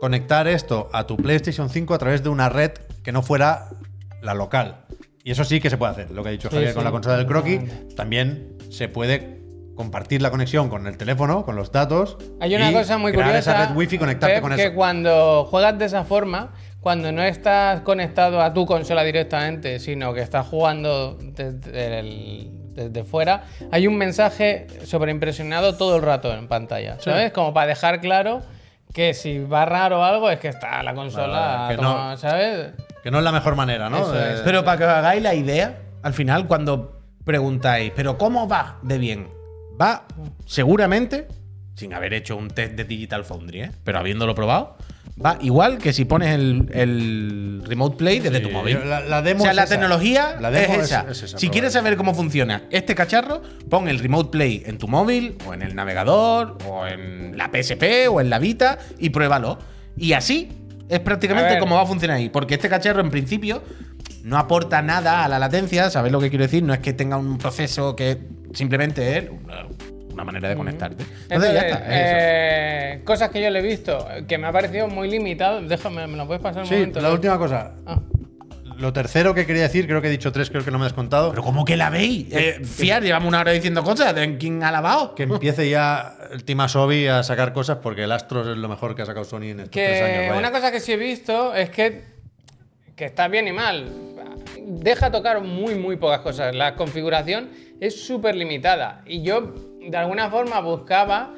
[SPEAKER 1] conectar esto a tu PlayStation 5 a través de una red que no fuera la local. Y eso sí que se puede hacer, lo que ha dicho
[SPEAKER 3] Sí,
[SPEAKER 1] Javier
[SPEAKER 3] sí,
[SPEAKER 1] con la consola del croquis.
[SPEAKER 3] totalmente.
[SPEAKER 1] También se puede compartir la conexión con el teléfono, con los datos.
[SPEAKER 3] Hay una
[SPEAKER 1] y
[SPEAKER 3] cosa muy
[SPEAKER 1] crear
[SPEAKER 3] curiosa.
[SPEAKER 1] esa red wifi y conectarte
[SPEAKER 3] Pep,
[SPEAKER 1] con
[SPEAKER 3] que
[SPEAKER 1] eso.
[SPEAKER 3] cuando juegas de esa forma, cuando no estás conectado a tu consola directamente, sino que estás jugando desde, el- desde fuera, hay un mensaje sobreimpresionado todo el rato en pantalla, ¿sabes? Como para dejar claro que si va raro o algo es que está la consola,
[SPEAKER 1] Vale, vale, que
[SPEAKER 3] toma-
[SPEAKER 1] no.
[SPEAKER 3] ¿sabes?
[SPEAKER 1] Que no es la mejor manera, ¿no?
[SPEAKER 3] Eso
[SPEAKER 1] De-
[SPEAKER 3] es.
[SPEAKER 2] Pero para que os hagáis la idea, al final, cuando preguntáis, ¿pero cómo va de bien? Va seguramente, sin haber hecho un test de Digital Foundry, ¿eh? pero habiéndolo probado, va igual que si pones el, el Remote Play desde tu
[SPEAKER 1] Sí,
[SPEAKER 2] móvil.
[SPEAKER 1] yo- Eh, la- la demo
[SPEAKER 2] o sea,
[SPEAKER 1] es
[SPEAKER 2] la
[SPEAKER 1] esa.
[SPEAKER 2] tecnología
[SPEAKER 1] La demo
[SPEAKER 2] es
[SPEAKER 1] es-
[SPEAKER 2] esa.
[SPEAKER 1] es esa,
[SPEAKER 2] si
[SPEAKER 1] probablemente.
[SPEAKER 2] quieres saber cómo funciona este cacharro, pon el Remote Play en tu móvil, o en el navegador, o en la PSP, o en la Vita, y pruébalo. Y así es
[SPEAKER 3] A
[SPEAKER 2] prácticamente
[SPEAKER 3] ver.
[SPEAKER 2] como va a funcionar ahí. Porque este cacharro, en principio, no aporta nada a la latencia. ¿Sabéis lo que quiero decir? No es que tenga un proceso que simplemente es una, una manera de conectarte. Entonces, ya
[SPEAKER 3] Entonces,
[SPEAKER 2] está. es eso.
[SPEAKER 3] eh, cosas que yo le he visto, que me ha parecido muy limitado. Déjame, me lo puedes pasar un
[SPEAKER 1] Sí,
[SPEAKER 3] momento. ¿eh?
[SPEAKER 1] la
[SPEAKER 3] ¿no?
[SPEAKER 1] última cosa.
[SPEAKER 3] Ah.
[SPEAKER 1] lo tercero que quería decir, creo que he dicho tres, creo que no me has contado.
[SPEAKER 2] Pero ¿cómo que la veis? Eh, fiar, llevamos una hora diciendo cosas. ¿De quién ha lavado?
[SPEAKER 1] que empiece ya el Team Asobi a sacar cosas porque el Astros es lo mejor que ha sacado Sony en estos tres años.
[SPEAKER 3] Que
[SPEAKER 1] vaya.
[SPEAKER 3] una cosa que sí he visto es que, que está bien y mal. Deja tocar muy, muy pocas cosas. La configuración es súper limitada. Y yo, de alguna forma, buscaba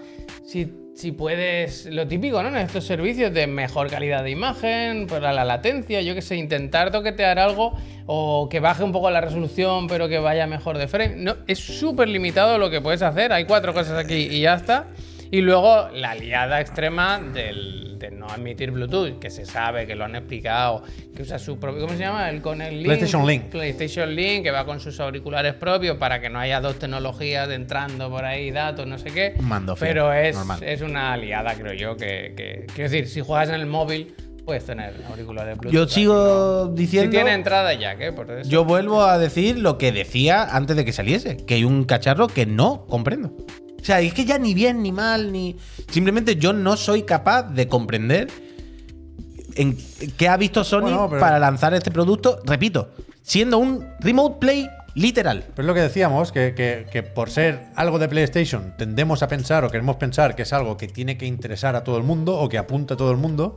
[SPEAKER 3] si, si puedes, lo típico, ¿no? En estos servicios de mejor calidad de imagen, para la latencia, yo qué sé, intentar toquetear algo o que baje un poco la resolución, pero que vaya mejor de frame. No, es súper limitado lo que puedes hacer. Hay cuatro cosas aquí y ya está. Y luego la liada extrema del, de no admitir Bluetooth, que se sabe, que lo han explicado, que usa su propio. ¿Cómo se llama? El con el Link.
[SPEAKER 1] PlayStation Link.
[SPEAKER 3] PlayStation Link, que va con sus auriculares propios para que no haya dos tecnologías de entrando por ahí, datos, no sé qué.
[SPEAKER 2] Un mando fiel,
[SPEAKER 3] Pero es,
[SPEAKER 2] normal.
[SPEAKER 3] es una liada, creo yo, que, que- Quiero decir, si juegas en el móvil, puedes tener auriculares Bluetooth.
[SPEAKER 2] Yo sigo
[SPEAKER 3] Si
[SPEAKER 2] diciendo.
[SPEAKER 3] tiene entrada ya, ¿qué? Por eso.
[SPEAKER 2] Yo vuelvo a decir lo que decía antes de que saliese, que hay un cacharro que no comprendo. O sea, es que ya ni bien ni mal, ni. Simplemente yo no soy capaz de comprender en qué ha visto Sony
[SPEAKER 1] Bueno, pero-
[SPEAKER 2] para lanzar este producto, repito, siendo un remote play literal.
[SPEAKER 1] Pero es lo que decíamos, que, que- que por ser algo de PlayStation tendemos a pensar o queremos pensar que es algo que tiene que interesar a todo el mundo o que apunta a todo el mundo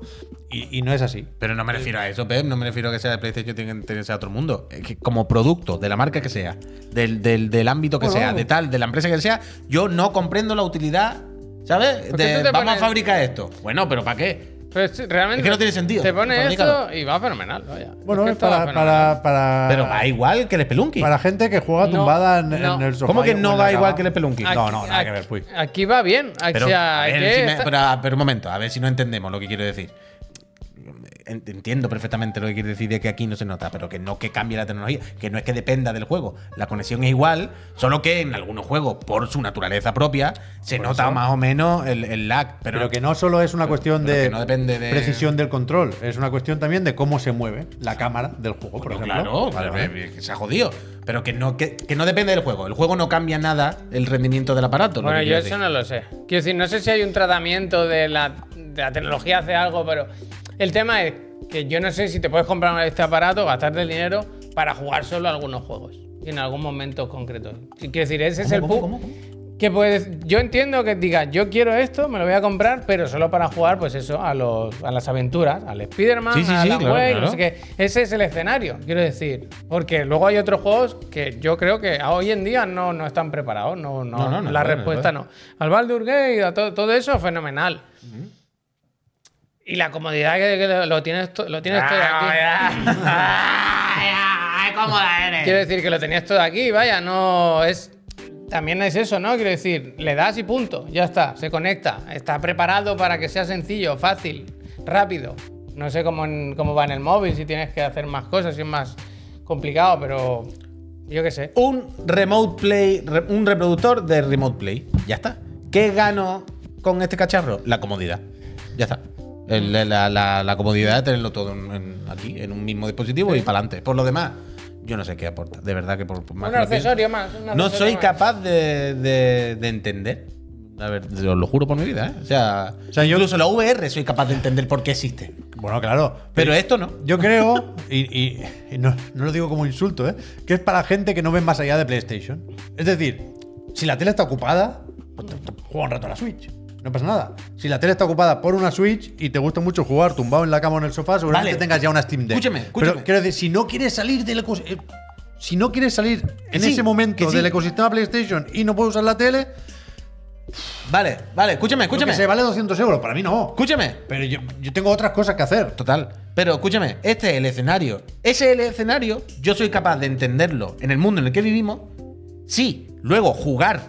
[SPEAKER 1] y, y no es así.
[SPEAKER 2] Pero no me refiero a eso, Pep. No me refiero a que sea de PlayStation, tiene que interesar a otro mundo. Es que como producto, de la marca que sea, del, del- del ámbito que
[SPEAKER 1] Bueno,
[SPEAKER 2] sea,
[SPEAKER 1] vamos.
[SPEAKER 2] de tal, de la empresa que sea, yo no comprendo la utilidad,
[SPEAKER 1] Pues
[SPEAKER 2] ¿sabes?
[SPEAKER 3] Porque
[SPEAKER 2] De,
[SPEAKER 3] tú te
[SPEAKER 2] vamos
[SPEAKER 3] pones-
[SPEAKER 2] a fabricar esto. Bueno, pero ¿para qué?
[SPEAKER 3] Pero sí, Pues, realmente.
[SPEAKER 2] Es que no tiene sentido.
[SPEAKER 3] Te pone
[SPEAKER 2] Fabricado.
[SPEAKER 3] eso y va fenomenal, vaya.
[SPEAKER 1] Bueno,
[SPEAKER 3] que
[SPEAKER 1] es
[SPEAKER 3] esto va
[SPEAKER 1] para,
[SPEAKER 3] fenomenal.
[SPEAKER 1] para, para,
[SPEAKER 2] Pero va igual que el Spelunky.
[SPEAKER 1] Ah. para gente que juega
[SPEAKER 3] No,
[SPEAKER 1] tumbada en,
[SPEAKER 3] no.
[SPEAKER 1] en el sofá.
[SPEAKER 2] ¿Cómo que
[SPEAKER 1] o
[SPEAKER 2] no
[SPEAKER 1] en la
[SPEAKER 2] va igual
[SPEAKER 1] cama.
[SPEAKER 2] que el Spelunky?
[SPEAKER 1] Aquí- No, no, nada que ver,
[SPEAKER 2] pues.
[SPEAKER 1] Puy.
[SPEAKER 3] Aquí va bien. o
[SPEAKER 2] Pero,
[SPEAKER 3] sea,
[SPEAKER 2] a ver,
[SPEAKER 3] que
[SPEAKER 2] si me-
[SPEAKER 3] está-
[SPEAKER 2] pero, a- pero un momento, a ver si no entendemos lo que quiero decir. Ent- Entiendo perfectamente lo que quiere decir de que aquí no se nota, pero que no que cambie la tecnología, que no es que dependa del juego. La conexión es igual, solo que en algunos juegos, por su naturaleza propia, se
[SPEAKER 1] Por
[SPEAKER 2] nota
[SPEAKER 1] eso.
[SPEAKER 2] más o menos el, el lag. Pero,
[SPEAKER 1] Pero, que no solo es una cuestión
[SPEAKER 2] pero
[SPEAKER 1] de,
[SPEAKER 2] que no depende de-
[SPEAKER 1] Eh, precisión del control, es una cuestión también de cómo se mueve la cámara del juego, por
[SPEAKER 2] Bueno,
[SPEAKER 1] ejemplo.
[SPEAKER 2] claro,
[SPEAKER 1] Vale,
[SPEAKER 2] vale,
[SPEAKER 1] vale.
[SPEAKER 2] es que se ha jodido. Pero que no, que, que no depende del juego. El juego no cambia nada el rendimiento del aparato. lo
[SPEAKER 3] Bueno,
[SPEAKER 2] que
[SPEAKER 3] yo
[SPEAKER 2] quiero
[SPEAKER 3] eso
[SPEAKER 2] decir.
[SPEAKER 3] no lo sé. Quiero decir, no sé si hay un tratamiento de la, de la tecnología hace algo, pero el tema es que yo no sé si te puedes comprar este aparato, gastarte el dinero para jugar solo algunos juegos y en algún momento concreto. Quiero decir, ese es el
[SPEAKER 2] ¿Cómo,
[SPEAKER 3] pu-
[SPEAKER 2] cómo, cómo,
[SPEAKER 3] Que puedes, yo entiendo que digas, yo quiero esto, me lo voy a comprar, pero solo para jugar, pues eso, a, los, a las aventuras, al Spider-Man,
[SPEAKER 2] Sí, sí,
[SPEAKER 3] a
[SPEAKER 2] sí,
[SPEAKER 3] Alan
[SPEAKER 2] claro,
[SPEAKER 3] Wake,
[SPEAKER 2] claro.
[SPEAKER 3] no sé qué. Ese es el escenario, quiero decir. Porque luego hay otros juegos que yo creo que hoy en día no, no están preparados, no, no,
[SPEAKER 2] No, no, no pueden,
[SPEAKER 3] la
[SPEAKER 2] no
[SPEAKER 3] respuesta no. Al Baldur Gate, a todo, todo eso, fenomenal. Y la comodidad que, que lo- lo tienes, to- lo tienes todo aquí. Quiero decir que lo tenías todo aquí, vaya, no es. También es eso, ¿no? Quiero decir, le das y punto, ya está, se conecta, está preparado para que sea sencillo, fácil, rápido. No sé cómo, en- cómo va en el móvil, si tienes que hacer más cosas, si es más complicado, pero yo qué sé.
[SPEAKER 2] un remote play, re- un reproductor de remote play. Ya está. ¿Qué gano con este cacharro? La comodidad. Ya está. El- la, la- la- la comodidad de tenerlo todo en- en- aquí, en un mismo dispositivo y para adelante. Por lo demás, yo no sé qué aporta. De verdad que por, por más
[SPEAKER 3] Un
[SPEAKER 2] que lo
[SPEAKER 3] accesorio
[SPEAKER 2] pienso,
[SPEAKER 3] más, un
[SPEAKER 2] No
[SPEAKER 3] accesorio
[SPEAKER 2] soy
[SPEAKER 3] más.
[SPEAKER 2] capaz de, de- de entender. A ver, os lo juro por mi vida, ¿eh? O sea,
[SPEAKER 1] O sea, yo-
[SPEAKER 2] incluso la VR soy capaz de entender por qué existe.
[SPEAKER 1] Bueno, claro.
[SPEAKER 2] Pero esto no.
[SPEAKER 1] Yo creo, y, y- y no, no lo digo como insulto, ¿eh? que es para gente que no ve más allá de PlayStation. Es decir, si la tele está ocupada, pues te- te- juega un rato a la Switch. No pasa nada. Si la tele está ocupada por una Switch y te gusta mucho jugar tumbado en la cama o en el sofá, seguramente
[SPEAKER 2] Vale.
[SPEAKER 1] tengas ya una Steam Deck.
[SPEAKER 2] Escúchame,
[SPEAKER 1] Pero
[SPEAKER 2] escúchame.
[SPEAKER 1] quiero decir, si no quieres salir del ecosistema. Si no quieres salir en
[SPEAKER 2] sí,
[SPEAKER 1] ese momento
[SPEAKER 2] que sí.
[SPEAKER 1] del ecosistema PlayStation y no puedes usar la tele,
[SPEAKER 2] Vale, vale, escúchame, escúchame.
[SPEAKER 1] se vale 200 euros. Para mí no.
[SPEAKER 2] Escúchame.
[SPEAKER 1] Pero yo, yo tengo otras cosas que hacer.
[SPEAKER 2] Total. Pero escúchame, este es el escenario. Ese es el escenario. Yo soy capaz de entenderlo en el mundo en el que vivimos. Sí, luego jugar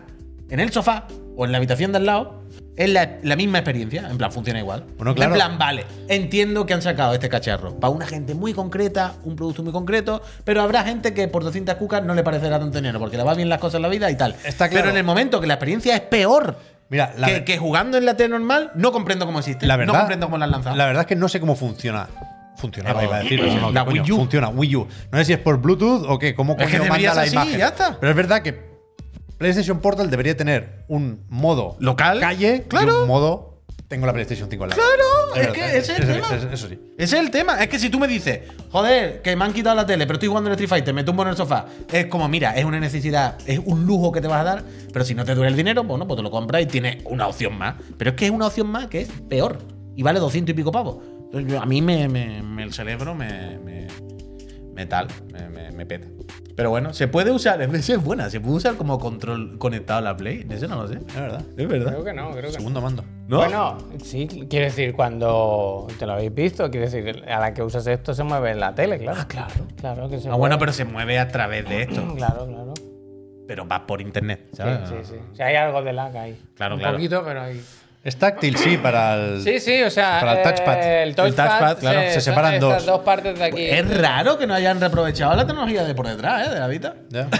[SPEAKER 2] en el sofá o en la habitación de al lado es la, la misma experiencia. En plan, funciona igual.
[SPEAKER 1] Bueno, claro.
[SPEAKER 2] En plan, vale. Entiendo que han sacado este cacharro para una gente muy concreta, un producto muy concreto, pero habrá gente que por 200 cucas no le parecerá tanto dinero porque le va bien las cosas en la vida y tal.
[SPEAKER 1] Está claro.
[SPEAKER 2] Pero en el momento que la experiencia es peor
[SPEAKER 1] Mira, la
[SPEAKER 2] que,
[SPEAKER 1] ve-
[SPEAKER 2] que jugando en la tele normal, no comprendo cómo existe.
[SPEAKER 1] La verdad,
[SPEAKER 2] no comprendo cómo la han lanzado.
[SPEAKER 1] la verdad es que no sé cómo funciona. Funcionaba,
[SPEAKER 2] Eh,
[SPEAKER 1] iba a decir, pero no,
[SPEAKER 2] la
[SPEAKER 1] ¿qué coño?
[SPEAKER 2] Wii U.
[SPEAKER 1] Funciona, Wii U. No sé si es por Bluetooth o qué, cómo
[SPEAKER 2] Es que
[SPEAKER 1] coño
[SPEAKER 2] debería
[SPEAKER 1] manda la
[SPEAKER 2] ser así,
[SPEAKER 1] imagen.
[SPEAKER 2] ya está.
[SPEAKER 1] Pero es verdad que PlayStation Portal debería tener un modo
[SPEAKER 2] Local,
[SPEAKER 1] calle y
[SPEAKER 2] claro.
[SPEAKER 1] un modo Tengo la PlayStation 5 al lado.
[SPEAKER 4] Claro,
[SPEAKER 1] verdad,
[SPEAKER 4] es que ese es el
[SPEAKER 1] eso-
[SPEAKER 4] tema.
[SPEAKER 1] eso- eso sí.
[SPEAKER 4] Ese es el tema. Es que si tú me dices, joder, que me han quitado la tele, pero estoy jugando en Street Fighter, me tumbo en el sofá. Es como, mira, es una necesidad, es un lujo que te vas a dar, pero si no te duele el dinero, bueno, pues te lo compras y tienes una opción más. Pero es que es una opción más que es peor y vale 200 y pico pavos. Entonces, yo- a mí me, me- me- el cerebro me, me, me tal, me, me- me peta. Pero bueno, se puede usar, esa es buena, se puede usar como control conectado a la Play. Eso no lo sé.
[SPEAKER 1] Es verdad.
[SPEAKER 4] Es verdad.
[SPEAKER 3] Creo que no, creo que no.
[SPEAKER 1] Segundo mando.
[SPEAKER 4] ¿No?
[SPEAKER 3] Bueno, sí, quiero decir, cuando te lo habéis visto, quiero decir, a la que usas esto se mueve la tele, claro. Ah, claro. Claro que se
[SPEAKER 4] Ah, bueno, pero se mueve a través de esto,
[SPEAKER 3] mueve. Claro, claro.
[SPEAKER 4] pero va por internet,
[SPEAKER 3] Sí,
[SPEAKER 4] ¿sabes?
[SPEAKER 3] sí, sí. O sea, hay algo de lag ahí.
[SPEAKER 4] Claro,
[SPEAKER 3] Un
[SPEAKER 4] claro.
[SPEAKER 3] poquito, pero ahí.
[SPEAKER 1] Es táctil, sí, para el.
[SPEAKER 3] Sí, sí, o sea.
[SPEAKER 1] Para el
[SPEAKER 3] eh,
[SPEAKER 1] touchpad.
[SPEAKER 3] El touchpad,
[SPEAKER 4] El touchpad, claro,
[SPEAKER 1] se
[SPEAKER 3] son
[SPEAKER 1] separan
[SPEAKER 3] estas
[SPEAKER 1] dos.
[SPEAKER 3] dos partes de aquí.
[SPEAKER 4] Es raro que no hayan reaprovechado la tecnología de por detrás, ¿eh? De la Vita.
[SPEAKER 1] Ya.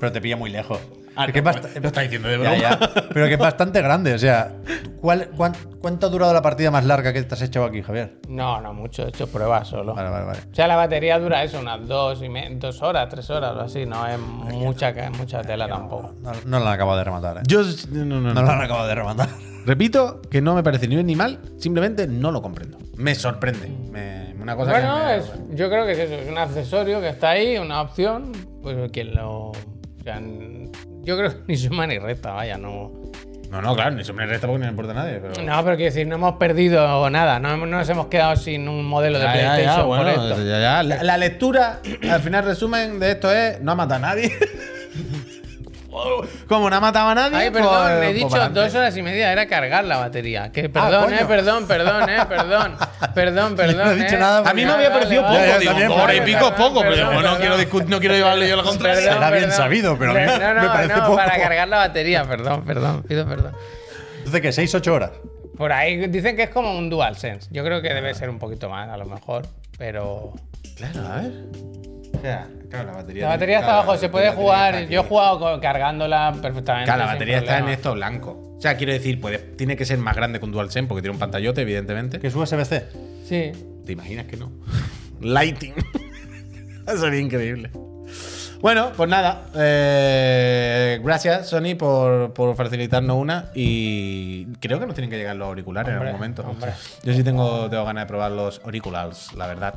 [SPEAKER 1] Pero te pilla muy lejos.
[SPEAKER 4] Ah,
[SPEAKER 1] Porque
[SPEAKER 4] no,
[SPEAKER 1] es bast-
[SPEAKER 4] lo está diciendo
[SPEAKER 1] Ya,
[SPEAKER 4] de broma.
[SPEAKER 1] ya. Pero que es bastante grande. O sea, ¿cuál, cuán- ¿cuánto ha durado la partida más larga que te has echado aquí, Javier?
[SPEAKER 3] No, no mucho, he hecho pruebas solo.
[SPEAKER 1] Vale, vale, vale.
[SPEAKER 3] O sea, la batería dura eso, unas dos, y me- dos horas, tres horas o así. No es mucha, ca- mucha tela tampoco.
[SPEAKER 1] No, no la han acabado de rematar, ¿eh?
[SPEAKER 4] Yo. No, no, no.
[SPEAKER 1] No la han acabado de rematar.
[SPEAKER 4] Repito que no me parece ni bien ni mal, simplemente no lo comprendo. Me sorprende. Me- una cosa que.
[SPEAKER 3] Bueno,
[SPEAKER 4] me-
[SPEAKER 3] es- yo creo que es eso, es un accesorio que está ahí, una opción. Pues quien lo. O sea, n- yo creo que ni suma ni resta, vaya, no.
[SPEAKER 4] No, no, claro, ni sobre resta porque no le importa a nadie. Pero...
[SPEAKER 3] No, pero quiero decir, no hemos perdido nada, no, no nos hemos quedado sin un modelo de
[SPEAKER 4] Ya, ya,
[SPEAKER 3] PlayStation
[SPEAKER 4] ya, bueno,
[SPEAKER 3] por esto.
[SPEAKER 4] ya, ya. La, la lectura, al final, resumen de esto es: no ha matado a nadie. Como no ha matado a nadie.
[SPEAKER 3] Ay, perdón,
[SPEAKER 4] pues-
[SPEAKER 3] he
[SPEAKER 4] pues
[SPEAKER 3] dicho
[SPEAKER 4] pa'lante.
[SPEAKER 3] dos horas y media, era cargar la batería. Que perdón,
[SPEAKER 1] coño.
[SPEAKER 3] eh, perdón, perdón, eh, perdón, perdón, perdón.
[SPEAKER 1] no he dicho
[SPEAKER 3] eh.
[SPEAKER 1] nada
[SPEAKER 4] A mí me había
[SPEAKER 3] Vale,
[SPEAKER 4] parecido
[SPEAKER 3] vale,
[SPEAKER 4] poco,
[SPEAKER 3] vale,
[SPEAKER 4] digo,
[SPEAKER 1] también,
[SPEAKER 4] dos horas y
[SPEAKER 1] vale,
[SPEAKER 4] pico es
[SPEAKER 3] perdón,
[SPEAKER 4] poco, pero
[SPEAKER 3] perdón,
[SPEAKER 4] bueno, no
[SPEAKER 3] perdón.
[SPEAKER 4] quiero discutir, no quiero llevarle yo la contraria.
[SPEAKER 3] Perdón,
[SPEAKER 1] Será bien
[SPEAKER 3] perdón.
[SPEAKER 1] sabido, pero a mí
[SPEAKER 3] No,
[SPEAKER 1] me
[SPEAKER 3] no,
[SPEAKER 1] parece
[SPEAKER 3] no,
[SPEAKER 1] poco.
[SPEAKER 3] para cargar la batería, perdón, perdón, pido perdón.
[SPEAKER 1] Entonces, que 6-8 horas.
[SPEAKER 3] Por ahí dicen que es como un DualSense. Yo creo que debe ser un poquito más, a lo mejor, pero...
[SPEAKER 4] Claro, a ver. O sea, claro, la batería.
[SPEAKER 3] La batería está
[SPEAKER 4] claro,
[SPEAKER 3] abajo,
[SPEAKER 4] la
[SPEAKER 3] se puede
[SPEAKER 4] batería está
[SPEAKER 3] jugar.
[SPEAKER 4] aquí.
[SPEAKER 3] Yo he jugado con- cargándola perfectamente.
[SPEAKER 4] Claro, la
[SPEAKER 3] sin
[SPEAKER 4] batería está en
[SPEAKER 3] problema.
[SPEAKER 4] esto blanco. O sea, quiero decir, puede, tiene que ser más grande que un DualSense porque tiene un pantallote, evidentemente.
[SPEAKER 1] Que es USB-C.
[SPEAKER 3] Sí.
[SPEAKER 4] ¿Te imaginas que no? Lighting. Eso sería increíble. Bueno, pues nada. eh, gracias, Sony, por, por facilitarnos una. Y creo que nos tienen que llegar los auriculares en
[SPEAKER 3] Hombre,
[SPEAKER 4] algún momento.
[SPEAKER 3] hombre.
[SPEAKER 4] Yo sí tengo, tengo ganas de probar los auriculares, la verdad.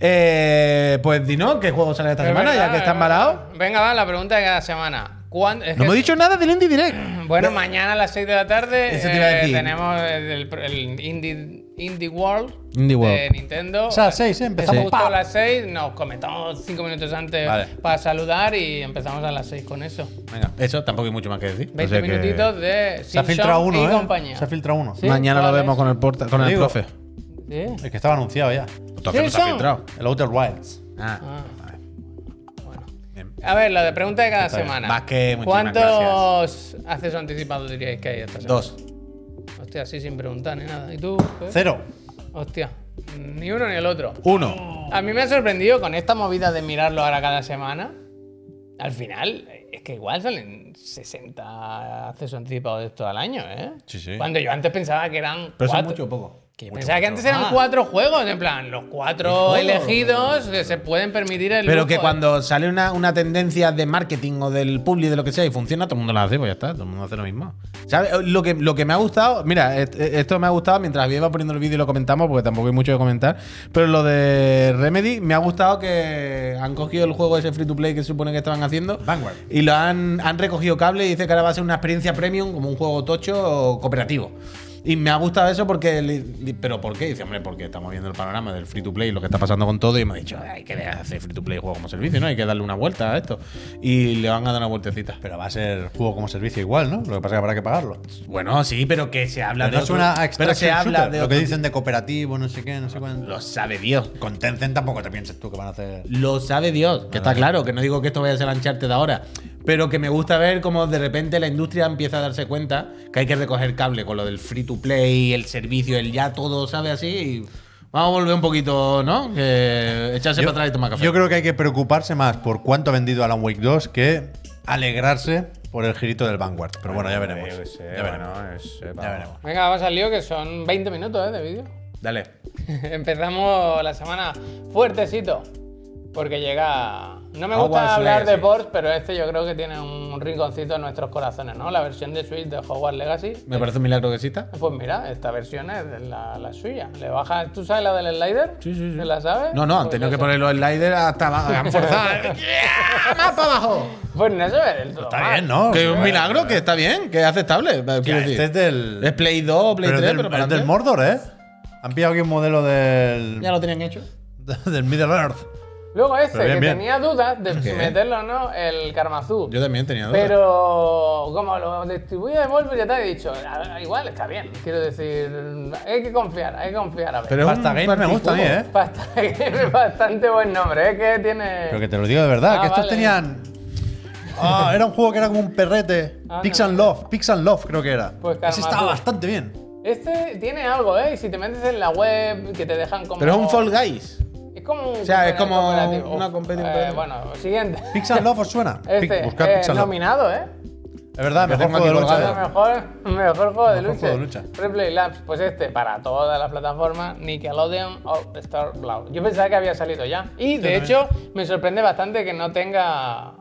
[SPEAKER 4] Eh, pues Dino, ¿qué juego sale esta
[SPEAKER 3] Es
[SPEAKER 4] semana?
[SPEAKER 3] verdad,
[SPEAKER 4] ya que está
[SPEAKER 3] es verdad.
[SPEAKER 4] embalado.
[SPEAKER 3] Venga, va, la pregunta de cada semana. ¿Cuándo, es
[SPEAKER 4] No
[SPEAKER 3] que-
[SPEAKER 4] me he dicho nada del Indie Direct.
[SPEAKER 3] Bueno, mañana a las 6 de la tarde
[SPEAKER 4] Eso te iba a
[SPEAKER 3] eh,
[SPEAKER 4] decir.
[SPEAKER 3] tenemos el, el Indie, Indie World de
[SPEAKER 4] Indie World.
[SPEAKER 3] Nintendo.
[SPEAKER 1] O sea, 6, ¿eh?
[SPEAKER 3] Empezamos
[SPEAKER 1] Empezamos.
[SPEAKER 3] justo a las 6, nos comentamos 5 minutos antes
[SPEAKER 1] Vale.
[SPEAKER 3] para saludar y empezamos a las 6 con eso.
[SPEAKER 4] Venga, eso tampoco hay mucho más que decir.
[SPEAKER 3] 20
[SPEAKER 4] O sea que
[SPEAKER 3] minutitos de
[SPEAKER 1] Se ha
[SPEAKER 3] Simpson
[SPEAKER 1] filtrado uno,
[SPEAKER 3] y
[SPEAKER 1] ¿eh?
[SPEAKER 3] compañía.
[SPEAKER 1] Se ha filtrado uno.
[SPEAKER 3] Sí.
[SPEAKER 4] Mañana lo
[SPEAKER 3] ¿cuál
[SPEAKER 4] vemos
[SPEAKER 3] es?
[SPEAKER 4] con el, porta, con
[SPEAKER 1] Te
[SPEAKER 4] el
[SPEAKER 1] digo.
[SPEAKER 4] profe.
[SPEAKER 3] Sí.
[SPEAKER 1] El que estaba anunciado ya.
[SPEAKER 4] Entonces no está
[SPEAKER 3] Simpson.
[SPEAKER 4] filtrado.
[SPEAKER 1] El Outer Wilds.
[SPEAKER 4] Ah.
[SPEAKER 3] Ah. Bueno.
[SPEAKER 4] Bien.
[SPEAKER 3] A ver, la de pregunta de cada
[SPEAKER 4] Está bien.
[SPEAKER 3] semana.
[SPEAKER 4] Más que muchísimas
[SPEAKER 3] ¿Cuántos accesos anticipados diríais que hay esta semana?
[SPEAKER 4] Dos.
[SPEAKER 3] Hostia, así sin preguntar ni nada. ¿Y tú? Pep?
[SPEAKER 1] Cero.
[SPEAKER 3] Hostia, ni uno ni el otro.
[SPEAKER 4] Uno.
[SPEAKER 3] A mí me ha sorprendido con esta movida de mirarlo ahora cada semana. Al final, es que igual salen 60 accesos anticipados de esto al año, ¿eh?
[SPEAKER 1] Sí, sí.
[SPEAKER 3] Cuando yo antes pensaba que eran
[SPEAKER 4] Pero son
[SPEAKER 3] cuatro.
[SPEAKER 4] mucho Ah. o poco.
[SPEAKER 3] Que pensaba que antes eran cuatro juegos, en plan, los cuatro elegidos que se pueden permitir el
[SPEAKER 4] Pero
[SPEAKER 3] lujo
[SPEAKER 4] que
[SPEAKER 3] de-
[SPEAKER 4] cuando sale una, una tendencia de marketing o del publi, de lo que sea, y funciona, todo el mundo la hace, pues ya está, todo el mundo hace lo mismo. ¿Sabes? Eh, Lo que, lo que me ha gustado, mira, est- eh, esto me ha gustado mientras Javier va poniendo el vídeo y lo comentamos, porque tampoco hay mucho que comentar, pero lo de Remedy, me ha gustado que han cogido el juego ese free to play que se supone que estaban haciendo
[SPEAKER 1] Vanguard.
[SPEAKER 4] y lo han, han recogido cable y dice que ahora va a ser una experiencia premium, como un juego tocho cooperativo. Y me ha gustado eso porque. li- li- ¿Pero por qué? Dice, hombre, porque estamos viendo el panorama del free to play, lo que está pasando con todo. Y me ha dicho, hay que hacer free to play juego como servicio, ¿no? Hay que darle una vuelta a esto. Y le van a dar una vueltecita.
[SPEAKER 1] Pero va a ser juego como servicio igual, ¿no? Lo que pasa es que habrá que pagarlo.
[SPEAKER 4] Bueno, sí, pero que se habla
[SPEAKER 1] Pero
[SPEAKER 4] de.
[SPEAKER 1] no
[SPEAKER 4] otro-
[SPEAKER 1] suena a
[SPEAKER 4] pero se
[SPEAKER 1] extraction
[SPEAKER 4] habla
[SPEAKER 1] shooter,
[SPEAKER 4] de.
[SPEAKER 1] Lo que
[SPEAKER 4] otro-
[SPEAKER 1] dicen de cooperativo, no sé qué, no sé cuánto.
[SPEAKER 4] Lo sabe Dios.
[SPEAKER 1] Con Tencent tampoco te pienses tú que van a hacer.
[SPEAKER 4] Lo sabe Dios, que está claro, que no digo que esto vaya a ser ancharte de ahora, pero que me gusta ver cómo de repente la industria empieza a darse cuenta que hay que recoger cable con lo del free to play, el servicio, el ya todo, ¿sabe? Así. y vamos a volver un poquito, ¿no? Que echarse para atrás y tomar café.
[SPEAKER 1] yo creo que hay que preocuparse más por cuánto ha vendido Alan Wake 2 que alegrarse por el girito del Vanguard. Pero bueno, ya veremos. ya veremos. ya veremos.
[SPEAKER 3] Venga, vamos al lío que son 20 minutos ¿eh? de vídeo.
[SPEAKER 4] Dale.
[SPEAKER 3] Empezamos la semana fuertecito. Porque llega. No me
[SPEAKER 2] Hogwarts
[SPEAKER 3] gusta hablar de
[SPEAKER 2] Legacy.
[SPEAKER 3] Borgs, pero este yo creo que tiene un rinconcito en nuestros corazones, ¿no? La versión de Switch de Hogwarts Legacy.
[SPEAKER 2] Me parece un milagro que exista.
[SPEAKER 3] Pues mira, esta versión es de la, la suya. Le bajas. ¿Tú sabes la del slider? Sí, sí, sí. ¿La sabes?
[SPEAKER 2] No, no, han
[SPEAKER 3] Pues
[SPEAKER 2] tenido que
[SPEAKER 3] eso.
[SPEAKER 2] poner los sliders hasta abajo. Han forzado.
[SPEAKER 4] ¿eh?
[SPEAKER 2] ¡Yeah! ¡Más para abajo!
[SPEAKER 3] Pues no se ve del todo
[SPEAKER 1] Está
[SPEAKER 3] mal.
[SPEAKER 1] bien, ¿no?
[SPEAKER 2] Que es un
[SPEAKER 1] Hostia,
[SPEAKER 2] milagro, que está bien, que es aceptable. Quiero
[SPEAKER 1] hostia,
[SPEAKER 2] decir.
[SPEAKER 1] este es del.
[SPEAKER 2] Es Play 2, Play
[SPEAKER 1] pero
[SPEAKER 2] 3,
[SPEAKER 1] del,
[SPEAKER 2] pero para
[SPEAKER 1] es del
[SPEAKER 2] adelante.
[SPEAKER 1] Mordor, ¿eh? Han pillado aquí un modelo del.
[SPEAKER 4] Ya lo tenían hecho.
[SPEAKER 1] del Middle Earth.
[SPEAKER 3] Luego este,
[SPEAKER 1] Pero bien,
[SPEAKER 3] que
[SPEAKER 1] bien.
[SPEAKER 3] tenía dudas de si
[SPEAKER 2] ¿Qué?
[SPEAKER 3] meterlo o no, el Karmazú.
[SPEAKER 2] Yo también tenía dudas.
[SPEAKER 3] Pero como lo distribuye Devolver, ya te he dicho, a- igual está bien. Quiero decir, hay que confiar, hay que confiar a ver.
[SPEAKER 2] Pero es
[SPEAKER 1] Pasta
[SPEAKER 2] un
[SPEAKER 1] Game me gusta a mí,
[SPEAKER 2] partijuego.
[SPEAKER 1] ¿eh?
[SPEAKER 3] Bastante, bastante buen nombre, es que tiene...
[SPEAKER 1] Pero que te lo digo de verdad,
[SPEAKER 3] Ah,
[SPEAKER 1] que estos
[SPEAKER 3] vale.
[SPEAKER 1] tenían. Ah, era un juego que era como un perrete.
[SPEAKER 3] Ah,
[SPEAKER 1] Pix
[SPEAKER 3] no.
[SPEAKER 1] and Love, Pix and Love creo que era.
[SPEAKER 3] Pues
[SPEAKER 1] Ese estaba
[SPEAKER 3] Karamazov.
[SPEAKER 1] bastante bien.
[SPEAKER 3] Este tiene algo, ¿eh? Y si te metes en la web, que te dejan como...
[SPEAKER 2] Pero es un Fall Guys.
[SPEAKER 3] Es como un...
[SPEAKER 2] O sea, es
[SPEAKER 3] campeonato
[SPEAKER 2] como
[SPEAKER 3] cooperativo.
[SPEAKER 2] una
[SPEAKER 3] Uf,
[SPEAKER 2] competición
[SPEAKER 3] eh,
[SPEAKER 2] cooperativa.
[SPEAKER 3] bueno, siguiente.
[SPEAKER 1] Pix and Love os suena.
[SPEAKER 3] Este,
[SPEAKER 1] Pic- buscad
[SPEAKER 3] eh,
[SPEAKER 1] Pix and Love.
[SPEAKER 3] nominado, ¿eh?
[SPEAKER 1] Es verdad,
[SPEAKER 2] Lo
[SPEAKER 1] mejor
[SPEAKER 2] tengo
[SPEAKER 1] juego de
[SPEAKER 2] aquí
[SPEAKER 1] lucha.
[SPEAKER 2] colgado.
[SPEAKER 1] ¿eh?
[SPEAKER 3] Mejor, mejor juego de
[SPEAKER 1] Mejor
[SPEAKER 3] lucha.
[SPEAKER 1] juego de lucha.
[SPEAKER 3] Replay Labs, pues este, para todas las plataformas, Nickelodeon All Star Blau. Yo pensaba que había salido ya. Y de hecho, me sorprende bastante que no tenga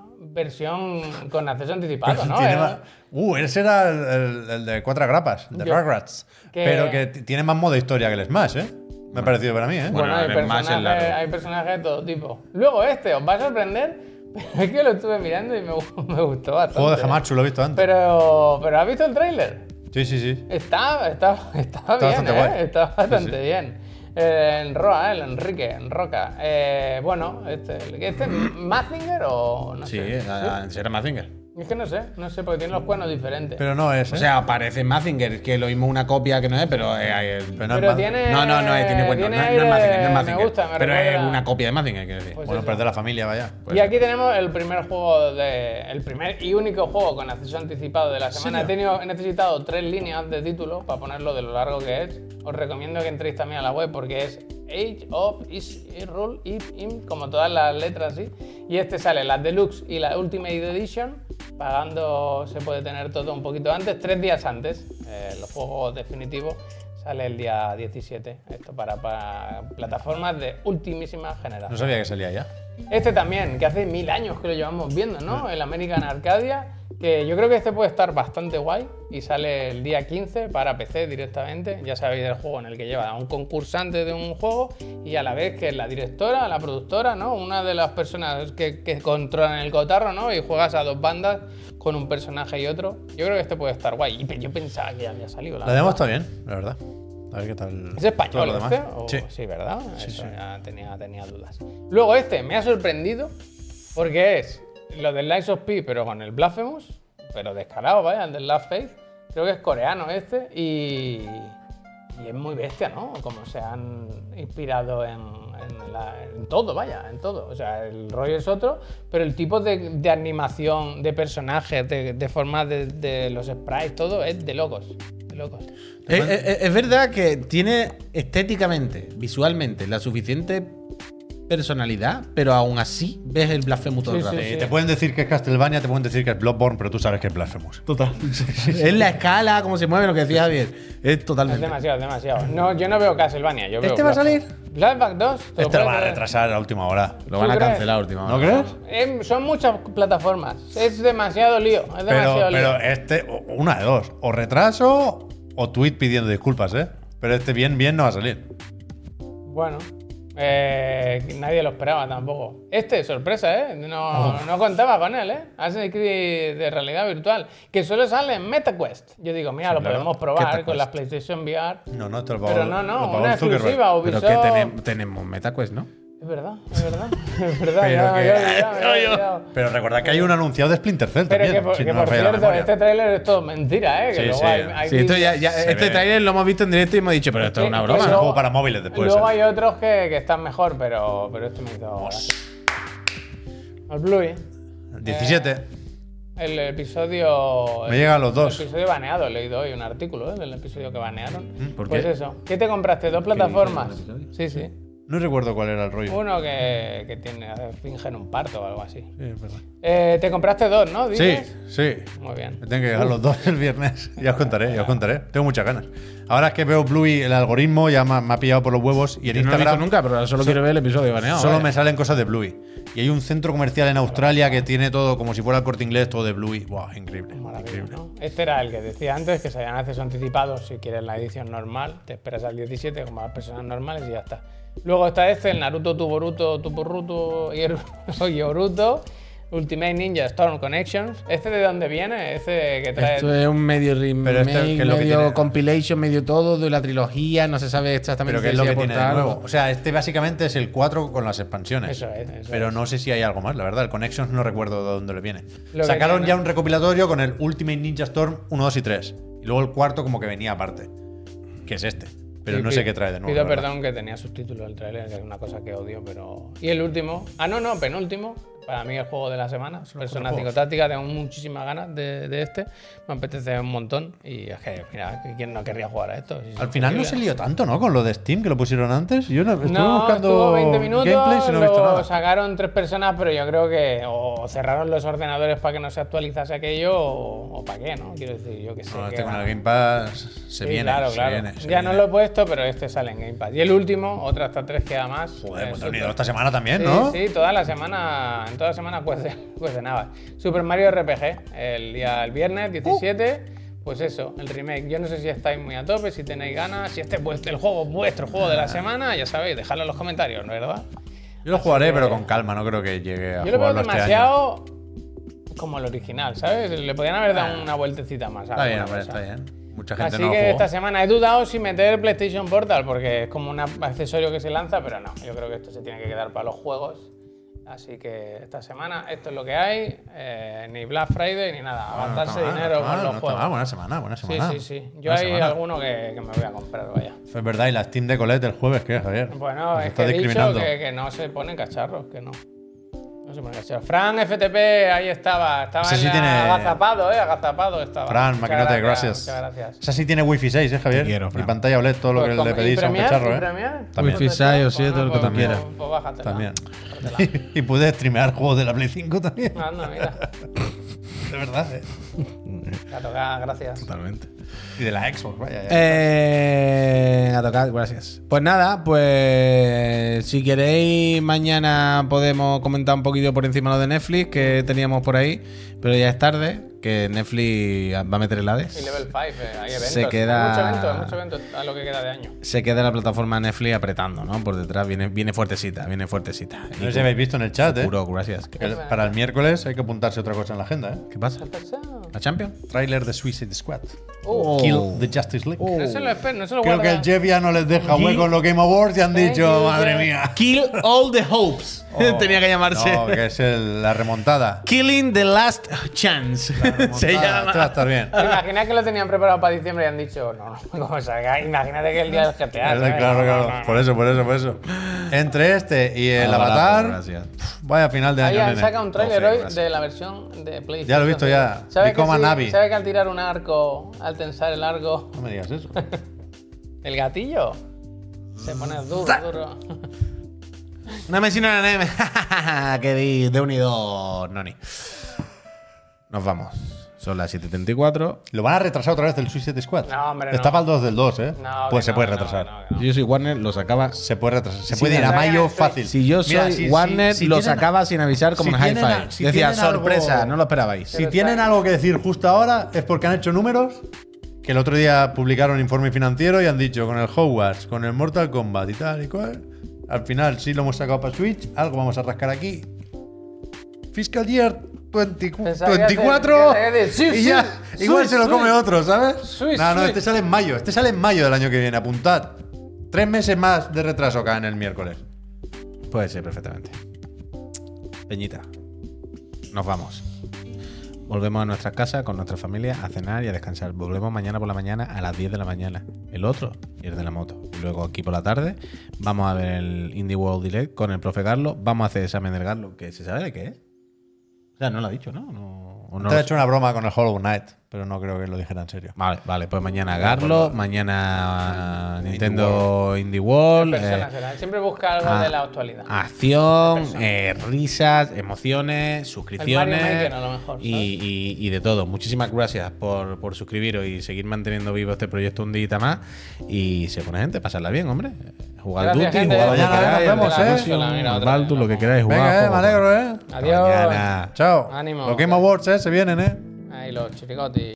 [SPEAKER 3] versión con acceso anticipado, ¿no?
[SPEAKER 1] Tiene
[SPEAKER 3] Eh,
[SPEAKER 1] más- Uh, ese era el, el- el de cuatro grapas, de
[SPEAKER 3] Yo-
[SPEAKER 1] Rugrats.
[SPEAKER 3] que-
[SPEAKER 1] Pero que t- tiene más modo historia que el Smash, ¿eh? Me ha parecido para mí, ¿eh?
[SPEAKER 3] Bueno,
[SPEAKER 2] Bueno,
[SPEAKER 3] hay,
[SPEAKER 2] el Smash es
[SPEAKER 3] personajes,
[SPEAKER 2] largo.
[SPEAKER 3] hay personajes de todo tipo. Luego este, os va a sorprender, pero es que lo estuve mirando y me, gu- me gustó bastante.
[SPEAKER 1] juego de Hamachu, lo he visto antes.
[SPEAKER 3] Pero, pero ¿has visto el tráiler?
[SPEAKER 1] sí, sí, sí.
[SPEAKER 3] Está, está, está bien,
[SPEAKER 1] bastante
[SPEAKER 3] ¿eh?
[SPEAKER 1] guay.
[SPEAKER 3] Está bastante
[SPEAKER 1] Sí, sí.
[SPEAKER 3] bien. Eh, en Roa, el Enrique, en Roca. Eh, bueno, este, ¿este es Mazinger o no
[SPEAKER 2] Sí,
[SPEAKER 3] sé?
[SPEAKER 2] a- a- será Mazinger.
[SPEAKER 3] Es que no sé, no sé, porque tiene los cuernos diferentes. Pero,
[SPEAKER 1] Pero no es.
[SPEAKER 2] O
[SPEAKER 1] ¿eh?
[SPEAKER 2] sea, parece Mazinger, que lo mismo una copia que no es, pero. eh, eh,
[SPEAKER 1] Pero no es más-
[SPEAKER 3] tiene.
[SPEAKER 2] no, no, no, eh, tiene bueno. no, no es
[SPEAKER 3] aire-
[SPEAKER 2] Mazinger, no es Mazinger.
[SPEAKER 3] Me gusta, me
[SPEAKER 2] pero es
[SPEAKER 3] recuerda-
[SPEAKER 2] una copia de Mazinger, quiero decir.
[SPEAKER 3] Pues
[SPEAKER 1] bueno,
[SPEAKER 3] eso.
[SPEAKER 1] perder la familia, vaya.
[SPEAKER 3] y aquí tenemos el primer juego de. El primer y único juego con acceso anticipado de la semana. He, tenido- he necesitado tres líneas de título para ponerlo de lo largo que es. Os recomiendo que entréis también a la web porque es Age of Is Rule It In, como todas las letras así. Y este sale, la Deluxe y la Ultimate Edition. Pagando se puede tener todo un poquito antes, tres días antes. Eh, los juegos definitivos sale el día 17. Esto para, para plataformas de ultimísima generación.
[SPEAKER 1] No sabía que salía ya.
[SPEAKER 3] Este también, que hace mil años que lo llevamos viendo, ¿no? El American Arcadia, que yo creo que este puede estar bastante guay y sale el día 15 para PC directamente. Ya sabéis el juego en el que lleva a un concursante de un juego y a la vez que es la directora, la productora, ¿no? Una de las personas que, que controlan el cotarro, ¿no? Y juegas a dos bandas con un personaje y otro. Yo creo que este puede estar guay. Y pe- yo pensaba que ya había salido. La
[SPEAKER 1] La demo
[SPEAKER 3] verdad.
[SPEAKER 1] está bien, la verdad. A ver qué tal.
[SPEAKER 3] ¿Es
[SPEAKER 1] todo
[SPEAKER 3] español
[SPEAKER 1] lo demás.
[SPEAKER 3] este? O-
[SPEAKER 1] Sí.
[SPEAKER 3] ¿verdad? Eso
[SPEAKER 1] sí.
[SPEAKER 3] ya tenía, tenía dudas. Luego este me ha sorprendido porque es lo del Lies of P, pero con el Blasphemous, pero descarado, vaya, el del Last Faith. Creo que es coreano este y, y es muy bestia, ¿no? Como se han inspirado en, en la- en todo, vaya, en todo. O sea, el rollo es otro, pero el tipo de, de animación, de personajes, de, de formas de, de los sprites, todo es de locos. De locos.
[SPEAKER 2] Eh, eh, eh, es verdad que tiene estéticamente, visualmente, la suficiente personalidad, pero aún así ves el blasfemo todo
[SPEAKER 3] Sí,
[SPEAKER 2] el rato.
[SPEAKER 3] sí,
[SPEAKER 1] Eh,
[SPEAKER 3] sí.
[SPEAKER 1] Te pueden decir que es Castlevania, te pueden decir que es Bloodborne, pero tú sabes que es Blasphemous.
[SPEAKER 2] Total. es la escala, cómo se mueve, lo que decía Javier. Es
[SPEAKER 3] Es
[SPEAKER 2] totalmente.
[SPEAKER 3] demasiado, es demasiado. No, yo no veo Castlevania, yo veo
[SPEAKER 2] ¿Este va a
[SPEAKER 3] Blackback.
[SPEAKER 2] salir?
[SPEAKER 3] Blackback 2. te
[SPEAKER 1] Este lo
[SPEAKER 3] puedo
[SPEAKER 1] van a
[SPEAKER 3] creer.
[SPEAKER 1] retrasar a última hora.
[SPEAKER 2] Lo van a
[SPEAKER 3] ¿Tú crees?
[SPEAKER 2] cancelar últimamente.
[SPEAKER 1] ¿No crees?
[SPEAKER 3] Em, son muchas plataformas. Es demasiado lío. Es
[SPEAKER 1] Pero,
[SPEAKER 3] demasiado
[SPEAKER 1] pero
[SPEAKER 3] lío.
[SPEAKER 1] este, o- una de dos. O retraso o tweet pidiendo disculpas, ¿eh? Pero este bien, bien no va a salir.
[SPEAKER 3] Bueno. eh, nadie lo esperaba tampoco. Este, sorpresa, ¿eh? No, no contaba con él, ¿eh? Assassin's Creed de realidad virtual. Que solo sale en MetaQuest. Yo digo, mira, lo
[SPEAKER 1] claro.
[SPEAKER 3] podemos probar
[SPEAKER 2] MetaQuest.
[SPEAKER 3] con las PlayStation VR.
[SPEAKER 1] No, no, esto lo pagó,
[SPEAKER 3] Pero
[SPEAKER 1] lo
[SPEAKER 3] no, no,
[SPEAKER 1] pagó
[SPEAKER 3] una
[SPEAKER 1] Zuckerberg.
[SPEAKER 3] exclusiva
[SPEAKER 2] Pero
[SPEAKER 3] Ubisoft.
[SPEAKER 2] que tenem- tenemos MetaQuest, ¿no?
[SPEAKER 3] Es verdad, es verdad. Es verdad,
[SPEAKER 1] Pero
[SPEAKER 3] ya me
[SPEAKER 1] que-
[SPEAKER 3] había olvidado, me había olvidado.
[SPEAKER 1] Pero recordad que hay un anunciado de Splinter Cell
[SPEAKER 3] Pero
[SPEAKER 1] también.
[SPEAKER 3] que por,
[SPEAKER 1] si
[SPEAKER 3] que
[SPEAKER 1] no me
[SPEAKER 3] por
[SPEAKER 1] falla la
[SPEAKER 3] cierto,
[SPEAKER 1] memoria.
[SPEAKER 3] este tráiler es todo mentira, ¿eh? Que
[SPEAKER 1] Sí,
[SPEAKER 3] luego
[SPEAKER 1] sí.
[SPEAKER 3] hay, hay
[SPEAKER 2] Sí, esto ya,
[SPEAKER 3] vídeos.
[SPEAKER 2] ya-
[SPEAKER 1] Se
[SPEAKER 2] este
[SPEAKER 1] ve.
[SPEAKER 2] trailer lo hemos visto en directo y hemos dicho, pero esto es una
[SPEAKER 3] Que- que
[SPEAKER 2] broma,
[SPEAKER 1] Es un
[SPEAKER 3] luego-
[SPEAKER 2] ¿no?
[SPEAKER 1] juego para móviles después.
[SPEAKER 3] Luego
[SPEAKER 1] ¿eh?
[SPEAKER 3] hay otros que, que están mejor, pero, pero este me hizo. gracia. El Bluey.
[SPEAKER 1] 17.
[SPEAKER 3] El episodio.
[SPEAKER 1] Me llegan los dos.
[SPEAKER 3] El episodio baneado, he leído hoy un artículo ¿eh? del episodio que banearon.
[SPEAKER 1] ¿Mm?
[SPEAKER 2] ¿Por
[SPEAKER 3] pues
[SPEAKER 2] qué?
[SPEAKER 3] eso. ¿Qué te compraste? ¿Dos plataformas?
[SPEAKER 2] dices del episodio?
[SPEAKER 3] Sí, sí.
[SPEAKER 1] No recuerdo cuál era el rollo.
[SPEAKER 3] Uno que, que tiene, fingen un parto o algo así.
[SPEAKER 1] Sí, es verdad.
[SPEAKER 3] Eh, te compraste dos, ¿no?
[SPEAKER 1] sí,
[SPEAKER 3] ¿Dices?
[SPEAKER 1] sí.
[SPEAKER 3] Muy bien.
[SPEAKER 1] Me tengo que llegar los dos el viernes. Ya os contaré, ya os contaré. Tengo muchas ganas. Ahora es que veo Bluey, el algoritmo ya me, ha- me ha pillado por los huevos y en
[SPEAKER 4] Yo no lo he visto
[SPEAKER 1] Instagram
[SPEAKER 4] nunca, pero ahora solo quiero ver el episodio baneado.
[SPEAKER 1] solo
[SPEAKER 4] vaya.
[SPEAKER 1] me salen cosas de Bluey. Y hay un centro comercial en Australia que tiene todo como si fuera el corte inglés, todo de Bluey. Buah, increíble. increíble.
[SPEAKER 3] ¿no? Este era el que decía antes que se hayan acceso anticipado. Si quieres la edición normal, te esperas al 17 como las personas normales y ya está. Luego está este, el Naruto Tuboruto, Tuboruto y Eru- y Oruto. Ultimate Ninja Storm Connections. ¿Este de dónde viene? Este que trae.
[SPEAKER 2] Esto es un medio
[SPEAKER 1] Pero
[SPEAKER 2] remake,
[SPEAKER 1] esto es que es lo que
[SPEAKER 2] medio
[SPEAKER 1] tiene-
[SPEAKER 2] compilation, medio todo de la trilogía, no se sabe
[SPEAKER 1] Pero
[SPEAKER 2] exactamente
[SPEAKER 1] que es lo
[SPEAKER 2] si
[SPEAKER 1] que tiene de
[SPEAKER 2] aporta algo.
[SPEAKER 1] nuevo. O sea, este básicamente es el 4 con las expansiones.
[SPEAKER 3] Eso es, eso
[SPEAKER 1] pero
[SPEAKER 3] es.
[SPEAKER 1] no sé si hay algo más, la verdad. El Connections no recuerdo de dónde le viene.
[SPEAKER 3] Lo que
[SPEAKER 1] Sacaron
[SPEAKER 3] tiene-
[SPEAKER 1] ya un recopilatorio con el Ultimate Ninja Storm 1, 2 y 3. Y luego el cuarto como que venía aparte. Que es este. Pero
[SPEAKER 3] Sí,
[SPEAKER 1] no
[SPEAKER 3] pi-
[SPEAKER 1] sé qué trae de nuevo.
[SPEAKER 3] Pido
[SPEAKER 1] la verdad.
[SPEAKER 3] perdón que tenía subtítulos el trailer, que es una cosa que odio, pero. Y el último. Ah, no, no, penúltimo. Para mí el juego de la semana. Persona
[SPEAKER 1] juegos.
[SPEAKER 3] psicotáctica. Tengo muchísimas ganas de, de este. Me apetece un montón. Y es que, mira, ¿quién no querría jugar a esto? Es
[SPEAKER 1] Al final no se
[SPEAKER 3] increíble.
[SPEAKER 1] lió tanto, ¿no? Con lo de Steam que lo pusieron antes. Yo no, estuve
[SPEAKER 3] no,
[SPEAKER 1] buscando
[SPEAKER 3] estuvo 20 minutos,
[SPEAKER 1] gameplays y no he visto
[SPEAKER 3] lo
[SPEAKER 1] nada.
[SPEAKER 3] sacaron tres personas, pero yo creo que o cerraron los ordenadores para que no se actualizase aquello o, o para qué, ¿no? Quiero decir, yo que sé.
[SPEAKER 1] No,
[SPEAKER 3] que
[SPEAKER 1] este con
[SPEAKER 3] va-
[SPEAKER 1] el Game Pass se
[SPEAKER 3] Sí,
[SPEAKER 1] viene.
[SPEAKER 3] claro,
[SPEAKER 1] se
[SPEAKER 3] claro.
[SPEAKER 1] viene, se
[SPEAKER 3] ya no
[SPEAKER 1] viene.
[SPEAKER 3] lo he puesto, pero este sale en Game Pass. Y el último, otra hasta tres queda más.
[SPEAKER 1] Joder,
[SPEAKER 3] Eh,
[SPEAKER 1] pues te
[SPEAKER 3] Super-
[SPEAKER 1] han ido esta semana también,
[SPEAKER 3] Sí,
[SPEAKER 1] ¿no?
[SPEAKER 3] sí, toda la semana, en toda la semana cuece, cuece nada. Super Mario RPG, el día el viernes 17,
[SPEAKER 1] Uh.
[SPEAKER 3] pues eso, el remake. Yo no sé si estáis muy a tope, si tenéis ganas, si este es vuest- el juego vuestro juego
[SPEAKER 1] Ah.
[SPEAKER 3] de la semana, ya sabéis, dejadlo en los comentarios, ¿no es verdad?
[SPEAKER 1] Yo lo jugaré, pero con calma. No creo que llegue a
[SPEAKER 3] Yo lo veo
[SPEAKER 1] jugarlo este año.
[SPEAKER 3] demasiado como el original, ¿sabes? Le podían haber dado una vueltecita más. a
[SPEAKER 1] Ah. Está bien,
[SPEAKER 3] alguna
[SPEAKER 1] hombre,
[SPEAKER 3] cosa.
[SPEAKER 1] está bien. Mucha gente
[SPEAKER 3] Así
[SPEAKER 1] no lo
[SPEAKER 3] que
[SPEAKER 1] jugó.
[SPEAKER 3] esta semana he dudado si meter PlayStation Portal porque es como un accesorio que se lanza, pero no, yo creo que esto se tiene que quedar para los juegos. Así que esta semana esto es lo que hay, eh, ni Black Friday ni nada,
[SPEAKER 1] Ah, no
[SPEAKER 3] avanzarse
[SPEAKER 1] está mal,
[SPEAKER 3] dinero
[SPEAKER 1] no está
[SPEAKER 3] con
[SPEAKER 1] mal, no
[SPEAKER 3] los
[SPEAKER 1] está mal,
[SPEAKER 3] juegos.
[SPEAKER 1] buena semana, buena
[SPEAKER 3] Sí,
[SPEAKER 1] semana.
[SPEAKER 3] sí, sí. Yo
[SPEAKER 1] Buena
[SPEAKER 3] hay
[SPEAKER 1] semana.
[SPEAKER 3] alguno que, que me voy a comprar, vaya.
[SPEAKER 1] Es verdad, y la Steam de Colette el jueves, ¿qué, Javier?
[SPEAKER 3] Bueno,
[SPEAKER 1] Nos
[SPEAKER 3] es
[SPEAKER 1] está
[SPEAKER 3] que he dicho
[SPEAKER 1] discriminando.
[SPEAKER 3] que, que no se ponen cacharros, que no. No se ponen cacharros. Fran FTP, ahí estaba, estaba
[SPEAKER 1] Ese
[SPEAKER 3] en
[SPEAKER 1] sí
[SPEAKER 3] la-
[SPEAKER 1] tiene-
[SPEAKER 3] agazapado, eh, agazapado estaba.
[SPEAKER 1] Fran,
[SPEAKER 3] Muchas
[SPEAKER 1] maquinote, gracias.
[SPEAKER 3] Muchas gracias.
[SPEAKER 1] Esa sí tiene Wi-Fi 6, ¿eh, Javier?
[SPEAKER 4] Te quiero,
[SPEAKER 1] y
[SPEAKER 4] Fran.
[SPEAKER 1] pantalla OLED, todo lo
[SPEAKER 3] Pues
[SPEAKER 1] que
[SPEAKER 3] como-
[SPEAKER 1] le
[SPEAKER 3] y
[SPEAKER 1] pedís a un
[SPEAKER 3] Premiere,
[SPEAKER 1] cacharro,
[SPEAKER 3] y
[SPEAKER 1] ¿eh?
[SPEAKER 3] Premiere.
[SPEAKER 1] También.
[SPEAKER 2] Wifi 6 o 7,
[SPEAKER 3] Pues
[SPEAKER 2] lo que tú
[SPEAKER 3] no, pues-
[SPEAKER 1] quieras.
[SPEAKER 3] pues bájatela.
[SPEAKER 1] También.
[SPEAKER 3] Bájatela.
[SPEAKER 1] y pude streamear juegos de la Play 5 también.
[SPEAKER 3] Anda, mira.
[SPEAKER 1] De verdad, ¿eh?
[SPEAKER 3] Te ha tocado, ah, gracias.
[SPEAKER 2] Totalmente.
[SPEAKER 1] Y de la Xbox, vaya. ya.
[SPEAKER 2] Eh, a tocar, gracias. Pues nada, pues si queréis mañana podemos comentar un poquito por encima lo de Netflix que teníamos por ahí, pero ya es tarde, que Netflix va a meter el
[SPEAKER 3] Y
[SPEAKER 2] Hades.
[SPEAKER 3] level 5, eh, hay eventos.
[SPEAKER 2] Se queda-
[SPEAKER 3] Hay mucho evento, hay mucho evento a lo que queda de año.
[SPEAKER 2] Se queda la plataforma Netflix apretando, ¿no? Por detrás viene, viene fuertecita, viene fuertecita.
[SPEAKER 1] no sé si habéis visto en el chat, ¿eh?
[SPEAKER 2] Puro, gracias. ¿Qué,
[SPEAKER 1] Que el- para el miércoles hay que apuntarse otra cosa en la agenda, ¿eh?
[SPEAKER 2] qué pasa? ¿La Champions?
[SPEAKER 1] Tráiler de Suicide Squad.
[SPEAKER 3] Oh.
[SPEAKER 1] Kill the Justice League.
[SPEAKER 3] No se lo espero, no se lo
[SPEAKER 1] Creo que
[SPEAKER 3] guarda.
[SPEAKER 1] el Jeff ya no les deja hueco en los Game Awards y han
[SPEAKER 3] Thank
[SPEAKER 1] dicho,
[SPEAKER 3] you,
[SPEAKER 1] madre
[SPEAKER 3] Jeff".
[SPEAKER 1] mía.
[SPEAKER 2] Kill all the hopes. Tenía que llamarse.
[SPEAKER 1] No, que es el- la remontada.
[SPEAKER 2] Killing the last chance. Se
[SPEAKER 1] Remontada.
[SPEAKER 2] llama.
[SPEAKER 1] Esto va a estar bien.
[SPEAKER 3] ¿Te imaginas que lo tenían preparado para diciembre y han dicho, no, no, como salga, imagínate que el día del GTA.
[SPEAKER 1] Claro,
[SPEAKER 3] ¿sabes?
[SPEAKER 1] claro,
[SPEAKER 3] No, no,
[SPEAKER 1] claro.
[SPEAKER 3] no, no.
[SPEAKER 1] Por eso, por eso, por eso. Entre este y el
[SPEAKER 2] Abrazo,
[SPEAKER 1] Avatar,
[SPEAKER 2] gracias.
[SPEAKER 1] pf, vaya final de
[SPEAKER 3] Ahí
[SPEAKER 1] año.
[SPEAKER 3] han
[SPEAKER 1] nene.
[SPEAKER 3] sacado un tráiler hoy
[SPEAKER 2] gracias.
[SPEAKER 3] de la versión de PlayStation.
[SPEAKER 1] Ya lo he visto, ya.
[SPEAKER 3] ¿Sabes que,
[SPEAKER 1] Become a
[SPEAKER 3] sí?
[SPEAKER 1] Navi.
[SPEAKER 3] ¿Sabes que al tirar un arco, al tensar el arco,
[SPEAKER 1] No me digas eso.
[SPEAKER 3] el gatillo se pone duro,
[SPEAKER 1] Pues
[SPEAKER 3] duro?
[SPEAKER 2] Una mesina, una neme. que di de unido, Noni. Nos vamos. Son las 7.34.
[SPEAKER 1] ¿Lo van a retrasar otra vez el Suicide Squad?
[SPEAKER 3] No, hombre, no.
[SPEAKER 1] Está para el 2 del 2, ¿eh?
[SPEAKER 3] No,
[SPEAKER 1] pues
[SPEAKER 3] que
[SPEAKER 1] se
[SPEAKER 3] no,
[SPEAKER 1] puede
[SPEAKER 3] que no,
[SPEAKER 1] retrasar.
[SPEAKER 3] que no, que no.
[SPEAKER 2] Si yo soy Warner, lo sacaba.
[SPEAKER 1] Se puede retrasar. Se
[SPEAKER 2] Sí,
[SPEAKER 1] puede ir a
[SPEAKER 2] no.
[SPEAKER 1] mayo
[SPEAKER 3] Estoy-
[SPEAKER 1] fácil.
[SPEAKER 2] Si yo soy
[SPEAKER 1] Mira, si- si-
[SPEAKER 2] Warner,
[SPEAKER 1] si
[SPEAKER 2] lo
[SPEAKER 1] tienen-
[SPEAKER 2] sacaba sin avisar como
[SPEAKER 1] si
[SPEAKER 2] en Hi-Fi.
[SPEAKER 1] tienen a- si
[SPEAKER 2] Decía,
[SPEAKER 1] tienen algo-
[SPEAKER 2] sorpresa, no lo esperabais.
[SPEAKER 1] Si tienen algo que decir justo ahora es porque han hecho números que el otro día publicaron informe financiero y han dicho con el Hogwarts, con el Mortal Kombat y tal y cual. Al final sí lo hemos sacado para Switch, algo vamos a rascar aquí. Fiscal Year 20
[SPEAKER 3] Pensaba que
[SPEAKER 1] 24
[SPEAKER 3] hace- que hace- sí,
[SPEAKER 1] y
[SPEAKER 3] sí,
[SPEAKER 1] ya
[SPEAKER 3] sí,
[SPEAKER 1] igual se lo
[SPEAKER 3] sí.
[SPEAKER 1] come otro, ¿sabes?
[SPEAKER 3] Sí,
[SPEAKER 1] no, no,
[SPEAKER 3] sí.
[SPEAKER 1] este sale en mayo, este sale en mayo del año que viene, apuntad. Tres meses más de retraso acá en el miércoles.
[SPEAKER 2] Puede ser perfectamente. Peñita, nos vamos. Volvemos a nuestras casas con nuestra familia a cenar y a descansar. Volvemos mañana por la mañana a las 10 de la mañana. El otro, el de la moto. Y luego aquí por la tarde vamos a ver el Indie World Direct con el profe Carlos. Vamos a hacer examen del Carlos, que se sabe de qué es. O sea, no lo ha dicho, ¿no? no, o no
[SPEAKER 1] Te
[SPEAKER 2] lo
[SPEAKER 1] he hecho una broma con el Hollow Knight, pero no creo que lo dijera en serio.
[SPEAKER 4] Vale, vale, pues mañana Garlo, mañana Nintendo Indie World,
[SPEAKER 3] Persona
[SPEAKER 4] eh,
[SPEAKER 3] será. Siempre busca algo
[SPEAKER 4] ah,
[SPEAKER 3] de la actualidad.
[SPEAKER 4] acción,
[SPEAKER 3] Persona.
[SPEAKER 4] eh, risas, emociones, suscripciones
[SPEAKER 3] Maker, a lo mejor,
[SPEAKER 4] y,
[SPEAKER 3] ¿sabes?
[SPEAKER 4] y- y de todo. Muchísimas gracias por, por suscribiros y seguir manteniendo vivo este proyecto un día más. Y se pone gente, pasarla bien, hombre. Jugar
[SPEAKER 3] Gracias,
[SPEAKER 4] Duty,
[SPEAKER 3] gente.
[SPEAKER 4] jugar lo que
[SPEAKER 1] Mañana
[SPEAKER 4] queráis,
[SPEAKER 1] nos vemos,
[SPEAKER 4] al
[SPEAKER 1] ¿eh?
[SPEAKER 3] Mira,
[SPEAKER 4] Division,
[SPEAKER 3] otra
[SPEAKER 4] al
[SPEAKER 3] vez,
[SPEAKER 4] Baldur, lo que
[SPEAKER 3] vamos.
[SPEAKER 4] queráis jugar.
[SPEAKER 1] Venga, eh, me
[SPEAKER 4] juego.
[SPEAKER 1] alegro, eh.
[SPEAKER 4] Hasta
[SPEAKER 3] Adiós.
[SPEAKER 4] mañana.
[SPEAKER 1] Chao.
[SPEAKER 3] Ánimo.
[SPEAKER 1] Los Game Awards, eh, se vienen, eh.
[SPEAKER 3] Ahí los chiricotis.